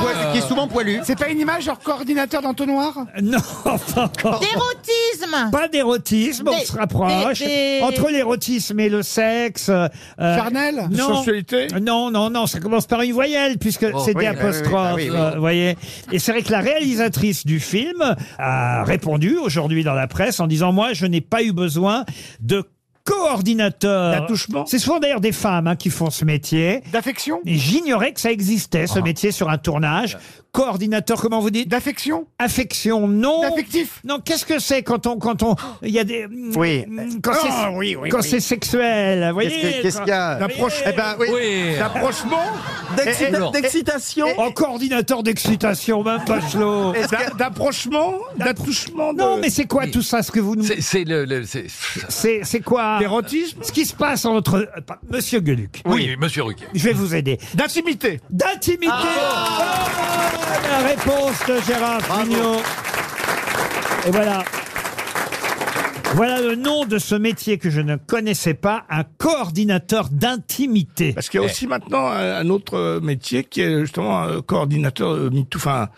Speaker 5: poil- qui est souvent poilu.
Speaker 7: C'est pas une image genre coordinateur d'entonnoir
Speaker 10: Euh,
Speaker 2: Non, enfin,
Speaker 8: D'érotisme.
Speaker 2: pas d'érotisme, on
Speaker 8: Des-
Speaker 2: se rapproche.
Speaker 8: des- des-
Speaker 2: Entre l'érotisme et le sexe. euh, euh,
Speaker 7: Charnel
Speaker 2: Non.
Speaker 10: Sensualité
Speaker 2: Non, non, non, ça commence par une voyelle, puisque
Speaker 6: Oh,
Speaker 2: c'est des
Speaker 6: oui,
Speaker 2: apostrophes,
Speaker 5: oui, oui, oui.
Speaker 2: euh, voyez. Et c'est vrai que la réalisatrice du film a répondu aujourd'hui dans la presse en disant, moi, je n'ai pas eu besoin de coordinateur.
Speaker 10: D'attouchement
Speaker 2: C'est souvent d'ailleurs des femmes hein, qui font ce métier.
Speaker 7: D'affection
Speaker 2: Et j'ignorais que ça existait, ce métier sur un tournage. Coordinateur, comment vous dites
Speaker 7: D'affection
Speaker 2: Affection, non.
Speaker 7: D'affectif
Speaker 2: Non, qu'est-ce que c'est quand on, quand on, il y a des,
Speaker 5: Oui.
Speaker 2: quand c'est,
Speaker 10: Ah, oui, oui,
Speaker 2: quand
Speaker 10: oui.
Speaker 2: c'est sexuel, vous
Speaker 5: Qu'est-ce
Speaker 2: voyez.
Speaker 5: que- qu'est-ce qu'il y a
Speaker 10: D'approche-
Speaker 5: Eh ben, oui.
Speaker 6: Oui.
Speaker 10: D'approchement
Speaker 4: d'excita-
Speaker 5: Et- et-
Speaker 6: et-
Speaker 4: D'excitation.
Speaker 2: En coordinateur d'excitation, même Bachelot.
Speaker 5: Est-ce
Speaker 10: d'a-
Speaker 5: que-
Speaker 10: D'approchement D'attouchement de-
Speaker 2: Non, mais c'est quoi tout ça, ce que vous nous...
Speaker 6: C'est c'est le. le- c'est-
Speaker 2: C'est c'est quoi
Speaker 10: D'érotisme
Speaker 2: Ce qui se passe entre... euh, pas- Monsieur Gueluc,
Speaker 6: oui, monsieur Ruquier.
Speaker 2: je vais vous aider.
Speaker 10: D'intimité
Speaker 2: D'intimité Oh, La réponse de Gérard Pignot. Et voilà. Voilà le nom de ce métier que je ne connaissais pas, un coordinateur d'intimité.
Speaker 10: Parce
Speaker 6: Eh.
Speaker 10: qu'il y a
Speaker 7: Eh.
Speaker 10: aussi maintenant un, un autre euh, métier qui est justement euh, coordinateur euh, MeToo, enfin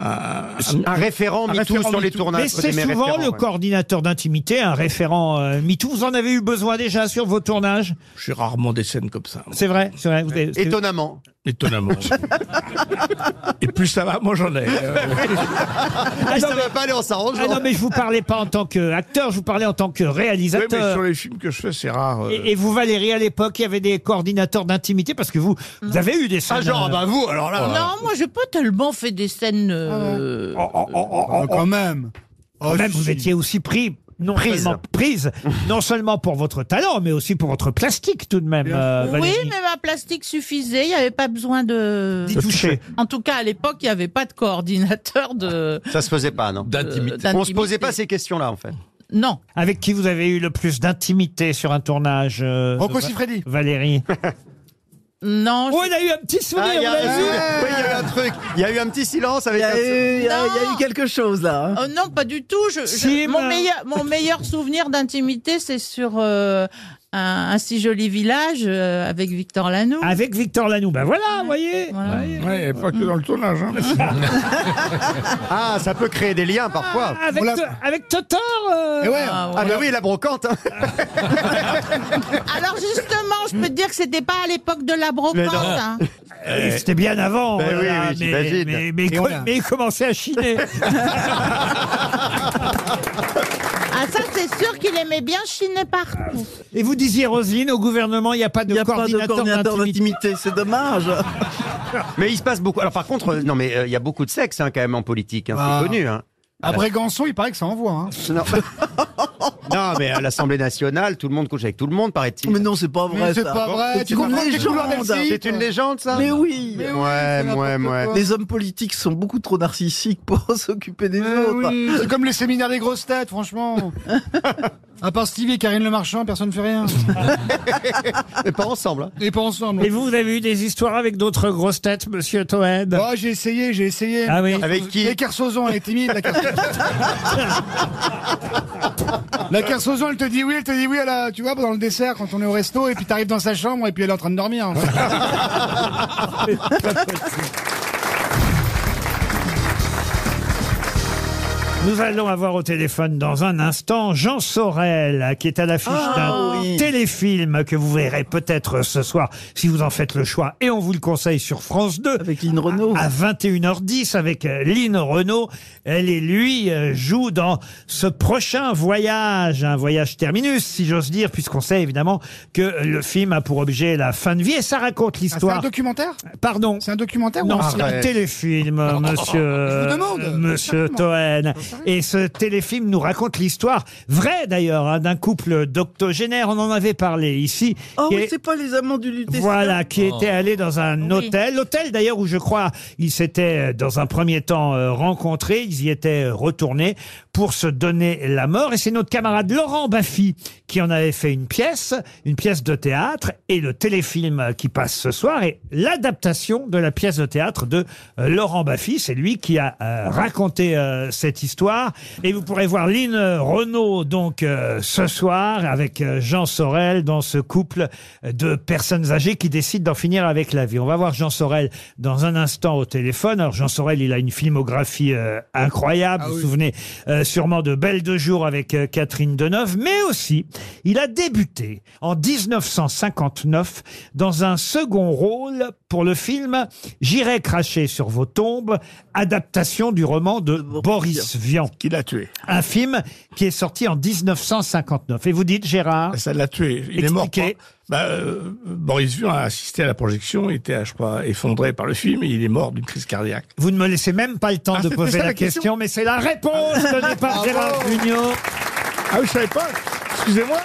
Speaker 10: un, un-
Speaker 5: Un référent
Speaker 10: Un
Speaker 5: MeToo
Speaker 10: référent
Speaker 5: sur les
Speaker 10: MeToo.
Speaker 5: tournages.
Speaker 2: Mais c'est
Speaker 5: Mes
Speaker 2: souvent
Speaker 5: référents,
Speaker 2: le
Speaker 5: ouais.
Speaker 2: coordinateur d'intimité, un référent euh, MeToo. Vous en avez eu besoin déjà sur vos tournages
Speaker 10: j'ai rarement des scènes comme ça. moi.
Speaker 2: C'est vrai, c'est vrai. vous avez- c'est-
Speaker 5: Étonnamment.
Speaker 10: Étonnamment. Et plus ça va, moi j'en ai. euh,
Speaker 5: Ah, ça va pas aller hein. en s'arrangeant.
Speaker 2: Ah non, mais je vous parlais pas en tant qu'acteur, je vous parlais en tant que
Speaker 10: oui, mais
Speaker 2: réalisateur.
Speaker 10: sur les films que je fais, c'est rare. euh.
Speaker 2: et, et vous, Valérie, à l'époque, il y avait des coordinateurs d'intimité parce que vous, vous avez eu des scènes.
Speaker 10: Ah genre,
Speaker 2: euh,
Speaker 10: ah bah vous, alors là.
Speaker 2: Ah Oh,
Speaker 8: Non, moi, j'ai pas tellement fait des scènes. euh,
Speaker 7: Quand même
Speaker 2: Quand même, vous étiez aussi pris. Non
Speaker 5: Prise.
Speaker 2: seulement prise, non seulement pour votre talent, mais aussi pour votre plastique tout de même. euh,
Speaker 8: oui,
Speaker 2: Valérie.
Speaker 8: mais ma plastique suffisait, il n'y avait pas besoin de...
Speaker 2: D'y toucher.
Speaker 8: En tout cas, à l'époque, il n'y avait pas de coordinateur de...
Speaker 5: Ça se faisait pas, non
Speaker 8: D'intimité.
Speaker 5: On se posait pas ces questions-là, en fait.
Speaker 8: Non.
Speaker 2: Avec qui vous avez eu le plus d'intimité sur un tournage euh,
Speaker 5: Rocco
Speaker 2: de-
Speaker 5: Siffredi.
Speaker 2: Valérie.
Speaker 8: Non.
Speaker 2: Oh, il a eu un petit
Speaker 5: Ah, il y a-
Speaker 8: on l'a vu.
Speaker 5: oui, il y a eu un truc. Il y a eu un petit silence avec.
Speaker 4: Il y a
Speaker 5: un-
Speaker 4: eu- il y a- il y a eu quelque chose là. hein.
Speaker 8: Oh non, pas du tout. Je, je- mon, meilleur, mon meilleur souvenir d'intimité, c'est sur euh, un, un si joli village euh, avec Victor Lanoux.
Speaker 2: Avec Victor Lanoux, ben voilà, vous voyez.
Speaker 10: Ouais, et pas que dans le tournage. hein.
Speaker 5: Ah, ça peut créer des liens parfois.
Speaker 2: Ah, Avec, avec Totor euh.
Speaker 5: Eh ouais.
Speaker 8: Ah,
Speaker 5: Ah,
Speaker 8: ouais.
Speaker 5: bah oui, la brocante. hein.
Speaker 8: Alors justement, je peux te dire que c'était pas à l'époque de la
Speaker 5: Mais
Speaker 8: brocante.
Speaker 5: non.
Speaker 8: hein.
Speaker 2: Euh, C'était bien avant.
Speaker 5: Ben oui,
Speaker 2: voilà,
Speaker 5: oui,
Speaker 2: mais,
Speaker 5: j'imagine.
Speaker 2: mais, mais
Speaker 5: Et
Speaker 2: co-
Speaker 5: on a-
Speaker 2: mais il commençait à chiner.
Speaker 8: Ah ça, c'est sûr qu'il aimait bien chiner partout.
Speaker 2: Et vous disiez, Roselyne, au gouvernement, il n'y a pas de
Speaker 4: Il n'y a pas de coordinateur
Speaker 2: coordinateur d'intimité.
Speaker 4: d'intimité, c'est dommage.
Speaker 5: mais il se passe beaucoup. Alors par contre, euh, non mais euh, il y a beaucoup de sexe hein, quand même en politique. hein,
Speaker 7: Ah.
Speaker 5: C'est connu. Hein.
Speaker 7: À Brégançon, il paraît que ça envoie. Hein.
Speaker 5: Non. Non, mais à l'Assemblée nationale, tout le monde couche avec tout le monde, paraît-il.
Speaker 4: Mais non, c'est pas vrai. ça. C'est une légende.
Speaker 5: C'est une légende, ça
Speaker 4: Mais oui.
Speaker 5: Ouais, ouais, ouais.
Speaker 4: Les hommes politiques sont beaucoup trop narcissiques pour s'occuper des autres.
Speaker 7: Oui, c'est comme les séminaires des grosses têtes, franchement. À part Stevie et Karine Le Marchand, personne ne fait rien.
Speaker 5: Mais pas ensemble. hein.
Speaker 7: Et pas ensemble.
Speaker 2: Et vous, vous avez eu des histoires avec d'autres grosses têtes, monsieur Toed
Speaker 7: Oh, j'ai essayé, j'ai essayé.
Speaker 2: Ah oui.
Speaker 5: Avec qui
Speaker 7: Les Kersozon, elle est timide, la Kersozon. la Kersozon, elle te dit oui, elle te dit oui, elle a- tu vois, dans le dessert, quand on est au resto, et puis t'arrives dans sa chambre, et puis elle est en train de dormir.
Speaker 2: Nous allons avoir au téléphone dans un instant Jean Sorel, qui est à l'affiche
Speaker 4: Ah
Speaker 2: d'un téléfilm que vous verrez peut-être ce soir, si vous en faites le choix. Et on vous le conseille sur France 2.
Speaker 4: Avec Lynn Renault.
Speaker 2: À 21h10, avec euh, Lynn Renault. Elle et lui euh, jouent dans ce prochain voyage, un voyage terminus, si j'ose dire, puisqu'on sait évidemment que le film a pour objet la fin de vie. Et ça raconte
Speaker 7: Ah, c'est un
Speaker 2: l'histoire.
Speaker 7: documentaire
Speaker 2: Pardon
Speaker 7: C'est un documentaire ou
Speaker 2: Non,
Speaker 4: Ah,
Speaker 7: un
Speaker 2: c'est un
Speaker 7: film
Speaker 2: téléfilm, euh, monsieur,
Speaker 7: Je vous demande.
Speaker 2: euh, monsieur Toen. Et ce téléfilm nous raconte l'histoire vraie d'ailleurs hein, d'un couple d'octogénaires. On en avait parlé ici.
Speaker 4: Oh,
Speaker 2: qui
Speaker 4: oui,
Speaker 2: est-
Speaker 4: c'est pas les amants du lutécia.
Speaker 2: voilà, qui
Speaker 6: Oh.
Speaker 2: était allé dans un
Speaker 8: Oui.
Speaker 2: hôtel, l'hôtel d'ailleurs où je crois ils s'étaient euh, dans un premier temps euh, rencontrés, ils y étaient euh, retournés pour se donner la mort. Et c'est notre camarade Laurent Baffy qui en avait fait une pièce, une pièce de théâtre, et le téléfilm euh, qui passe ce soir est l'adaptation de la pièce de théâtre de euh, Laurent Baffy. C'est lui qui a euh, raconté euh, cette histoire. Et vous pourrez voir Lynn Renault donc euh, ce soir avec euh, Jean Sorel dans ce couple de personnes âgées qui décident d'en finir avec la vie. On va voir Jean Sorel dans un instant au téléphone. Alors Jean Sorel, il a une filmographie euh, incroyable.
Speaker 10: Ah
Speaker 2: Vous vous souvenez euh, sûrement de Belle de jour avec euh, Catherine Deneuve, mais aussi il a débuté en 1959 dans un second rôle pour le film J'irai cracher sur vos tombes, adaptation du roman de Boris Vian,
Speaker 10: Qui l'a tué
Speaker 2: un film qui est sorti en 1959. Et vous dites Gérard
Speaker 10: Ça l'a tué. Il est mort.
Speaker 2: Expliquez.
Speaker 10: pas- Bah, euh, Boris Vian a assisté à la projection, il était, je crois, effondré par le film et il est mort d'une crise cardiaque.
Speaker 2: Vous ne me laissez même pas le temps
Speaker 10: Ah,
Speaker 2: de
Speaker 10: c'était
Speaker 2: poser
Speaker 10: ça
Speaker 2: la,
Speaker 10: la
Speaker 2: question,
Speaker 10: question
Speaker 2: mais c'est la réponse donnée par Gérard Junior.
Speaker 10: Ah oui, je savais pas. Excusez-moi.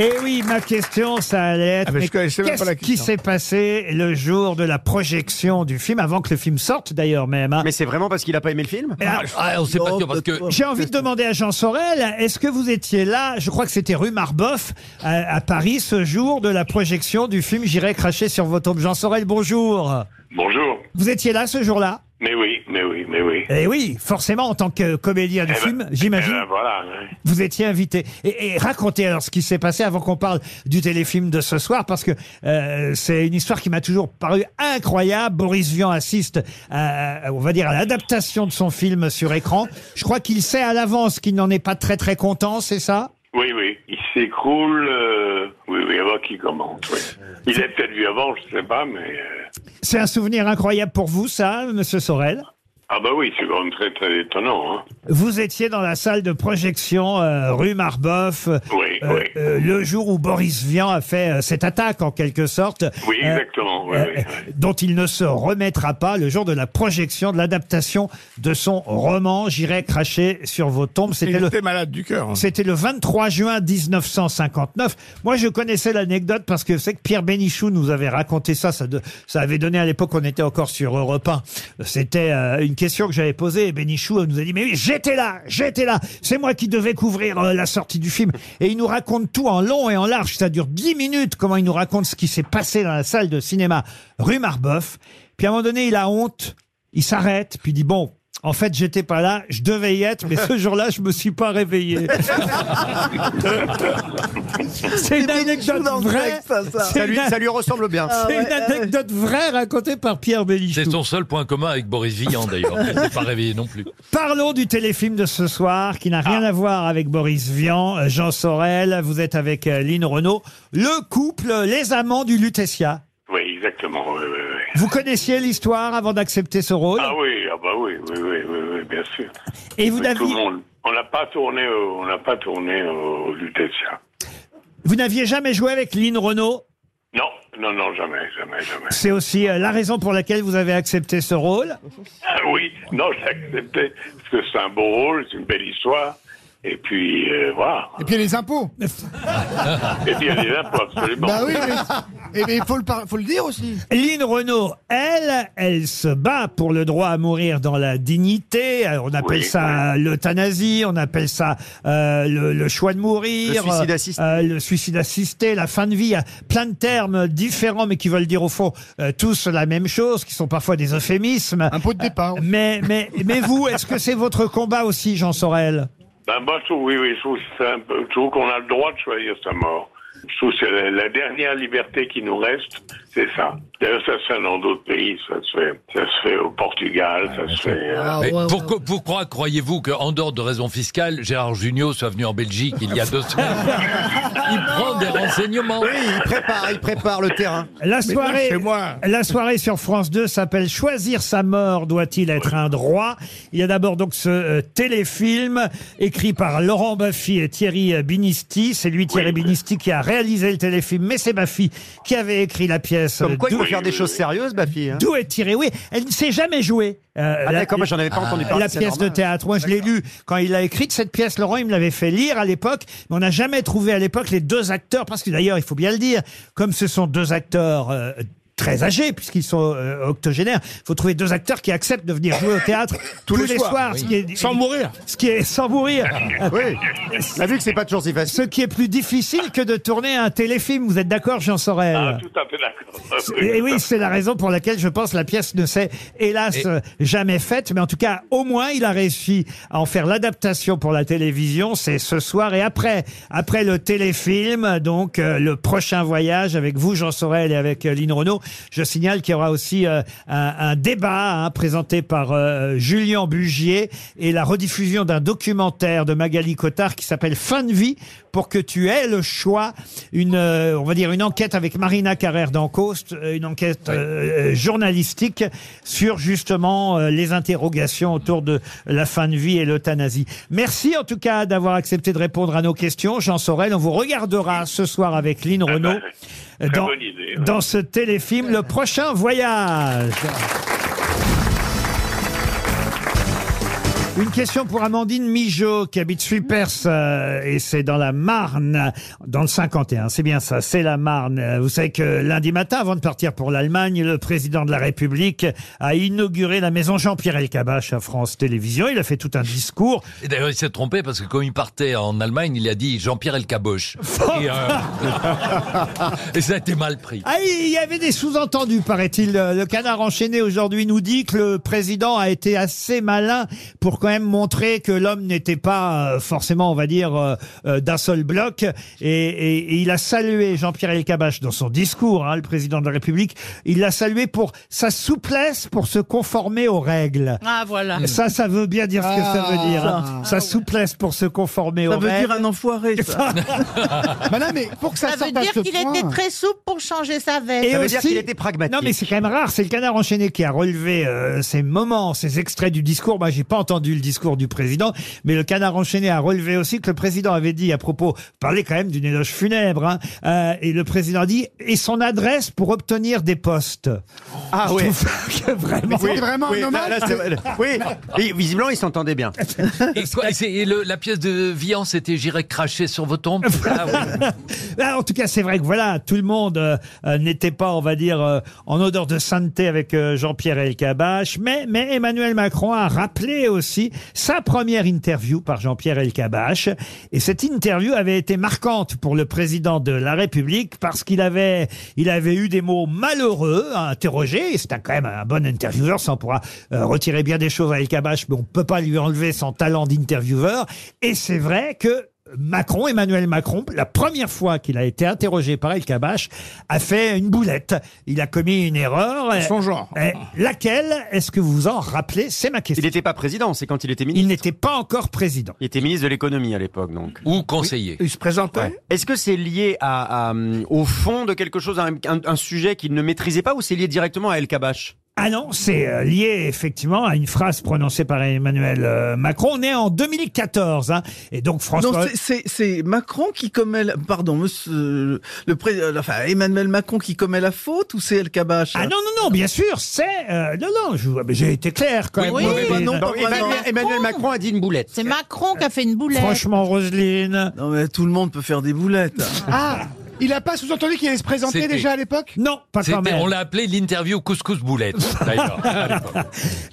Speaker 2: Et Eh oui, ma question, ça allait être.
Speaker 10: Ah, mais je
Speaker 2: mais
Speaker 10: connaissais même pas la
Speaker 2: Qu'est-ce qui
Speaker 10: question.
Speaker 2: s'est passé le jour de la projection du film, avant que le film sorte d'ailleurs même hein
Speaker 5: Mais c'est vraiment parce qu'il a pas aimé le film
Speaker 2: Et alors,
Speaker 6: Ah, on sait pas
Speaker 4: Non,
Speaker 6: sûr, parce que
Speaker 4: peut-être
Speaker 2: J'ai envie de demander à Jean Sorel, est-ce que vous étiez là Je crois que c'était rue Marboff, à, à Paris, ce jour de la projection du film J'irai cracher sur vos tombes. Jean Sorel, bonjour.
Speaker 17: Bonjour.
Speaker 2: Vous étiez là ce jour-là
Speaker 17: Mais oui, mais oui, mais oui.
Speaker 2: Eh oui, forcément, en tant que comédien du
Speaker 17: Eh ben,
Speaker 2: film,
Speaker 17: eh
Speaker 2: j'imagine.
Speaker 17: ben, voilà. ouais.
Speaker 2: Vous étiez invité. Et, et racontez alors ce qui s'est passé avant qu'on parle du téléfilm de ce soir, parce que euh, c'est une histoire qui m'a toujours paru incroyable. Boris Vian assiste, à, on va dire, à l'adaptation de son film sur écran. Je crois qu'il sait à l'avance qu'il n'en est pas très très content, c'est ça
Speaker 17: Oui, oui. Il s'écroule. euh, Oui, oui, avant qu'il commente. Oui. Il l'a peut-être vu avant, je sais pas, mais. euh,
Speaker 2: C'est un souvenir incroyable pour vous, ça, Monsieur Sorel
Speaker 17: Ah bah oui, c'est quand même très très étonnant. Hein.
Speaker 2: Vous étiez dans la salle de projection euh, rue Marbeuf euh,
Speaker 17: Oui,
Speaker 2: euh,
Speaker 17: oui.
Speaker 2: euh, le jour où Boris Vian a fait euh, cette attaque en quelque sorte.
Speaker 17: Oui,
Speaker 2: euh,
Speaker 10: Oh,
Speaker 17: exactement. oui, oui.
Speaker 2: dont il ne se remettra pas le jour de la projection de l'adaptation de son roman J'irai cracher sur vos tombes. C'était le
Speaker 10: malade du cœur. hein.
Speaker 2: C'était le 23 juin 1959. Moi, je connaissais l'anecdote parce que c'est que Pierre Bénichou nous avait raconté ça. Ça, de- ça avait donné à l'époque, on était encore sur Europe 1. C'était euh, une question que j'avais posée et Bénichou euh, nous a dit, mais oui, j'étais là, j'étais là. C'est moi qui devais couvrir euh, la sortie du film. Et il nous raconte tout en long et en large. Ça dure 10 minutes, comment il nous raconte ce qui s'est passé dans la salle de cinéma rue Marbeuf. Puis à un moment donné, il a honte. Il s'arrête, puis il dit, bon, en fait, j'étais pas là, je devais y être, mais ce jour-là, je me suis pas réveillé. C'est une anecdote vraie. C'est
Speaker 5: Ça Ah lui,
Speaker 2: une-
Speaker 5: ça lui ressemble bien.
Speaker 2: C'est une anecdote vraie racontée par Pierre Bélichou.
Speaker 6: C'est son seul point commun avec Boris Vian, d'ailleurs. Il s'est pas réveillé non plus.
Speaker 2: Parlons du téléfilm de ce soir qui n'a
Speaker 5: Ah.
Speaker 2: rien à voir avec Boris Vian, euh, Jean Sorel, vous êtes avec euh, Lynn Renault, le couple, euh, les amants du Lutetia.
Speaker 17: Oui, exactement. Oui, oui, oui.
Speaker 2: Vous connaissiez l'histoire avant d'accepter ce rôle
Speaker 17: Ah oui, ah bah oui, oui, oui, oui, oui, bien sûr.
Speaker 2: oh Et vous
Speaker 17: Mais
Speaker 2: n'aviez-
Speaker 17: tout le monde. On n'a pas tourné, au- on n'a pas tourné au Lutetia.
Speaker 2: Vous n'aviez jamais joué avec Lynn Renault
Speaker 17: Non, non, non, jamais, jamais, jamais.
Speaker 2: C'est aussi euh, la raison pour laquelle vous avez accepté ce rôle.
Speaker 17: Ah oui, non, j'ai accepté parce que c'est un beau rôle, c'est une belle histoire. Et puis euh, voilà.
Speaker 7: Et puis les impôts.
Speaker 17: Et puis il y a des impôts, absolument.
Speaker 7: Bah oui, mais et- mais il faut le, par- faut le dire aussi.
Speaker 2: Lynn Renault, elle, elle se bat pour le droit à mourir dans la dignité. Euh, On appelle
Speaker 7: Oui,
Speaker 2: ça l'euthanasie, on appelle ça euh, le, le choix de mourir,
Speaker 5: Le suicide
Speaker 2: euh,
Speaker 5: assisté.
Speaker 2: euh, le suicide assisté, la fin de vie. Il y a Plein de termes différents, mais qui veulent dire au fond euh, tous la même chose, qui sont parfois des euphémismes. Un pot de départ. mais, mais, mais vous, est-ce que c'est votre combat aussi, Jean Sorel
Speaker 17: Ben moi, je trouve, oui, oui, je trouve, que c'est un peu- je trouve qu'on a le droit de choisir sa mort. Je trouve que c'est la, la dernière liberté qui nous reste, c'est ça. D'ailleurs, ça se fait dans d'autres pays, ça se fait, ça se fait au Portugal, ça se fait. euh,
Speaker 7: Ah,
Speaker 4: Ah,
Speaker 6: Mais pourquoi, pourquoi croyez-vous qu'en dehors de raisons fiscales, Gérard Junior soit venu en Belgique il y a deux semaines Il prend des renseignements. Oui, il prépare, il prépare le terrain.
Speaker 2: La soirée, la soirée sur France 2 s'appelle Choisir sa mort doit-il être un droit Il y a d'abord donc ce euh, téléfilm écrit par Laurent Baffy et Thierry euh, Binisti. C'est lui Thierry Binisti qui a réalisé le téléfilm, mais c'est Baffy qui avait écrit la pièce.
Speaker 5: Comme
Speaker 2: euh,
Speaker 5: quoi, il faut
Speaker 2: d'où-
Speaker 5: faire des choses sérieuses, ma fille. hein.
Speaker 2: D'où est tirée Oui, elle ne s'est jamais jouée. euh,
Speaker 5: Ah
Speaker 2: la-
Speaker 5: d'accord, moi, j'en avais pas entendu parler,
Speaker 2: La
Speaker 5: c'est
Speaker 2: pièce de
Speaker 5: normal.
Speaker 2: théâtre, moi je l'ai lue quand il a écrite cette pièce. Laurent, il me l'avait fait lire à l'époque, mais on n'a jamais trouvé à l'époque les deux acteurs, parce que d'ailleurs, il faut bien le dire, comme ce sont deux acteurs. euh, Très âgés, puisqu'ils sont euh, octogénaires. Il faut trouver deux acteurs qui acceptent de venir jouer au théâtre tous, les, soirs. ce qui est-
Speaker 10: Sans mourir.
Speaker 2: Ce qui est sans mourir.
Speaker 5: Ah, Oui. On a vu que c'est pas toujours si facile.
Speaker 2: Ce qui est plus difficile que de tourner un téléfilm. Vous êtes d'accord, Jean Sorel
Speaker 17: Ah, tout à fait d'accord.
Speaker 2: et oui, c'est la raison pour laquelle je pense la pièce ne s'est hélas
Speaker 17: Et-
Speaker 2: euh, jamais faite, mais en tout cas, au moins, il a réussi à en faire l'adaptation pour la télévision. C'est ce soir et après, après le téléfilm, donc euh, le prochain voyage avec vous, Jean Sorel, et avec euh, Lynn Renault. Je signale qu'il y aura aussi euh, un, un débat hein, présenté par euh, Julien Bugier et la rediffusion d'un documentaire de Magali Cotard qui s'appelle Fin de vie pour que tu aies le choix. Une, euh, on va dire une enquête avec Marina Carrère d'Ancoste, euh, une enquête euh, euh, journalistique sur justement euh, les interrogations autour de la fin de vie et l'euthanasie. Merci en tout cas d'avoir accepté de répondre à nos questions, Jean Sorel. On vous regardera ce soir avec Lynn Renault
Speaker 17: Ah bah, très
Speaker 2: dans,
Speaker 17: bonne idée, ouais.
Speaker 2: dans ce téléfilm Le prochain voyage. Une question pour Amandine Migeot qui habite Suipers euh, et c'est dans la Marne, dans le 51. C'est bien ça, c'est la Marne. Euh, Vous savez que lundi matin, avant de partir pour l'Allemagne, le président de la République a inauguré la maison Jean-Pierre Elkabbach à France Télévisions. Il a fait tout un discours.
Speaker 6: Et d'ailleurs, il s'est trompé parce que quand il partait en Allemagne, il a dit Jean-Pierre Elkaboche. et, euh, et ça a été mal pris.
Speaker 2: Ah, il y avait des sous-entendus, Euh, paraît-il. Le canard enchaîné aujourd'hui nous dit que le président a été assez malin pour quand même montrer que l'homme n'était pas euh, forcément, on va dire, euh, euh, d'un seul bloc. Et, et- et il a salué Jean-Pierre Elkabach dans son discours, hein, le président de la République. Il l'a salué pour sa souplesse pour se conformer aux règles.
Speaker 8: Ah, voilà.
Speaker 2: Ça, ça veut bien dire ce que ça veut dire. hein.
Speaker 8: Ah.
Speaker 2: Sa souplesse pour se conformer
Speaker 4: Ça
Speaker 2: aux
Speaker 4: veut
Speaker 2: règles.
Speaker 4: dire un enfoiré, ça.
Speaker 7: Madame, Ah, bah mais pour que ça,
Speaker 8: veut
Speaker 7: sorte à
Speaker 8: dire
Speaker 7: ce
Speaker 8: qu'il
Speaker 7: point-
Speaker 8: était très souple pour changer sa veste.
Speaker 2: aussi- Non, mais c'est quand même rare. C'est le canard enchaîné qui a relevé euh, ces moments, ces extraits du discours. Moi, j'ai pas entendu le discours du président, mais le canard enchaîné a relevé aussi que le président avait dit à propos, parler quand même d'une éloge funèbre, hein, euh, et le président a dit et son adresse pour obtenir des postes.
Speaker 5: Ah
Speaker 2: Je
Speaker 5: oui.
Speaker 2: trouve que vraiment.
Speaker 5: Oui, oui, là, là, c'est- Oui, et visiblement, ils s'entendaient bien.
Speaker 6: Et, quoi, et c'est- et le- la pièce de Vian, c'était J'irai cracher sur vos tombes Ah oui.
Speaker 2: Là, Ah, en tout cas, c'est vrai que voilà, tout le monde euh, euh, n'était pas, on va dire, euh, en odeur de sainteté avec euh, Jean-Pierre Elkabach, mais, mais Emmanuel Macron a rappelé aussi sa première interview par Jean-Pierre Elkabach. Et cette interview avait été marquante pour le président de la République parce qu'il avait, il avait eu des mots malheureux à interroger. Et C'était quand même un bon intervieweur, ça on pourra euh, retirer bien des choses à Elkabach, mais on peut pas lui enlever son talent d'intervieweur. Et c'est vrai que Macron, Emmanuel Macron, la première fois qu'il a été interrogé par El Kabache, a fait une boulette. Il a commis une erreur.
Speaker 5: Son
Speaker 2: Euh,
Speaker 5: genre.
Speaker 2: euh, Laquelle Est-ce que vous vous en rappelez C'est ma question.
Speaker 5: Il n'était pas président, c'est quand il était ministre.
Speaker 2: Il n'était pas encore président.
Speaker 5: Il était ministre de l'économie à l'époque, donc.
Speaker 6: Ou conseiller.
Speaker 5: Il se présentait. Est-ce que c'est lié à, à, euh, au fond de quelque chose, à un, un- un sujet qu'il ne maîtrisait pas, ou c'est lié directement à El Kabash
Speaker 2: Ah non, c'est euh, lié effectivement à une phrase prononcée par Emmanuel euh, Macron. On est en 2014, hein. et donc
Speaker 4: Non,
Speaker 2: François.
Speaker 4: c'est- c'est- c'est Macron qui commet, la- pardon, monsieur, le pré- euh, enfin, Emmanuel Macron qui commet la faute ou c'est El Kabache
Speaker 2: Ah non, non, non, bien sûr, c'est... euh, non, non, je- mais j'ai été clair quand même. Vous avez-
Speaker 4: bah
Speaker 5: Emmanuel Macron a dit une boulette.
Speaker 8: C'est Macron qui a fait une boulette.
Speaker 2: Franchement, Roselyne.
Speaker 4: Non, mais tout le monde peut faire des boulettes.
Speaker 7: Ah, il a pas sous-entendu qu'il allait se présenter
Speaker 6: C'était-
Speaker 7: déjà à l'époque
Speaker 2: Non, pas quand
Speaker 6: C'était-
Speaker 2: même.
Speaker 6: On l'a appelé l'interview couscous boulette. d'ailleurs.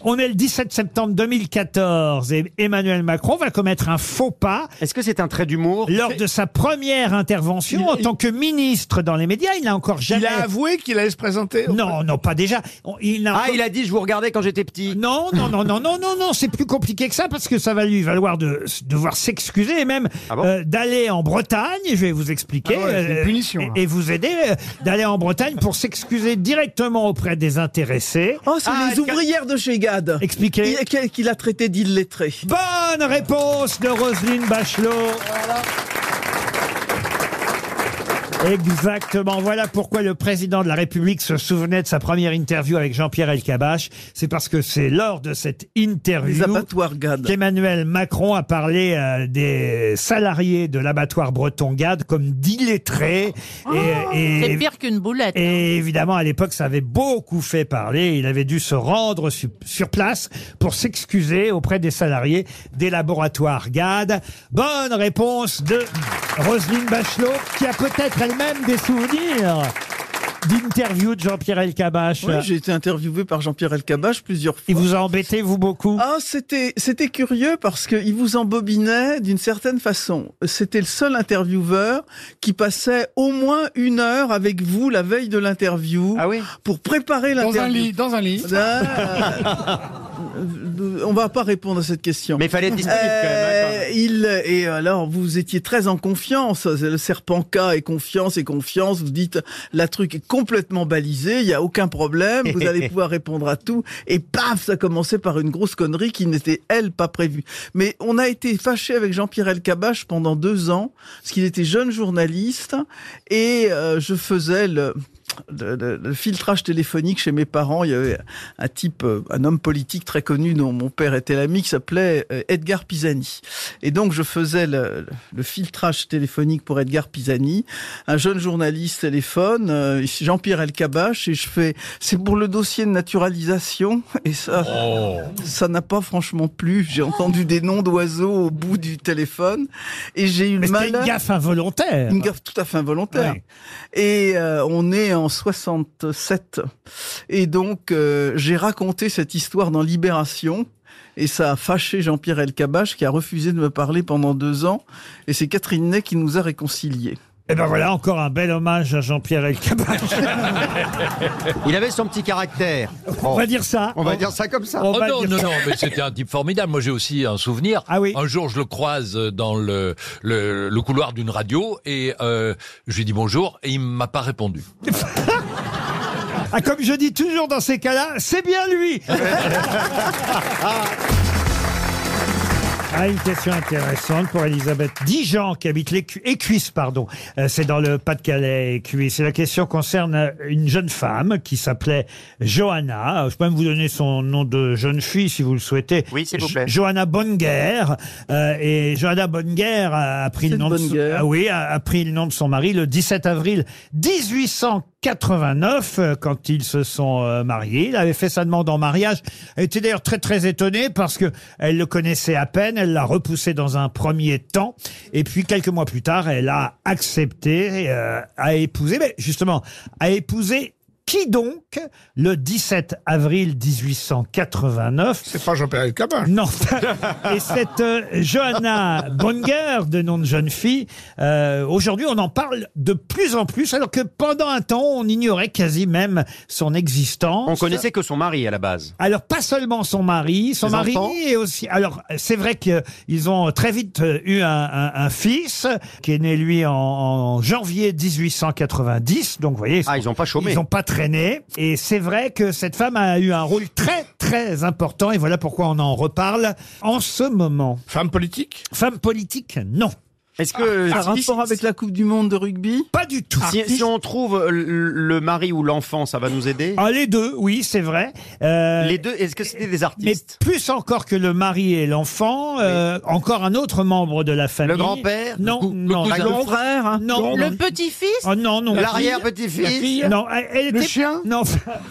Speaker 2: On est le 17 septembre 2014 et Emmanuel Macron va commettre un faux pas.
Speaker 5: Est-ce que c'est un trait d'humour
Speaker 2: Lors de sa première intervention en tant que ministre dans les médias, il n'a encore jamais.
Speaker 10: Il a avoué qu'il allait se présenter.
Speaker 2: Non, non, pas déjà. On- Il n'a
Speaker 5: Ah, il a dit je vous regardais quand j'étais petit.
Speaker 2: Non, non, non, non, non, non, non, c'est plus compliqué que ça parce que ça va lui valoir de devoir s'excuser et même
Speaker 5: Ah
Speaker 2: euh, d'aller en Bretagne. Je vais vous expliquer euh,
Speaker 7: Ah ouais, c'est une punition,
Speaker 5: hein.
Speaker 7: là.
Speaker 2: et, et vous aider euh, d'aller en Bretagne pour s'excuser directement auprès des intéressés.
Speaker 4: Oh, c'est
Speaker 2: Ah,
Speaker 4: les ouvrières de chez GAD.
Speaker 2: Expliquez.
Speaker 4: Il- Qu'il qu'il a traité d'illettrés.
Speaker 2: Bonne réponse de Roselyne Bachelot. Exactement. Voilà pourquoi le président de la République se souvenait de sa première interview avec Jean-Pierre Elkabach. C'est parce que c'est lors de cette
Speaker 4: Les
Speaker 2: interview
Speaker 4: abattoirs GAD.
Speaker 2: qu'Emmanuel Macron a parlé euh, des salariés de l'abattoir breton GAD comme d'illettrés. et,
Speaker 8: Oh, C'est
Speaker 2: et-
Speaker 8: pire qu'une boulette. hein.
Speaker 2: et évidemment, à l'époque, ça avait beaucoup fait parler. Il avait dû se rendre su- sur place pour s'excuser auprès des salariés des laboratoires GAD. Bonne réponse de Roselyne Bachelot, qui a peut-être elle-même des souvenirs d'interview de Jean-Pierre Elkabach.
Speaker 4: Oui, j'ai été interviewé par Jean-Pierre Elkabach plusieurs fois.
Speaker 2: Il vous a embêté, vous, beaucoup
Speaker 4: Ah, c'était c'était curieux parce qu'il vous embobinait d'une certaine façon. C'était le seul intervieweur qui passait au moins une heure avec vous la veille de l'interview pour préparer
Speaker 7: Ah Dans
Speaker 4: l'interview.
Speaker 7: un lit, dans un lit.
Speaker 4: Ah, euh, on va pas répondre à cette question.
Speaker 5: Mais il fallait être disponible quand même, hein, quand
Speaker 4: Euh, il et alors vous étiez très en confiance. Le serpent K est confiance et confiance. Vous dites la truc est complètement balisé, il y a aucun problème. Vous allez pouvoir répondre à tout. Et paf, ça commençait par une grosse connerie qui n'était elle pas prévue. Mais on a été fâché avec Jean-Pierre Elkabach pendant deux ans parce qu'il était jeune journaliste et euh, je faisais le le, le- le filtrage téléphonique chez mes parents, il y avait un type, euh, un homme politique très connu dont mon père était l'ami, qui s'appelait euh, Edgar Pisani. Et donc je faisais le, le filtrage téléphonique pour Edgar Pisani. Un jeune journaliste téléphone, euh, Jean-Pierre Elkabach, et je fais, c'est pour le dossier de naturalisation, et ça,
Speaker 3: Oh,
Speaker 4: ça n'a pas franchement plu.
Speaker 8: Ah.
Speaker 4: J'ai entendu des noms d'oiseaux au bout du téléphone, et j'ai eu
Speaker 2: Mais
Speaker 4: le
Speaker 2: c'était
Speaker 4: mal.
Speaker 2: une gaffe involontaire.
Speaker 4: Une gaffe tout à fait involontaire. Et euh, on est en 67. Et donc, euh, j'ai raconté cette histoire dans Libération. Et ça a fâché Jean-Pierre Elkabach qui a refusé de me parler pendant deux ans. Et c'est Catherine Ney qui nous a réconciliés.
Speaker 2: Et ben voilà, encore un bel hommage à Jean-Pierre Elkabbach.
Speaker 5: Il avait son petit caractère.
Speaker 2: On va dire ça.
Speaker 5: On va dire ça comme ça.
Speaker 6: Oh non, non, non, mais c'était un type formidable. Moi, j'ai aussi un souvenir.
Speaker 2: Ah
Speaker 6: Un jour, je le croise dans le, le, le couloir d'une radio et euh, je lui dis bonjour et il m'a pas répondu.
Speaker 2: Ah, comme je dis toujours dans ces cas-là, c'est bien lui Ah, une question intéressante pour Elisabeth Dijon, qui habite les Écuisses, pardon. Euh, c'est dans le Pas-de-Calais, Écuisses. Et la question concerne euh, une jeune femme qui s'appelait Johanna. Euh, Je peux même vous donner son nom de jeune fille, si vous le souhaitez. Oui, s'il vous plaît. Johanna Bonneguer. Euh, et Johanna Bonneguer a, a pris le nom de son, ah oui, a, a pris le nom de son mari le 17 avril 1889, euh, quand ils se sont euh, mariés. Il avait fait sa demande en mariage. Elle était d'ailleurs très très étonnée parce que elle le connaissait à peine. Elle l'a repoussé dans un premier temps. Et puis quelques mois plus tard, elle a accepté euh, à épouser, mais justement, à épouser qui donc le 17 avril 1889 C'est
Speaker 10: pas Jean-Pierre Elkabbach.
Speaker 2: Non. Et cette euh, Johanna Bonger, de nom de jeune fille, euh, aujourd'hui on en parle de plus en plus, alors que pendant un temps on ignorait quasi même son existence.
Speaker 5: On connaissait que son mari à la base.
Speaker 2: Alors pas seulement son mari, son
Speaker 5: Ses
Speaker 2: mari
Speaker 5: enfants
Speaker 2: et aussi. Alors c'est vrai qu'ils ont très vite euh, eu un, un- un fils qui est né lui en, en janvier 1890. Donc vous voyez. Ah ils n'ont pas
Speaker 5: chômé.
Speaker 2: Ils n'ont pas traîné. Et c'est vrai que cette femme a eu un rôle très très important. Et voilà pourquoi on en reparle en ce moment.
Speaker 10: Femme politique.
Speaker 2: Femme politique, non.
Speaker 5: Est-ce que
Speaker 2: Ah, un rapport
Speaker 5: avec la Coupe du Monde de rugby
Speaker 2: Pas du tout.
Speaker 5: Si, si on trouve le, le mari ou l'enfant, ça va nous aider.
Speaker 2: Ah, les deux, oui, c'est vrai. Euh,
Speaker 5: les deux. Est-ce que c'était des artistes
Speaker 2: Mais plus encore que le mari et l'enfant, euh, encore un autre membre de la famille.
Speaker 5: grand-père
Speaker 2: Non,
Speaker 5: Le cou- le
Speaker 2: non,
Speaker 5: cousin
Speaker 2: non.
Speaker 5: Le frère, hein
Speaker 2: Non,
Speaker 5: Le
Speaker 2: non.
Speaker 8: petit-fils
Speaker 2: Oh non, non.
Speaker 5: L'arrière-petit-fils
Speaker 2: La fille Non, elle- elle
Speaker 5: Le
Speaker 2: était-
Speaker 5: chien
Speaker 2: Non.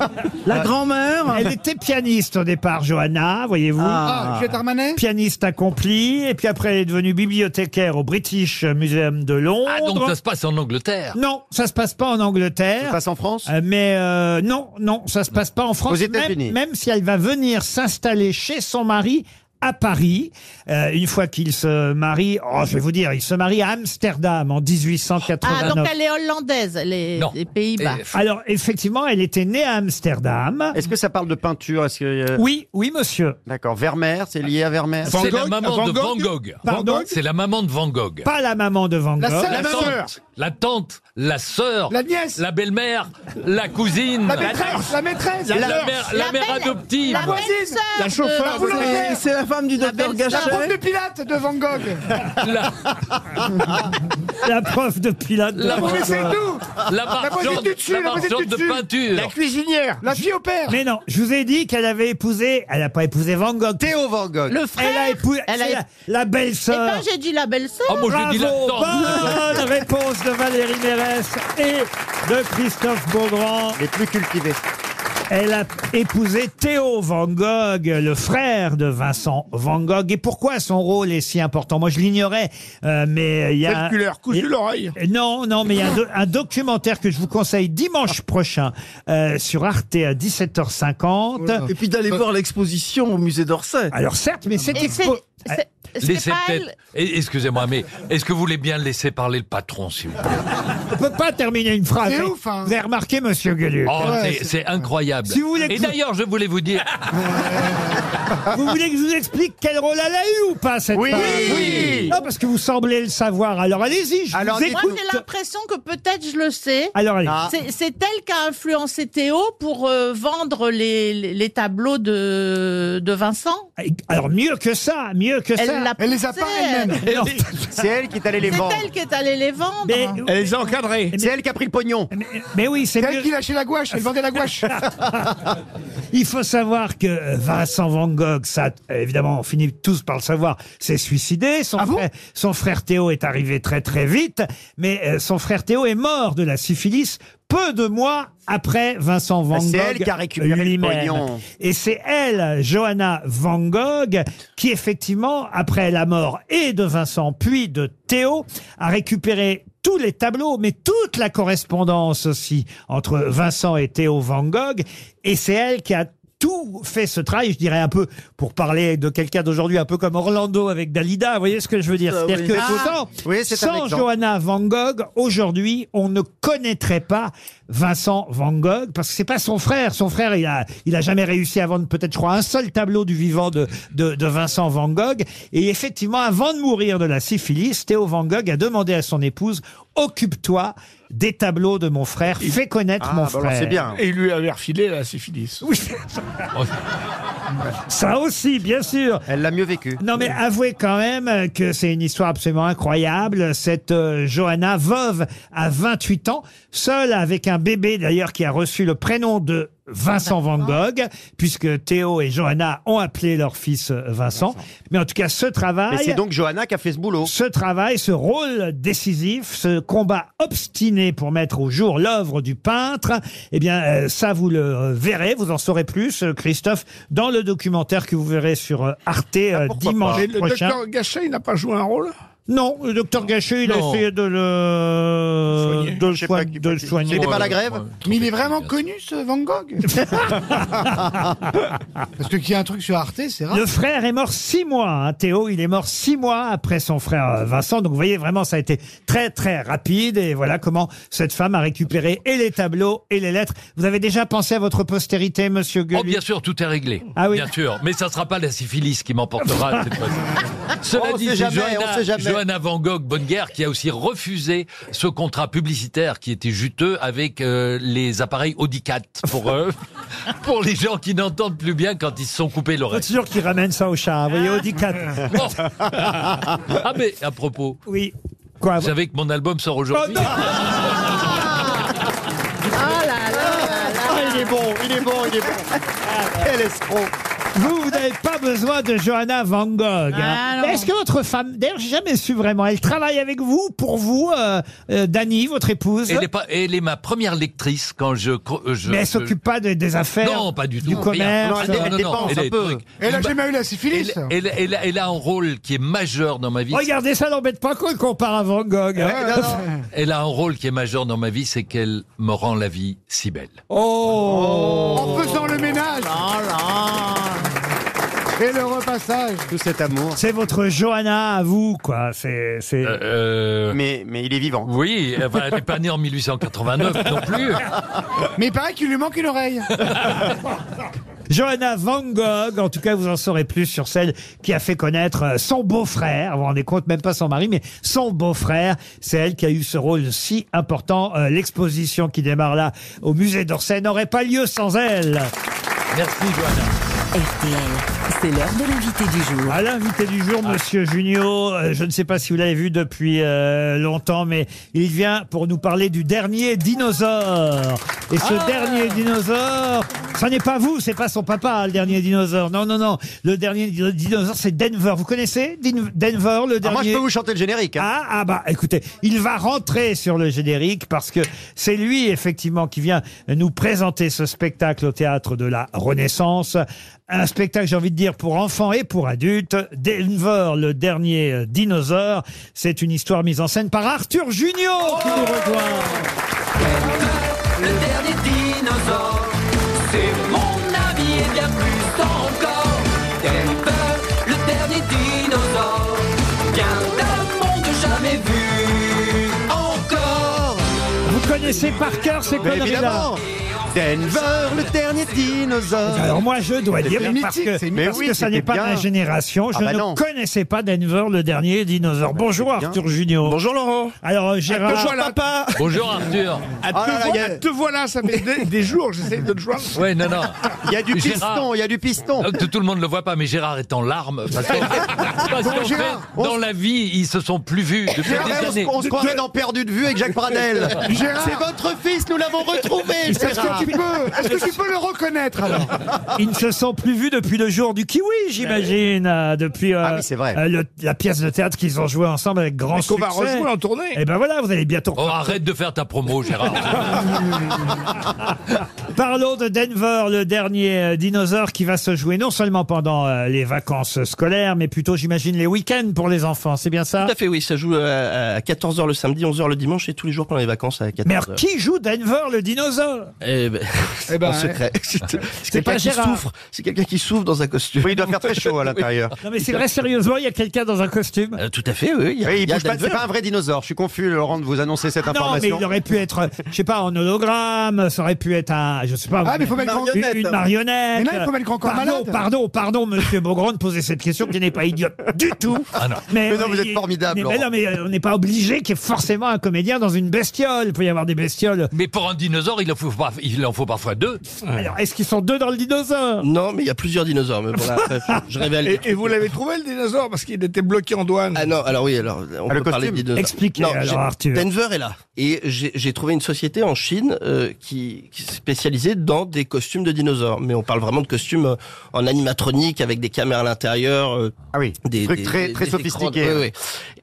Speaker 5: La
Speaker 2: grand-mère Elle était pianiste au départ, Johanna, voyez-vous.
Speaker 7: Ah. Ah, Juliette Armanet
Speaker 2: Pianiste accomplie, et puis après elle est devenue bibliothécaire au British Museum de Londres.
Speaker 6: Ah, donc ça se passe en Angleterre.
Speaker 2: Non, ça se passe pas en Angleterre. Ça se
Speaker 5: passe en France
Speaker 2: Mais euh, non, non, ça se passe pas en France.
Speaker 5: Aux
Speaker 2: même-
Speaker 5: États-Unis.
Speaker 2: Même, si elle va venir s'installer chez son mari à Paris, Euh, une fois qu'il se marie, oh, je vais vous dire, il se marie à Amsterdam en 1889.
Speaker 8: Ah, donc elle est hollandaise, elle est des Pays-Bas.
Speaker 2: Alors, effectivement, elle était née à Amsterdam.
Speaker 5: Est-ce que ça parle de peinture Est-ce que, euh,
Speaker 2: Oui, oui, monsieur.
Speaker 5: D'accord. Vermeer, c'est lié à Vermeer.
Speaker 6: C'est la maman de Van Gogh.
Speaker 2: Pardon Van Gogh
Speaker 6: C'est la maman de Van Gogh.
Speaker 2: Pas la maman de Van Gogh.
Speaker 6: tante, la tante, la sœur, la nièce, la belle-mère, la cousine,
Speaker 7: La maîtresse, la maîtresse,
Speaker 6: la,
Speaker 7: la
Speaker 6: mère,
Speaker 7: nurse.
Speaker 6: la
Speaker 7: La
Speaker 6: mère
Speaker 7: belle-
Speaker 6: adoptive,
Speaker 7: la voisine, la La chauffeur,
Speaker 6: la
Speaker 7: chauffeur, la boulangère.
Speaker 4: C'est la femme du docteur
Speaker 7: La
Speaker 4: Gachet.
Speaker 7: prof de Pilate de Van Gogh.
Speaker 2: La prof de Pilate. de
Speaker 7: La
Speaker 2: Van
Speaker 7: mais c'est
Speaker 2: Gogh.
Speaker 7: tout. La La voisine marchande- du dessus, la la voisine marchande du de dessus. peinture. La cuisinière. La fille au père.
Speaker 2: Mais non, je vous ai dit qu'elle avait épousé. Elle n'a pas épousé Van Gogh.
Speaker 5: Théo Van Gogh.
Speaker 8: Le frère.
Speaker 2: Elle a épousé.
Speaker 8: Elle a-
Speaker 2: c'est La, la
Speaker 8: Eh
Speaker 2: belle-sœur.
Speaker 8: ben, j'ai dit la belle-sœur.
Speaker 7: Ah,
Speaker 2: Ah, Bravo, Bonne réponse de Valérie Mérès et de Christophe Beaugrand.
Speaker 5: Les plus cultivés.
Speaker 2: Elle a épousé Théo Van Gogh, le frère de Vincent Van Gogh. Et pourquoi son rôle est si important Moi, je l'ignorais, euh, mais il y a...
Speaker 10: Calculeur, cousu
Speaker 2: il-
Speaker 10: l'oreille.
Speaker 2: Non, non, mais il y a un, do- un documentaire que je vous conseille dimanche prochain euh, sur Arte à 17h50.
Speaker 4: Et puis d'aller voir l'exposition au musée d'Orsay.
Speaker 2: Alors certes, mais c'est
Speaker 8: Et c'est-
Speaker 2: expo-
Speaker 8: c'est- c'est
Speaker 6: Laissez
Speaker 8: pas
Speaker 6: peut-être. Eh, Excusez-moi, mais est-ce que vous voulez bien laisser parler le patron, s'il vous plaît
Speaker 2: On peut pas terminer une phrase.
Speaker 7: C'est
Speaker 2: mais
Speaker 7: ouf, hein.
Speaker 2: Vous avez remarqué, monsieur Gueuluc
Speaker 6: Oh, c'est- c'est incroyable.
Speaker 2: Si vous voulez
Speaker 6: Et
Speaker 2: que-
Speaker 6: d'ailleurs, je voulais vous dire.
Speaker 2: Vous voulez que je vous explique quel rôle elle a eu ou pas cette
Speaker 6: Oui.
Speaker 2: femme
Speaker 6: Oui.
Speaker 2: Non, parce que vous semblez le savoir. Alors allez-y, je vous
Speaker 8: moi
Speaker 2: écoute.
Speaker 8: j'ai l'impression que peut-être je le sais.
Speaker 2: Alors, allez. Ah.
Speaker 8: C'est- c'est elle qui a influencé Théo pour euh, vendre les, les- les tableaux de, de Vincent.
Speaker 2: Alors mieux que ça, mieux Ah, que
Speaker 8: Elle
Speaker 2: ça.
Speaker 8: l'a Elle les a poussée, pas elle. elle-même.
Speaker 2: Non.
Speaker 5: C'est elle qui est allée les
Speaker 8: C'est
Speaker 5: vendre.
Speaker 8: elle qui est allée les vendre.
Speaker 10: Elle les a encadrés.
Speaker 5: C'est elle qui a pris le pognon.
Speaker 2: Mais oui, c'est
Speaker 7: C'est elle
Speaker 2: mieux-
Speaker 7: qui lâchait la gouache, elle vendait la gouache.
Speaker 2: Il faut savoir que euh, Vincent Van Gogh, ça, euh, évidemment, on finit tous par le savoir, s'est suicidé.
Speaker 5: Ah
Speaker 2: Son, frère, son frère Théo est arrivé très très vite, mais euh, son frère Théo est mort de la syphilis peu de mois après Vincent Van Gogh.
Speaker 5: Ah, C'est elle qui a récupéré le
Speaker 2: lui-même.
Speaker 5: pognon.
Speaker 2: Et c'est elle, Johanna Van Gogh, qui effectivement, après la mort et de Vincent, puis de Théo, a récupéré tous les tableaux, mais toute la correspondance aussi entre Vincent et Théo Van Gogh. Et c'est elle qui a tout tout fait ce travail, je dirais un peu, pour parler de quelqu'un d'aujourd'hui, un peu comme Orlando avec Dalida, vous voyez ce que je veux dire
Speaker 5: Ah,
Speaker 2: C'est-à-dire
Speaker 5: oui.
Speaker 2: que
Speaker 5: Ah,
Speaker 2: autant,
Speaker 5: oui, c'est un
Speaker 2: sans
Speaker 5: exemple.
Speaker 2: Johanna Van Gogh, aujourd'hui, on ne connaîtrait pas Vincent Van Gogh, parce que c'est pas son frère. Son frère, il a, il a jamais réussi à vendre peut-être, je crois, un seul tableau du vivant de, de, de Vincent Van Gogh. Et effectivement, avant de mourir de la syphilis, Théo Van Gogh a demandé à son épouse, occupe-toi des tableaux de mon frère, fais
Speaker 5: Ah,
Speaker 7: Ah,
Speaker 2: connaître
Speaker 5: bah
Speaker 7: bah
Speaker 2: mon frère.
Speaker 10: Et il lui avait refilé la syphilis.
Speaker 2: Oui. Ça aussi, bien sûr.
Speaker 5: Elle l'a mieux vécu.
Speaker 2: Non, mais avouez quand même euh, que c'est une histoire absolument incroyable. Cette euh, Johanna, veuve à 28 ans, seule avec un bébé d'ailleurs qui a reçu le prénom de Vincent Van Gogh, puisque Théo et Johanna ont appelé leur fils euh, Vincent. Mais en tout cas, ce travail...
Speaker 5: Mais c'est donc Johanna qui a fait ce boulot.
Speaker 2: Ce travail, ce rôle décisif, ce combat obstiné pour mettre au jour l'œuvre du peintre, eh bien, euh, ça, vous le euh, verrez, vous en saurez plus, euh, Christophe, dans le documentaire que vous verrez sur euh, Arte
Speaker 5: Ah,
Speaker 2: euh, dimanche
Speaker 10: Mais le
Speaker 2: prochain.
Speaker 10: docteur Gachet, il n'a pas joué un rôle
Speaker 2: Non, le docteur Gachet, il a
Speaker 10: Non.
Speaker 2: essayé de le, de le soign- de le soigner.
Speaker 10: C'était pas la grève
Speaker 7: Mais il est vraiment connu ce Van Gogh Parce que qu'il y a un truc sur Arte, c'est rare.
Speaker 2: Ah. Le frère est mort six mois. hein, Théo, il est mort six mois après son frère euh, Vincent. Donc vous voyez vraiment, ça a été très très rapide. Et voilà comment cette femme a récupéré et les tableaux et les lettres. Vous avez déjà pensé à votre postérité, Monsieur Gueulli
Speaker 6: Oh, bien sûr, tout est réglé.
Speaker 2: Ah oui.
Speaker 6: Bien sûr. Mais ça ne sera pas la syphilis qui m'emportera cette fois-ci. Cela
Speaker 5: On
Speaker 6: dit,
Speaker 5: sait
Speaker 6: c'est
Speaker 5: jamais, on sait
Speaker 6: Johanna,
Speaker 5: jamais.
Speaker 6: Johanna Van Gogh Bonneguerre qui a aussi refusé ce contrat publicitaire qui était juteux avec euh, les appareils Audicat pour eux, pour les gens qui n'entendent plus bien quand ils se sont coupés
Speaker 2: Faut
Speaker 6: l'oreille.
Speaker 2: toujours qu'il ramène ça au chat. Vous voyez, Audicat.
Speaker 6: Oh. ah mais à propos.
Speaker 2: Oui. Quoi Oh,
Speaker 6: Vous savez que mon album sort aujourd'hui.
Speaker 9: Ah, il est bon, il est bon, il est bon. Quel escroc.
Speaker 2: Vous, vous n'avez pas besoin de Johanna Van Gogh. hein.
Speaker 9: Ah,
Speaker 2: Mais Est-ce que votre femme, d'ailleurs, j'ai jamais su vraiment, elle travaille avec vous, pour vous, euh, euh, Dani, votre épouse
Speaker 6: Elle est, pas, elle est ma première lectrice quand je. cro- euh, je
Speaker 2: Mais elle
Speaker 6: je-
Speaker 2: s'occupe pas de- des affaires,
Speaker 6: Non, pas du tout.
Speaker 2: du
Speaker 6: rien.
Speaker 2: commerce.
Speaker 7: Ah
Speaker 2: euh,
Speaker 6: Non,
Speaker 2: Elle dépense un
Speaker 6: des
Speaker 2: peu.
Speaker 6: trucs.
Speaker 7: Elle a
Speaker 6: Bah,
Speaker 7: jamais eu la syphilis.
Speaker 6: Elle, elle- elle a- elle a un rôle qui est majeur dans ma vie.
Speaker 2: Regardez ça, n'embête pas qu'on compare à Van Gogh. hein.
Speaker 5: Eh,
Speaker 6: Elle a un rôle qui est majeur dans ma vie, c'est qu'elle me rend la vie si belle.
Speaker 2: Oh,
Speaker 7: En faisant le ménage Et le repassage
Speaker 5: Oh. Tout cet amour.
Speaker 2: C'est votre Johanna à vous, quoi. C'est, c'est...
Speaker 5: Mais, mais il est vivant.
Speaker 6: Oui, enfin, euh, elle n'est pas née en 1889 non plus.
Speaker 7: Mais il paraît qu'il lui manque une oreille
Speaker 2: Johanna Van Gogh, en tout cas, vous en saurez plus sur celle qui a fait connaître euh, son beau-frère. Vous vous rendez compte, même pas son mari, mais son beau-frère. C'est elle qui a eu ce rôle si important. Euh, L'exposition qui démarre là au musée d'Orsay n'aurait pas lieu sans elle.
Speaker 6: Merci, Johanna.
Speaker 15: RTL, c'est l'heure de l'invité du jour. Ah.
Speaker 2: À Ah, l'invité du jour, Monsieur Junio, euh, je ne sais pas si vous l'avez vu depuis euh, longtemps, mais il vient pour nous parler du dernier dinosaure. Et
Speaker 15: Ah.
Speaker 2: ce dernier dinosaure, ça n'est pas vous, c'est pas son papa, hein, le dernier dinosaure. Non, non, non. Le dernier di- dinosaure, c'est Denver. Vous connaissez Din- Denver, le dernier
Speaker 5: Ah, moi, je peux vous chanter le générique. hein.
Speaker 2: ah, ah bah écoutez, il va rentrer sur le générique parce que c'est lui effectivement qui vient nous présenter ce spectacle au théâtre de la Renaissance. Un spectacle, j'ai envie de dire, pour enfants et pour adultes. Denver, le dernier euh, dinosaure. C'est une histoire mise en scène par Arthur Junior qui nous rejoint.
Speaker 3: Le dernier dinosaure, c'est mon ami et bien plus encore. Denver, le dernier dinosaure, vient d'un monde jamais vu encore.
Speaker 2: Vous connaissez par cœur ces
Speaker 5: Mais
Speaker 2: conneries-là
Speaker 5: évidemment Denver, le dernier dinosaure.
Speaker 2: alors moi je dois
Speaker 5: C'est
Speaker 2: dire
Speaker 5: mythique,
Speaker 2: parce que,
Speaker 5: c'est mythique.
Speaker 2: parce
Speaker 5: Mais
Speaker 2: que
Speaker 5: oui,
Speaker 2: ça n'est
Speaker 5: c'était
Speaker 2: pas
Speaker 5: bien.
Speaker 2: ma génération, je
Speaker 5: Ah bah
Speaker 2: ne
Speaker 5: non. Bah,
Speaker 2: connaissais pas Denver le dernier dinosaure. Bonjour
Speaker 5: bien.
Speaker 2: Arthur Junior. Bonjour Laurent. Alors euh, Gérard.
Speaker 10: te voilà. papa
Speaker 6: Bonjour, Arthur.
Speaker 10: Ah, te, voilà, te voilà, ça fait des, des jours, j'essaie de te joindre.
Speaker 6: Ouais, non, non.
Speaker 5: Il y a du
Speaker 6: Gérard.
Speaker 5: piston, il y a du piston.
Speaker 6: Donc, tout, tout le monde ne le voit pas, mais Gérard est en larmes. Parce que- parce qu'en fait, dans la vie, ils se sont plus vus depuis
Speaker 5: Gérard,
Speaker 6: des
Speaker 5: on se-
Speaker 6: années.
Speaker 5: on se croirait dans Perdu de vue avec Jacques Pradel.
Speaker 7: Gérard.
Speaker 5: C'est votre fils, nous l'avons retrouvé.
Speaker 7: Est-ce
Speaker 5: Gérard.
Speaker 7: que, tu peux, est-ce que tu peux le reconnaître alors
Speaker 2: Ils ne se sont plus vus depuis le jour du kiwi, j'imagine, euh, depuis
Speaker 5: Ah
Speaker 2: euh, euh, le- la pièce de théâtre qu'ils ont joué ensemble avec grand
Speaker 10: Mais qu'on
Speaker 2: succès. Eh
Speaker 10: va rejouer en tournée.
Speaker 2: Et ben voilà, vous allez bientôt.
Speaker 6: Oh, arrête de faire ta promo, Gérard.
Speaker 2: Parlons de Denver, le dernier euh, dinosaure qui va se jouer non seulement pendant euh, les vacances scolaires, mais plutôt, j'imagine, les week-ends pour les enfants. C'est bien ça
Speaker 18: Tout à fait, oui. Ça joue à, à 14h le samedi, 11h le dimanche et tous les jours pendant les vacances à 14h.
Speaker 2: Mais alors, qui joue Denver, le dinosaure
Speaker 18: Eh ben, c'est
Speaker 2: Eh ben,
Speaker 18: un secret.
Speaker 2: ouais.
Speaker 18: C'est-
Speaker 2: C'est
Speaker 18: C'est quelqu'un
Speaker 2: pas
Speaker 18: qui
Speaker 2: Gérard.
Speaker 18: souffre. C'est quelqu'un qui souffre dans un costume. Oui, il doit faire très chaud à l'intérieur.
Speaker 2: Non, mais c'est vrai, sérieusement, il y a quelqu'un dans un costume
Speaker 18: Tout à fait, oui. il y a-
Speaker 5: Oui, il
Speaker 18: il y a
Speaker 5: bouge pas,
Speaker 18: Denver.
Speaker 5: c'est pas un vrai dinosaure. Je suis confus, Laurent, de vous annoncer cette
Speaker 2: Non, mais
Speaker 5: information.
Speaker 2: il aurait pu être, euh, je sais pas, en hologramme, ça aurait pu être un, je sais pas,
Speaker 7: Ah, mais faut
Speaker 2: une-
Speaker 7: mettre grand-
Speaker 2: une, une marionnette.
Speaker 7: Mais là, il faut mettre grand corps
Speaker 2: pardon,
Speaker 7: malade.
Speaker 2: pardon, pardon, monsieur Beaugrand, de poser cette question qui n'est pas idiote du tout.
Speaker 5: Ah non.
Speaker 2: Mais,
Speaker 5: Mais non, vous êtes
Speaker 2: il-
Speaker 5: formidable,
Speaker 2: mais- mais
Speaker 5: Laurent.
Speaker 2: non, mais euh, on n'est pas obligé qu'il y ait forcément un comédien dans une bestiole. Il peut y avoir des bestioles.
Speaker 6: Mais pour un dinosaure, il en faut, par- il en faut parfois deux.
Speaker 2: Alors, est-ce qu'ils sont deux dans le dinosaure
Speaker 18: Non, mais il y a plusieurs dinosaures. Mais bon, là, après, je- je révèle.
Speaker 10: Et, et vous l'avez trouvé le dinosaure parce qu'il était bloqué en douane.
Speaker 18: Ah non, alors oui, alors on
Speaker 10: Ah,
Speaker 18: peut
Speaker 10: le
Speaker 18: parler
Speaker 10: costume.
Speaker 18: de dinosaures.
Speaker 10: Expliquez,
Speaker 18: Non,
Speaker 10: alors,
Speaker 18: j'ai-
Speaker 10: Arthur.
Speaker 18: Denver est là et j'ai j'ai trouvé une société en Chine euh, qui, qui est spécialisée dans des costumes de dinosaures. Mais on parle vraiment de costumes euh, en animatronique avec des caméras à l'intérieur. ah oui, des
Speaker 5: Truc très- très
Speaker 18: écrans de-
Speaker 5: sophistiqué.
Speaker 18: oui, oui.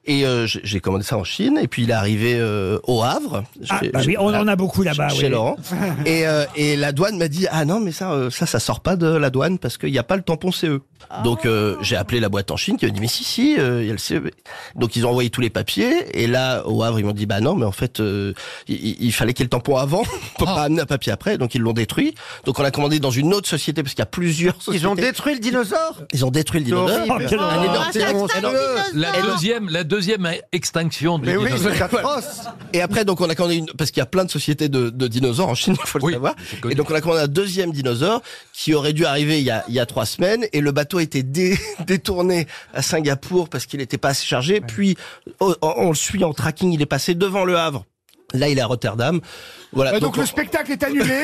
Speaker 18: Et euh, j'ai- j'ai commandé ça en Chine et puis il est arrivé euh, au Havre.
Speaker 2: Ah,
Speaker 18: Chez-
Speaker 2: bah oui, on en a beaucoup là-bas.
Speaker 18: chez
Speaker 2: oui.
Speaker 18: Laurent. Et, euh, et la douane m'a dit ah non mais ça euh, ça ça sort pas de la douane parce qu'il n'y a pas le tampon CE. Donc euh, j'ai appelé la boîte en Chine qui m'a dit mais si si euh, il y a le CE. Donc ils ont envoyé tous les papiers et là au Havre ils m'ont dit bah non mais en fait euh, il- il, il fallait qu'il y ait le tampon avant on peut pas amener un papier après donc ils l'ont détruit. Donc on l'a commandé dans une autre société parce qu'il y a plusieurs sociétés.
Speaker 5: Ils ont détruit le dinosaure
Speaker 18: Ils ont détruit le dinosaure.
Speaker 5: Oh, quelle horreur.
Speaker 18: énorme
Speaker 5: Ah, c'est
Speaker 18: tampon.
Speaker 5: extinct,
Speaker 18: Énorme-
Speaker 5: le dinosaure.
Speaker 6: La deuxième, la deuxième extinction du
Speaker 18: Mais oui,
Speaker 6: dinosaure.
Speaker 18: c'est atroce. Et après, donc, on a commandé une, parce qu'il y a plein de sociétés de, de dinosaures en Chine, il faut le savoir. Et donc, on a commandé un deuxième dinosaure qui aurait dû arriver il y a, il y a trois semaines et le bateau a été dé- détourné à Singapour parce qu'il n'était pas assez chargé. Puis, oh, on, on le suit en tracking, il est passé devant le Havre. Là, il est à Rotterdam. Voilà.
Speaker 7: Bah, donc,
Speaker 18: on-
Speaker 7: le spectacle est annulé.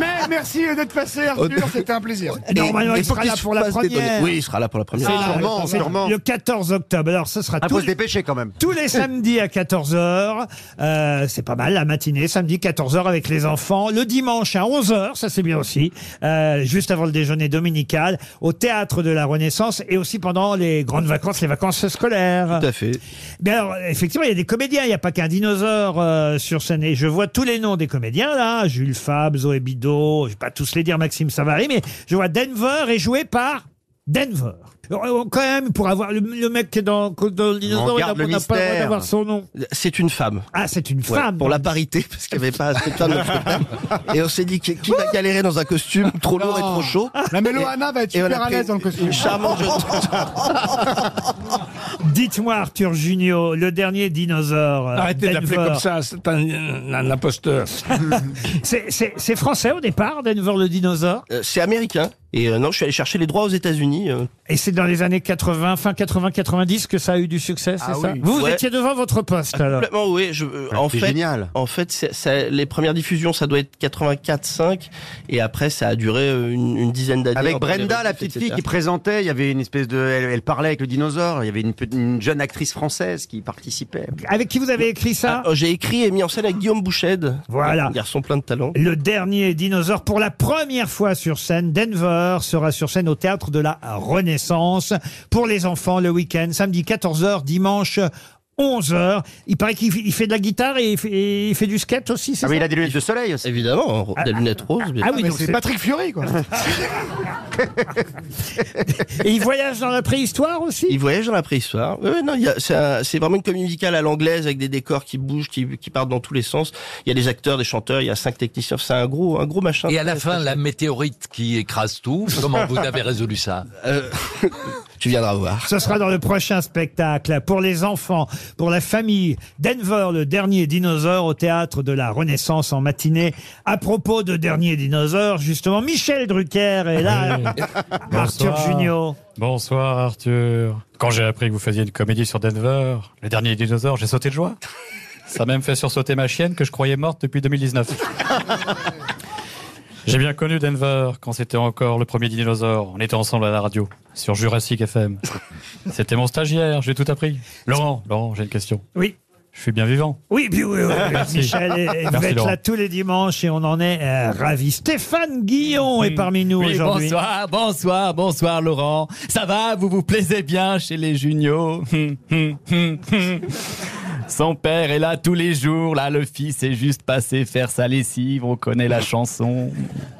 Speaker 7: Mais merci d'être passé,
Speaker 18: Oh,
Speaker 7: Arthur. C'était un plaisir.
Speaker 2: Et normalement,
Speaker 18: Et-
Speaker 2: il,
Speaker 18: et faut
Speaker 2: sera
Speaker 18: qu'il
Speaker 2: là
Speaker 18: se
Speaker 2: pour la
Speaker 18: fasse détonner.
Speaker 2: première.
Speaker 18: Oui, il sera là pour la première.
Speaker 2: Ah,
Speaker 18: C'est sûrement,
Speaker 2: c'est
Speaker 18: sûrement.
Speaker 2: Le 14 octobre. Alors, ce sera
Speaker 5: Ah,
Speaker 2: tous
Speaker 5: faut se
Speaker 2: les-
Speaker 5: dépêcher quand même.
Speaker 2: Tous les samedis à 14h, euh, c'est pas mal, la matinée, samedi 14h avec les enfants. Le dimanche à 11h, ça c'est bien aussi, euh, juste avant le déjeuner dominical, au Théâtre de la Renaissance et aussi pendant les grandes vacances, les vacances scolaires.
Speaker 18: Tout à fait.
Speaker 2: Mais alors, effectivement, il y a des comédiens, il n'y a pas qu'un dinosaure euh, sur scène. Et je vois tous les noms des comédiens, là, Jules Fab, Zoé Bido, je vais pas tous les dire, Maxime Savary, mais je vois Denver est joué par... Denver. Alors, Quand même, pour avoir le, le mec qui est dans, dans le dinosaure, il a- on n'a pas le droit d'avoir son nom.
Speaker 18: C'est une femme.
Speaker 2: Ah, c'est une
Speaker 18: Ouais,
Speaker 2: femme.
Speaker 18: Pour la parité, parce qu'il n'y avait pas assez de femmes dans le spectacle. Et on s'est dit, qui, qui va galérer dans un costume trop lourd et trop chaud
Speaker 7: La
Speaker 18: Et-
Speaker 7: Méloana va être
Speaker 18: et on a
Speaker 7: super à
Speaker 18: pris
Speaker 7: l'aise dans le costume.
Speaker 18: Une charmante jeune
Speaker 2: Dites-moi, Arthur Junio, le dernier dinosaure. euh,
Speaker 10: Arrêtez de l'appeler
Speaker 2: Denver.
Speaker 10: comme ça, c'est un, un imposteur.
Speaker 2: C'est- C'est c'est français au départ, Denver le dinosaure
Speaker 18: Euh, C'est
Speaker 2: Ah
Speaker 18: américain. Et euh, non, je suis allé chercher les droits aux États-Unis. euh.
Speaker 2: Et c'est dans les années 80, fin 80-90 que ça a eu du succès, c'est
Speaker 18: Ah
Speaker 2: ça
Speaker 18: oui.
Speaker 2: Vous, vous
Speaker 18: Ouais.
Speaker 2: étiez devant votre poste alors
Speaker 18: Complètement, oui. Je, euh,
Speaker 2: Ah,
Speaker 18: en
Speaker 2: c'est
Speaker 18: fait, En fait, c'est- ça- les premières diffusions, ça doit être 84-5. Et après, ça a duré euh, une, une dizaine d'années.
Speaker 5: Avec
Speaker 18: entre les
Speaker 5: Brenda, la
Speaker 18: reprises,
Speaker 5: petite
Speaker 18: etc.
Speaker 5: fille qui présentait, il y avait une espèce de. Elle, elle parlait avec le dinosaure, il y avait une, pe- une jeune actrice française qui participait.
Speaker 2: Avec qui vous avez écrit ça
Speaker 18: Ah, euh, J'ai écrit et mis en scène avec Guillaume Bouchède.
Speaker 2: Voilà.
Speaker 18: Un garçon plein de talent.
Speaker 2: Le dernier dinosaure pour la première fois sur scène, Denver sera sur scène au théâtre de la Renaissance pour les enfants le week-end, samedi 14h, dimanche 11h. Il paraît qu'il f- il fait de la guitare et il fait, et il fait du skate aussi, c'est
Speaker 5: Ah oui,
Speaker 2: ça
Speaker 5: il a des lunettes de soleil aussi.
Speaker 18: Évidemment, des lunettes roses. bien
Speaker 2: ah
Speaker 18: sûr.
Speaker 2: oui, donc c'est Patrick
Speaker 7: Fiori, quoi.
Speaker 2: Et il voyage dans la préhistoire aussi
Speaker 18: Il voyage dans la préhistoire. Oui, oui, non, il y a- c'est un- c'est vraiment une comédie musicale à l'anglaise avec des décors qui bougent, qui, qui partent dans tous les sens. Il y a des acteurs, des chanteurs, il y a cinq techniciens. C'est un gros, un gros machin.
Speaker 6: Et à la fin, la météorite qui écrase tout, comment vous avez résolu ça
Speaker 18: Euh, Tu viendras voir.
Speaker 2: Ce sera dans le prochain spectacle pour les enfants, pour la famille. Denver, le dernier dinosaure au théâtre de la Renaissance en matinée. À propos de dernier dinosaure, justement, Michel Drucker est là. Arthur
Speaker 16: Bonsoir.
Speaker 2: Junior.
Speaker 16: Bonsoir Arthur. Quand j'ai appris que vous faisiez une comédie sur Denver, le dernier dinosaure, j'ai sauté de joie. Ça a même fait sursauter ma chienne que je croyais morte depuis 2019. J'ai bien connu Denver quand c'était encore le premier dinosaure. On était ensemble à la radio, sur Jurassic FM. C'était mon stagiaire, j'ai tout appris. Laurent, Laurent, j'ai une question.
Speaker 2: Oui.
Speaker 16: Je suis bien vivant.
Speaker 2: Oui, puis oui,
Speaker 19: Ah,
Speaker 2: oui, oui.
Speaker 16: Merci.
Speaker 2: Michel, et- et vous
Speaker 16: Merci,
Speaker 2: êtes
Speaker 16: Laurent.
Speaker 2: là tous les dimanches et on en est euh, ravis. Stéphane Guillon est parmi nous
Speaker 19: Oui,
Speaker 2: aujourd'hui.
Speaker 19: bonsoir, bonsoir, bonsoir Laurent. Ça va, vous vous plaisez bien chez les juniors Hum, hum, hum, hum. Son père est là tous les jours. Là, le fils est juste passé faire sa lessive. On connaît la chanson.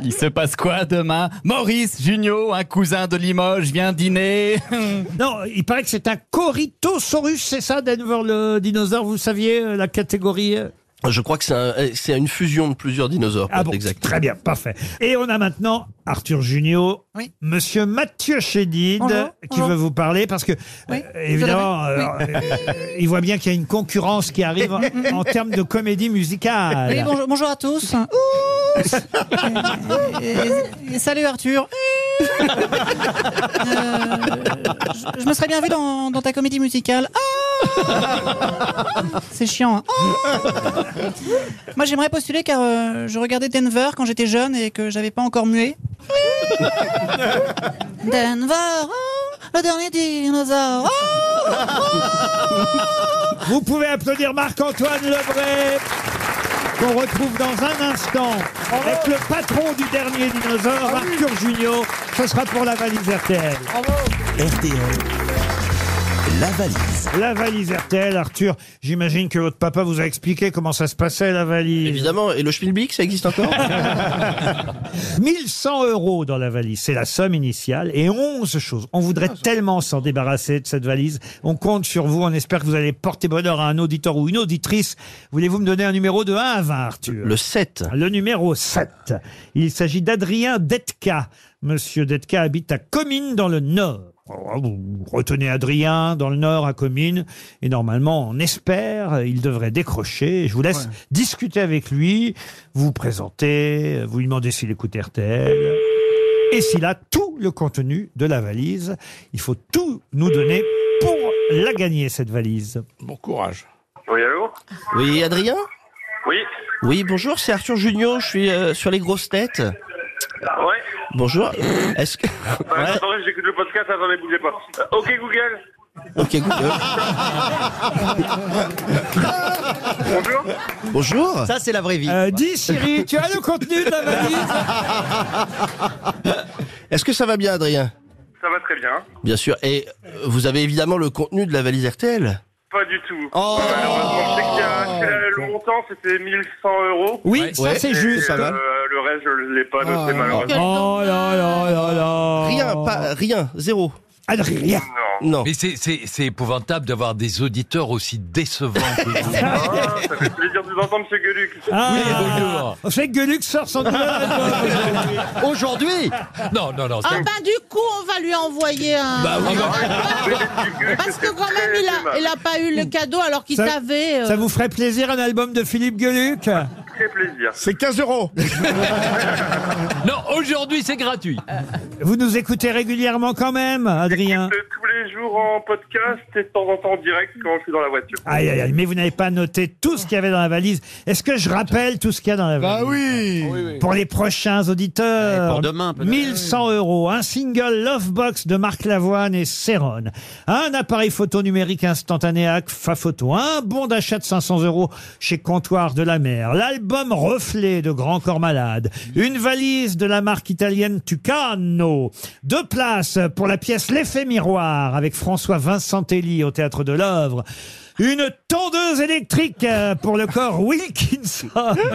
Speaker 19: Il se passe quoi demain Maurice Junio, un cousin de Limoges, vient dîner.
Speaker 2: non, il paraît que c'est un Corythosaurus, c'est ça, Denver le dinosaure Vous saviez euh, la catégorie euh
Speaker 18: Je crois que c'est un- euh, c'est une fusion de plusieurs dinosaures. pour
Speaker 2: Ah
Speaker 18: être
Speaker 2: bon,
Speaker 18: exact.
Speaker 2: très bien, parfait. Et on a maintenant Arthur Junio, Monsieur Mathieu Chédid,
Speaker 3: Bonjour,
Speaker 2: qui
Speaker 3: bonjour.
Speaker 2: veut vous parler parce que, euh, évidemment,
Speaker 3: je
Speaker 2: euh, euh, il voit bien qu'il y a une concurrence qui arrive en, en termes de comédie musicale.
Speaker 20: Oui, bonjour, bonjour à tous. Et- et- salut Arthur. Euh, je, je me serais bien vu dans, dans ta comédie musicale. Ah C'est chiant. hein. Ah Moi j'aimerais postuler car euh, je regardais Denver quand j'étais jeune et que j'avais pas encore mué. Denver, ah, le dernier dinosaure. ah,
Speaker 2: Vous pouvez applaudir Marc-Antoine Lebray, qu'on retrouve dans un instant avec le patron du dernier dinosaure, Arthur Junio. Ce sera pour la valise RTL. La valise. La valise RTL, Arthur. J'imagine que votre papa vous a expliqué comment ça se passait, la valise.
Speaker 18: Évidemment, et le Schmilblick, ça existe encore
Speaker 2: 1100 euros dans la valise, c'est la somme initiale, et 11 choses. On voudrait tellement s'en débarrasser de cette valise. On compte sur vous, on espère que vous allez porter bonheur à un auditeur ou une auditrice. Voulez-vous me donner un numéro de 1 à 20, Arthur Le 7. Le numéro 7. Il s'agit d'Adrien Detka. Monsieur Detka habite à Comines, dans le Nord. Oh, Vous retenez Adrien dans le Nord à Comines et normalement on espère il devrait décrocher. Je vous laisse discuter avec lui, vous vous présentez, vous lui demandez s'il écoute RTL et s'il a tout le contenu de la valise. Il faut tout nous donner pour la gagner cette valise.
Speaker 10: Bon courage.
Speaker 18: Oui, allô Oui, Adrien
Speaker 13: Oui.
Speaker 18: Oui, bonjour, c'est Arthur Junio, je suis euh, sur les grosses têtes.
Speaker 13: Ouais.
Speaker 18: Bonjour. Est-ce que.
Speaker 13: Attends, attendez, j'écoute le podcast, attendez, bougez pas. Euh, Ok Google.
Speaker 18: Ok, euh, Google.
Speaker 13: Bonjour.
Speaker 18: Bonjour.
Speaker 5: Ça, c'est la vraie vie.
Speaker 2: Euh, dis Siri, tu as le contenu de la valise
Speaker 18: Est-ce que ça va bien, Adrien
Speaker 13: Ça va très bien.
Speaker 18: Bien sûr. Et euh, vous avez évidemment le contenu de la valise RTL
Speaker 13: Pas du tout.
Speaker 18: Oh.
Speaker 13: Malheureusement, je sais qu'il y a- qu'il y a longtemps, c'était 1100 euros.
Speaker 2: Oui, ça,
Speaker 13: Ouais.
Speaker 2: c'est
Speaker 13: Et,
Speaker 2: juste.
Speaker 13: euh, le reste, je ne l'ai pas
Speaker 18: Ah.
Speaker 13: noté, malheureusement.
Speaker 2: Oh là là là là
Speaker 18: Rien, pas rien, zéro.
Speaker 2: Adrien
Speaker 6: Non. Mais c'est- c'est c'est épouvantable d'avoir des auditeurs aussi décevants que vous.
Speaker 13: Ah, ça fait plaisir de vous entendre, monsieur Gueluc.
Speaker 2: Ah.
Speaker 6: bonjour.
Speaker 2: Vous savez que Gueluc sort son nouvel album.
Speaker 6: Aujourd'hui Non, non, non.
Speaker 8: Ah
Speaker 6: c'est-
Speaker 8: ben du coup, on va lui envoyer un...
Speaker 6: Bah oui.
Speaker 8: Parce que quand même, il a, il a pas eu le cadeau alors qu'il
Speaker 2: Ça-
Speaker 8: savait... euh,
Speaker 2: Ça vous ferait plaisir un album de Philippe Gueluc
Speaker 13: Très plaisir.
Speaker 10: C'est 15 euros.
Speaker 6: Oh. Non, aujourd'hui, c'est gratuit.
Speaker 13: Euh,
Speaker 2: Vous nous écoutez régulièrement quand même, Adrien
Speaker 13: J'écoute, euh, Tous les jours en podcast et de temps en temps en direct quand je suis dans la voiture.
Speaker 2: Aïe, aïe, aïe, mais vous n'avez pas noté tout ce qu'il y avait dans la valise. Est-ce que je rappelle tout ce qu'il y a dans la valise Bah
Speaker 5: Ah
Speaker 2: oui, Pour les prochains auditeurs.
Speaker 5: Et pour demain, peut-être.
Speaker 2: 1100 euros, un single Lovebox de Marc Lavoine et Céron, un appareil photo numérique instantané Agfa Photo, un bon d'achat de 500 euros chez Comptoir de la Mer, l'album Reflet de Grand Corps Malade, une valise de la marque italienne Tucano, deux places pour la pièce L'effet miroir avec François Vincentelli au Théâtre de l'Œuvre, une tondeuse électrique euh, pour le corps Wilkinson.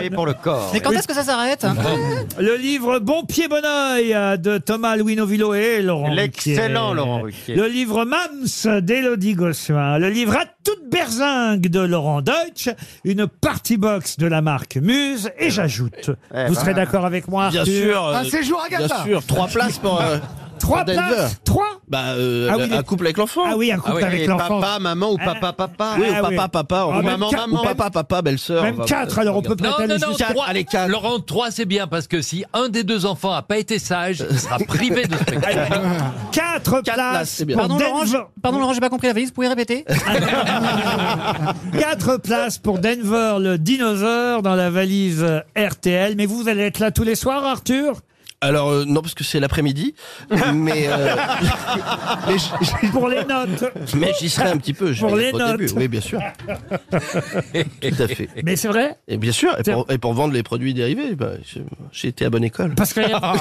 Speaker 5: Et pour le corps.
Speaker 20: Mais quand est-ce que ça s'arrête
Speaker 2: Le livre Bon Pied Bon Oeil euh, de Thomas Louis Novillo et Laurent
Speaker 5: L'excellent
Speaker 2: Ruquier.
Speaker 5: Laurent Ruquier.
Speaker 2: Le livre Mams d'Élodie Gossuin. Le livre À toute berzingue de Laurent Deutsch. Une party box de la marque Muse.
Speaker 5: ben,
Speaker 2: Et j'ajoute,
Speaker 18: Eh
Speaker 2: vous
Speaker 18: ben,
Speaker 2: serez d'accord avec moi,
Speaker 18: Bien
Speaker 2: Arthur
Speaker 18: sûr.
Speaker 20: Ah,
Speaker 18: euh, Bien sûr, trois places pour. euh,
Speaker 2: Trois
Speaker 18: pour Denver.
Speaker 2: places Trois
Speaker 18: Bah, euh,
Speaker 2: Ah oui,
Speaker 18: un
Speaker 2: les-
Speaker 18: couple avec l'enfant.
Speaker 2: Ah oui, un couple avec l'enfant.
Speaker 18: Papa, maman
Speaker 2: ou papa,
Speaker 18: papa. Oui, ou
Speaker 2: Ah
Speaker 18: papa,
Speaker 2: oui.
Speaker 18: papa.
Speaker 2: Ah,
Speaker 18: ou
Speaker 2: même
Speaker 18: maman,
Speaker 2: quatre-
Speaker 18: maman.
Speaker 2: même-
Speaker 18: Papa, papa, belle-sœur.
Speaker 2: même
Speaker 18: on va-
Speaker 2: quatre, alors on peut
Speaker 6: Non,
Speaker 2: peut-être aller
Speaker 6: non, non,
Speaker 2: jusqu'à-
Speaker 6: trois. Laurent, 3, c'est bien parce que si un des deux enfants n'a pas été sage, il sera privé de spectacle.
Speaker 2: Quatre,
Speaker 6: places, c'est bien.
Speaker 20: Pardon
Speaker 6: Pour
Speaker 20: Laurent,
Speaker 6: Denver.
Speaker 20: j'ai- pardon Laurent, j'ai pas compris la valise. Vous pouvez répéter
Speaker 2: Quatre places pour Denver, le dinosaure, dans la valise RTL. Mais vous, vous allez être là tous les soirs, Arthur
Speaker 18: Alors euh, non parce que c'est l'après-midi, mais, euh,
Speaker 2: pour les notes.
Speaker 18: mais j'y serai un petit peu. je
Speaker 2: Pour
Speaker 18: vais
Speaker 2: les
Speaker 18: être au
Speaker 2: notes.
Speaker 18: début, Oui, bien sûr. Tout à fait.
Speaker 2: Mais c'est vrai
Speaker 18: Et bien sûr. Et
Speaker 2: C'est-
Speaker 18: pour, et pour vendre les produits dérivés, bah, je- j'ai été à bonne école.
Speaker 2: Parce qu'il y a-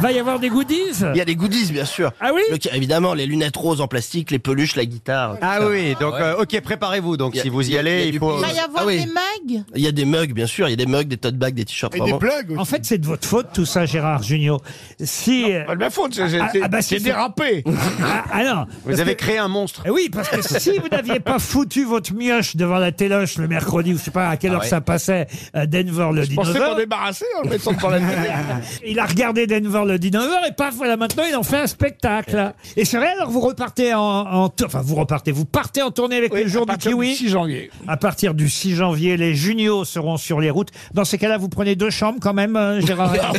Speaker 2: va y avoir des goodies.
Speaker 18: Il y a des goodies, bien sûr.
Speaker 2: Ah oui
Speaker 18: Évidemment, les lunettes roses en plastique, les peluches, la guitare.
Speaker 5: Ah oui, donc euh, ok, préparez-vous. Donc
Speaker 18: Y a-
Speaker 5: si vous y
Speaker 18: y a- y a
Speaker 5: allez,
Speaker 18: du
Speaker 5: il faut. euh, ah
Speaker 8: Il va y avoir
Speaker 18: Ah oui.
Speaker 8: des mags
Speaker 18: Il y a des mugs, bien sûr. Il y a des mugs, des tote bags, des t-shirts. vraiment.
Speaker 2: En fait, c'est de votre faute tout ça, Gérard Junior. Si
Speaker 10: pas de ma faute, c'est- c'est- c'est dérapé.
Speaker 2: bah, ah, ah non,
Speaker 5: Vous
Speaker 2: parce
Speaker 5: avez
Speaker 2: que-
Speaker 5: créé un monstre.
Speaker 2: Eh Oui, parce que si vous n'aviez pas foutu votre mioche devant la téloche le mercredi, ou je sais pas à quelle
Speaker 10: Ah
Speaker 2: heure
Speaker 10: ouais.
Speaker 2: ça passait, à Denver le
Speaker 10: Je pensais m'en
Speaker 2: dinosaure.
Speaker 10: débarrasser en le mettant devant la télé.
Speaker 2: il a regardé Denver le dinosaure et paf, voilà, maintenant il en fait un spectacle. Et c'est vrai, alors vous repartez en, en tour- enfin vous repartez, vous partez en tournée avec le jour du
Speaker 10: partir du
Speaker 2: kiwi.
Speaker 10: 6 janvier.
Speaker 2: À partir du 6 janvier, les juniors seront sur les routes. Dans ces cas-là, vous prenez deux chambres quand même, euh, Gérard.
Speaker 10: Ah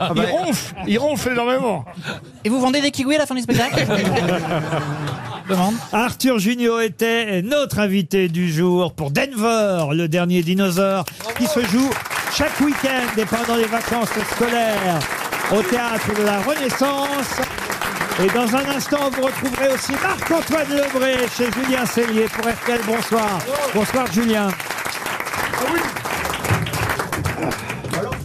Speaker 2: Ah
Speaker 10: Il ronfle, il ronfle énormément.
Speaker 20: Et vous vendez des kiwis à la fin du spectacle
Speaker 2: Arthur Junior était notre invité du jour pour Denver, le dernier dinosaure, qui se joue chaque week-end et pendant les vacances scolaires au théâtre de la Renaissance. Et dans un instant, vous retrouverez aussi Marc-Antoine Lebré chez Julien Cellier pour RTL. Bonsoir. Bonsoir, Julien.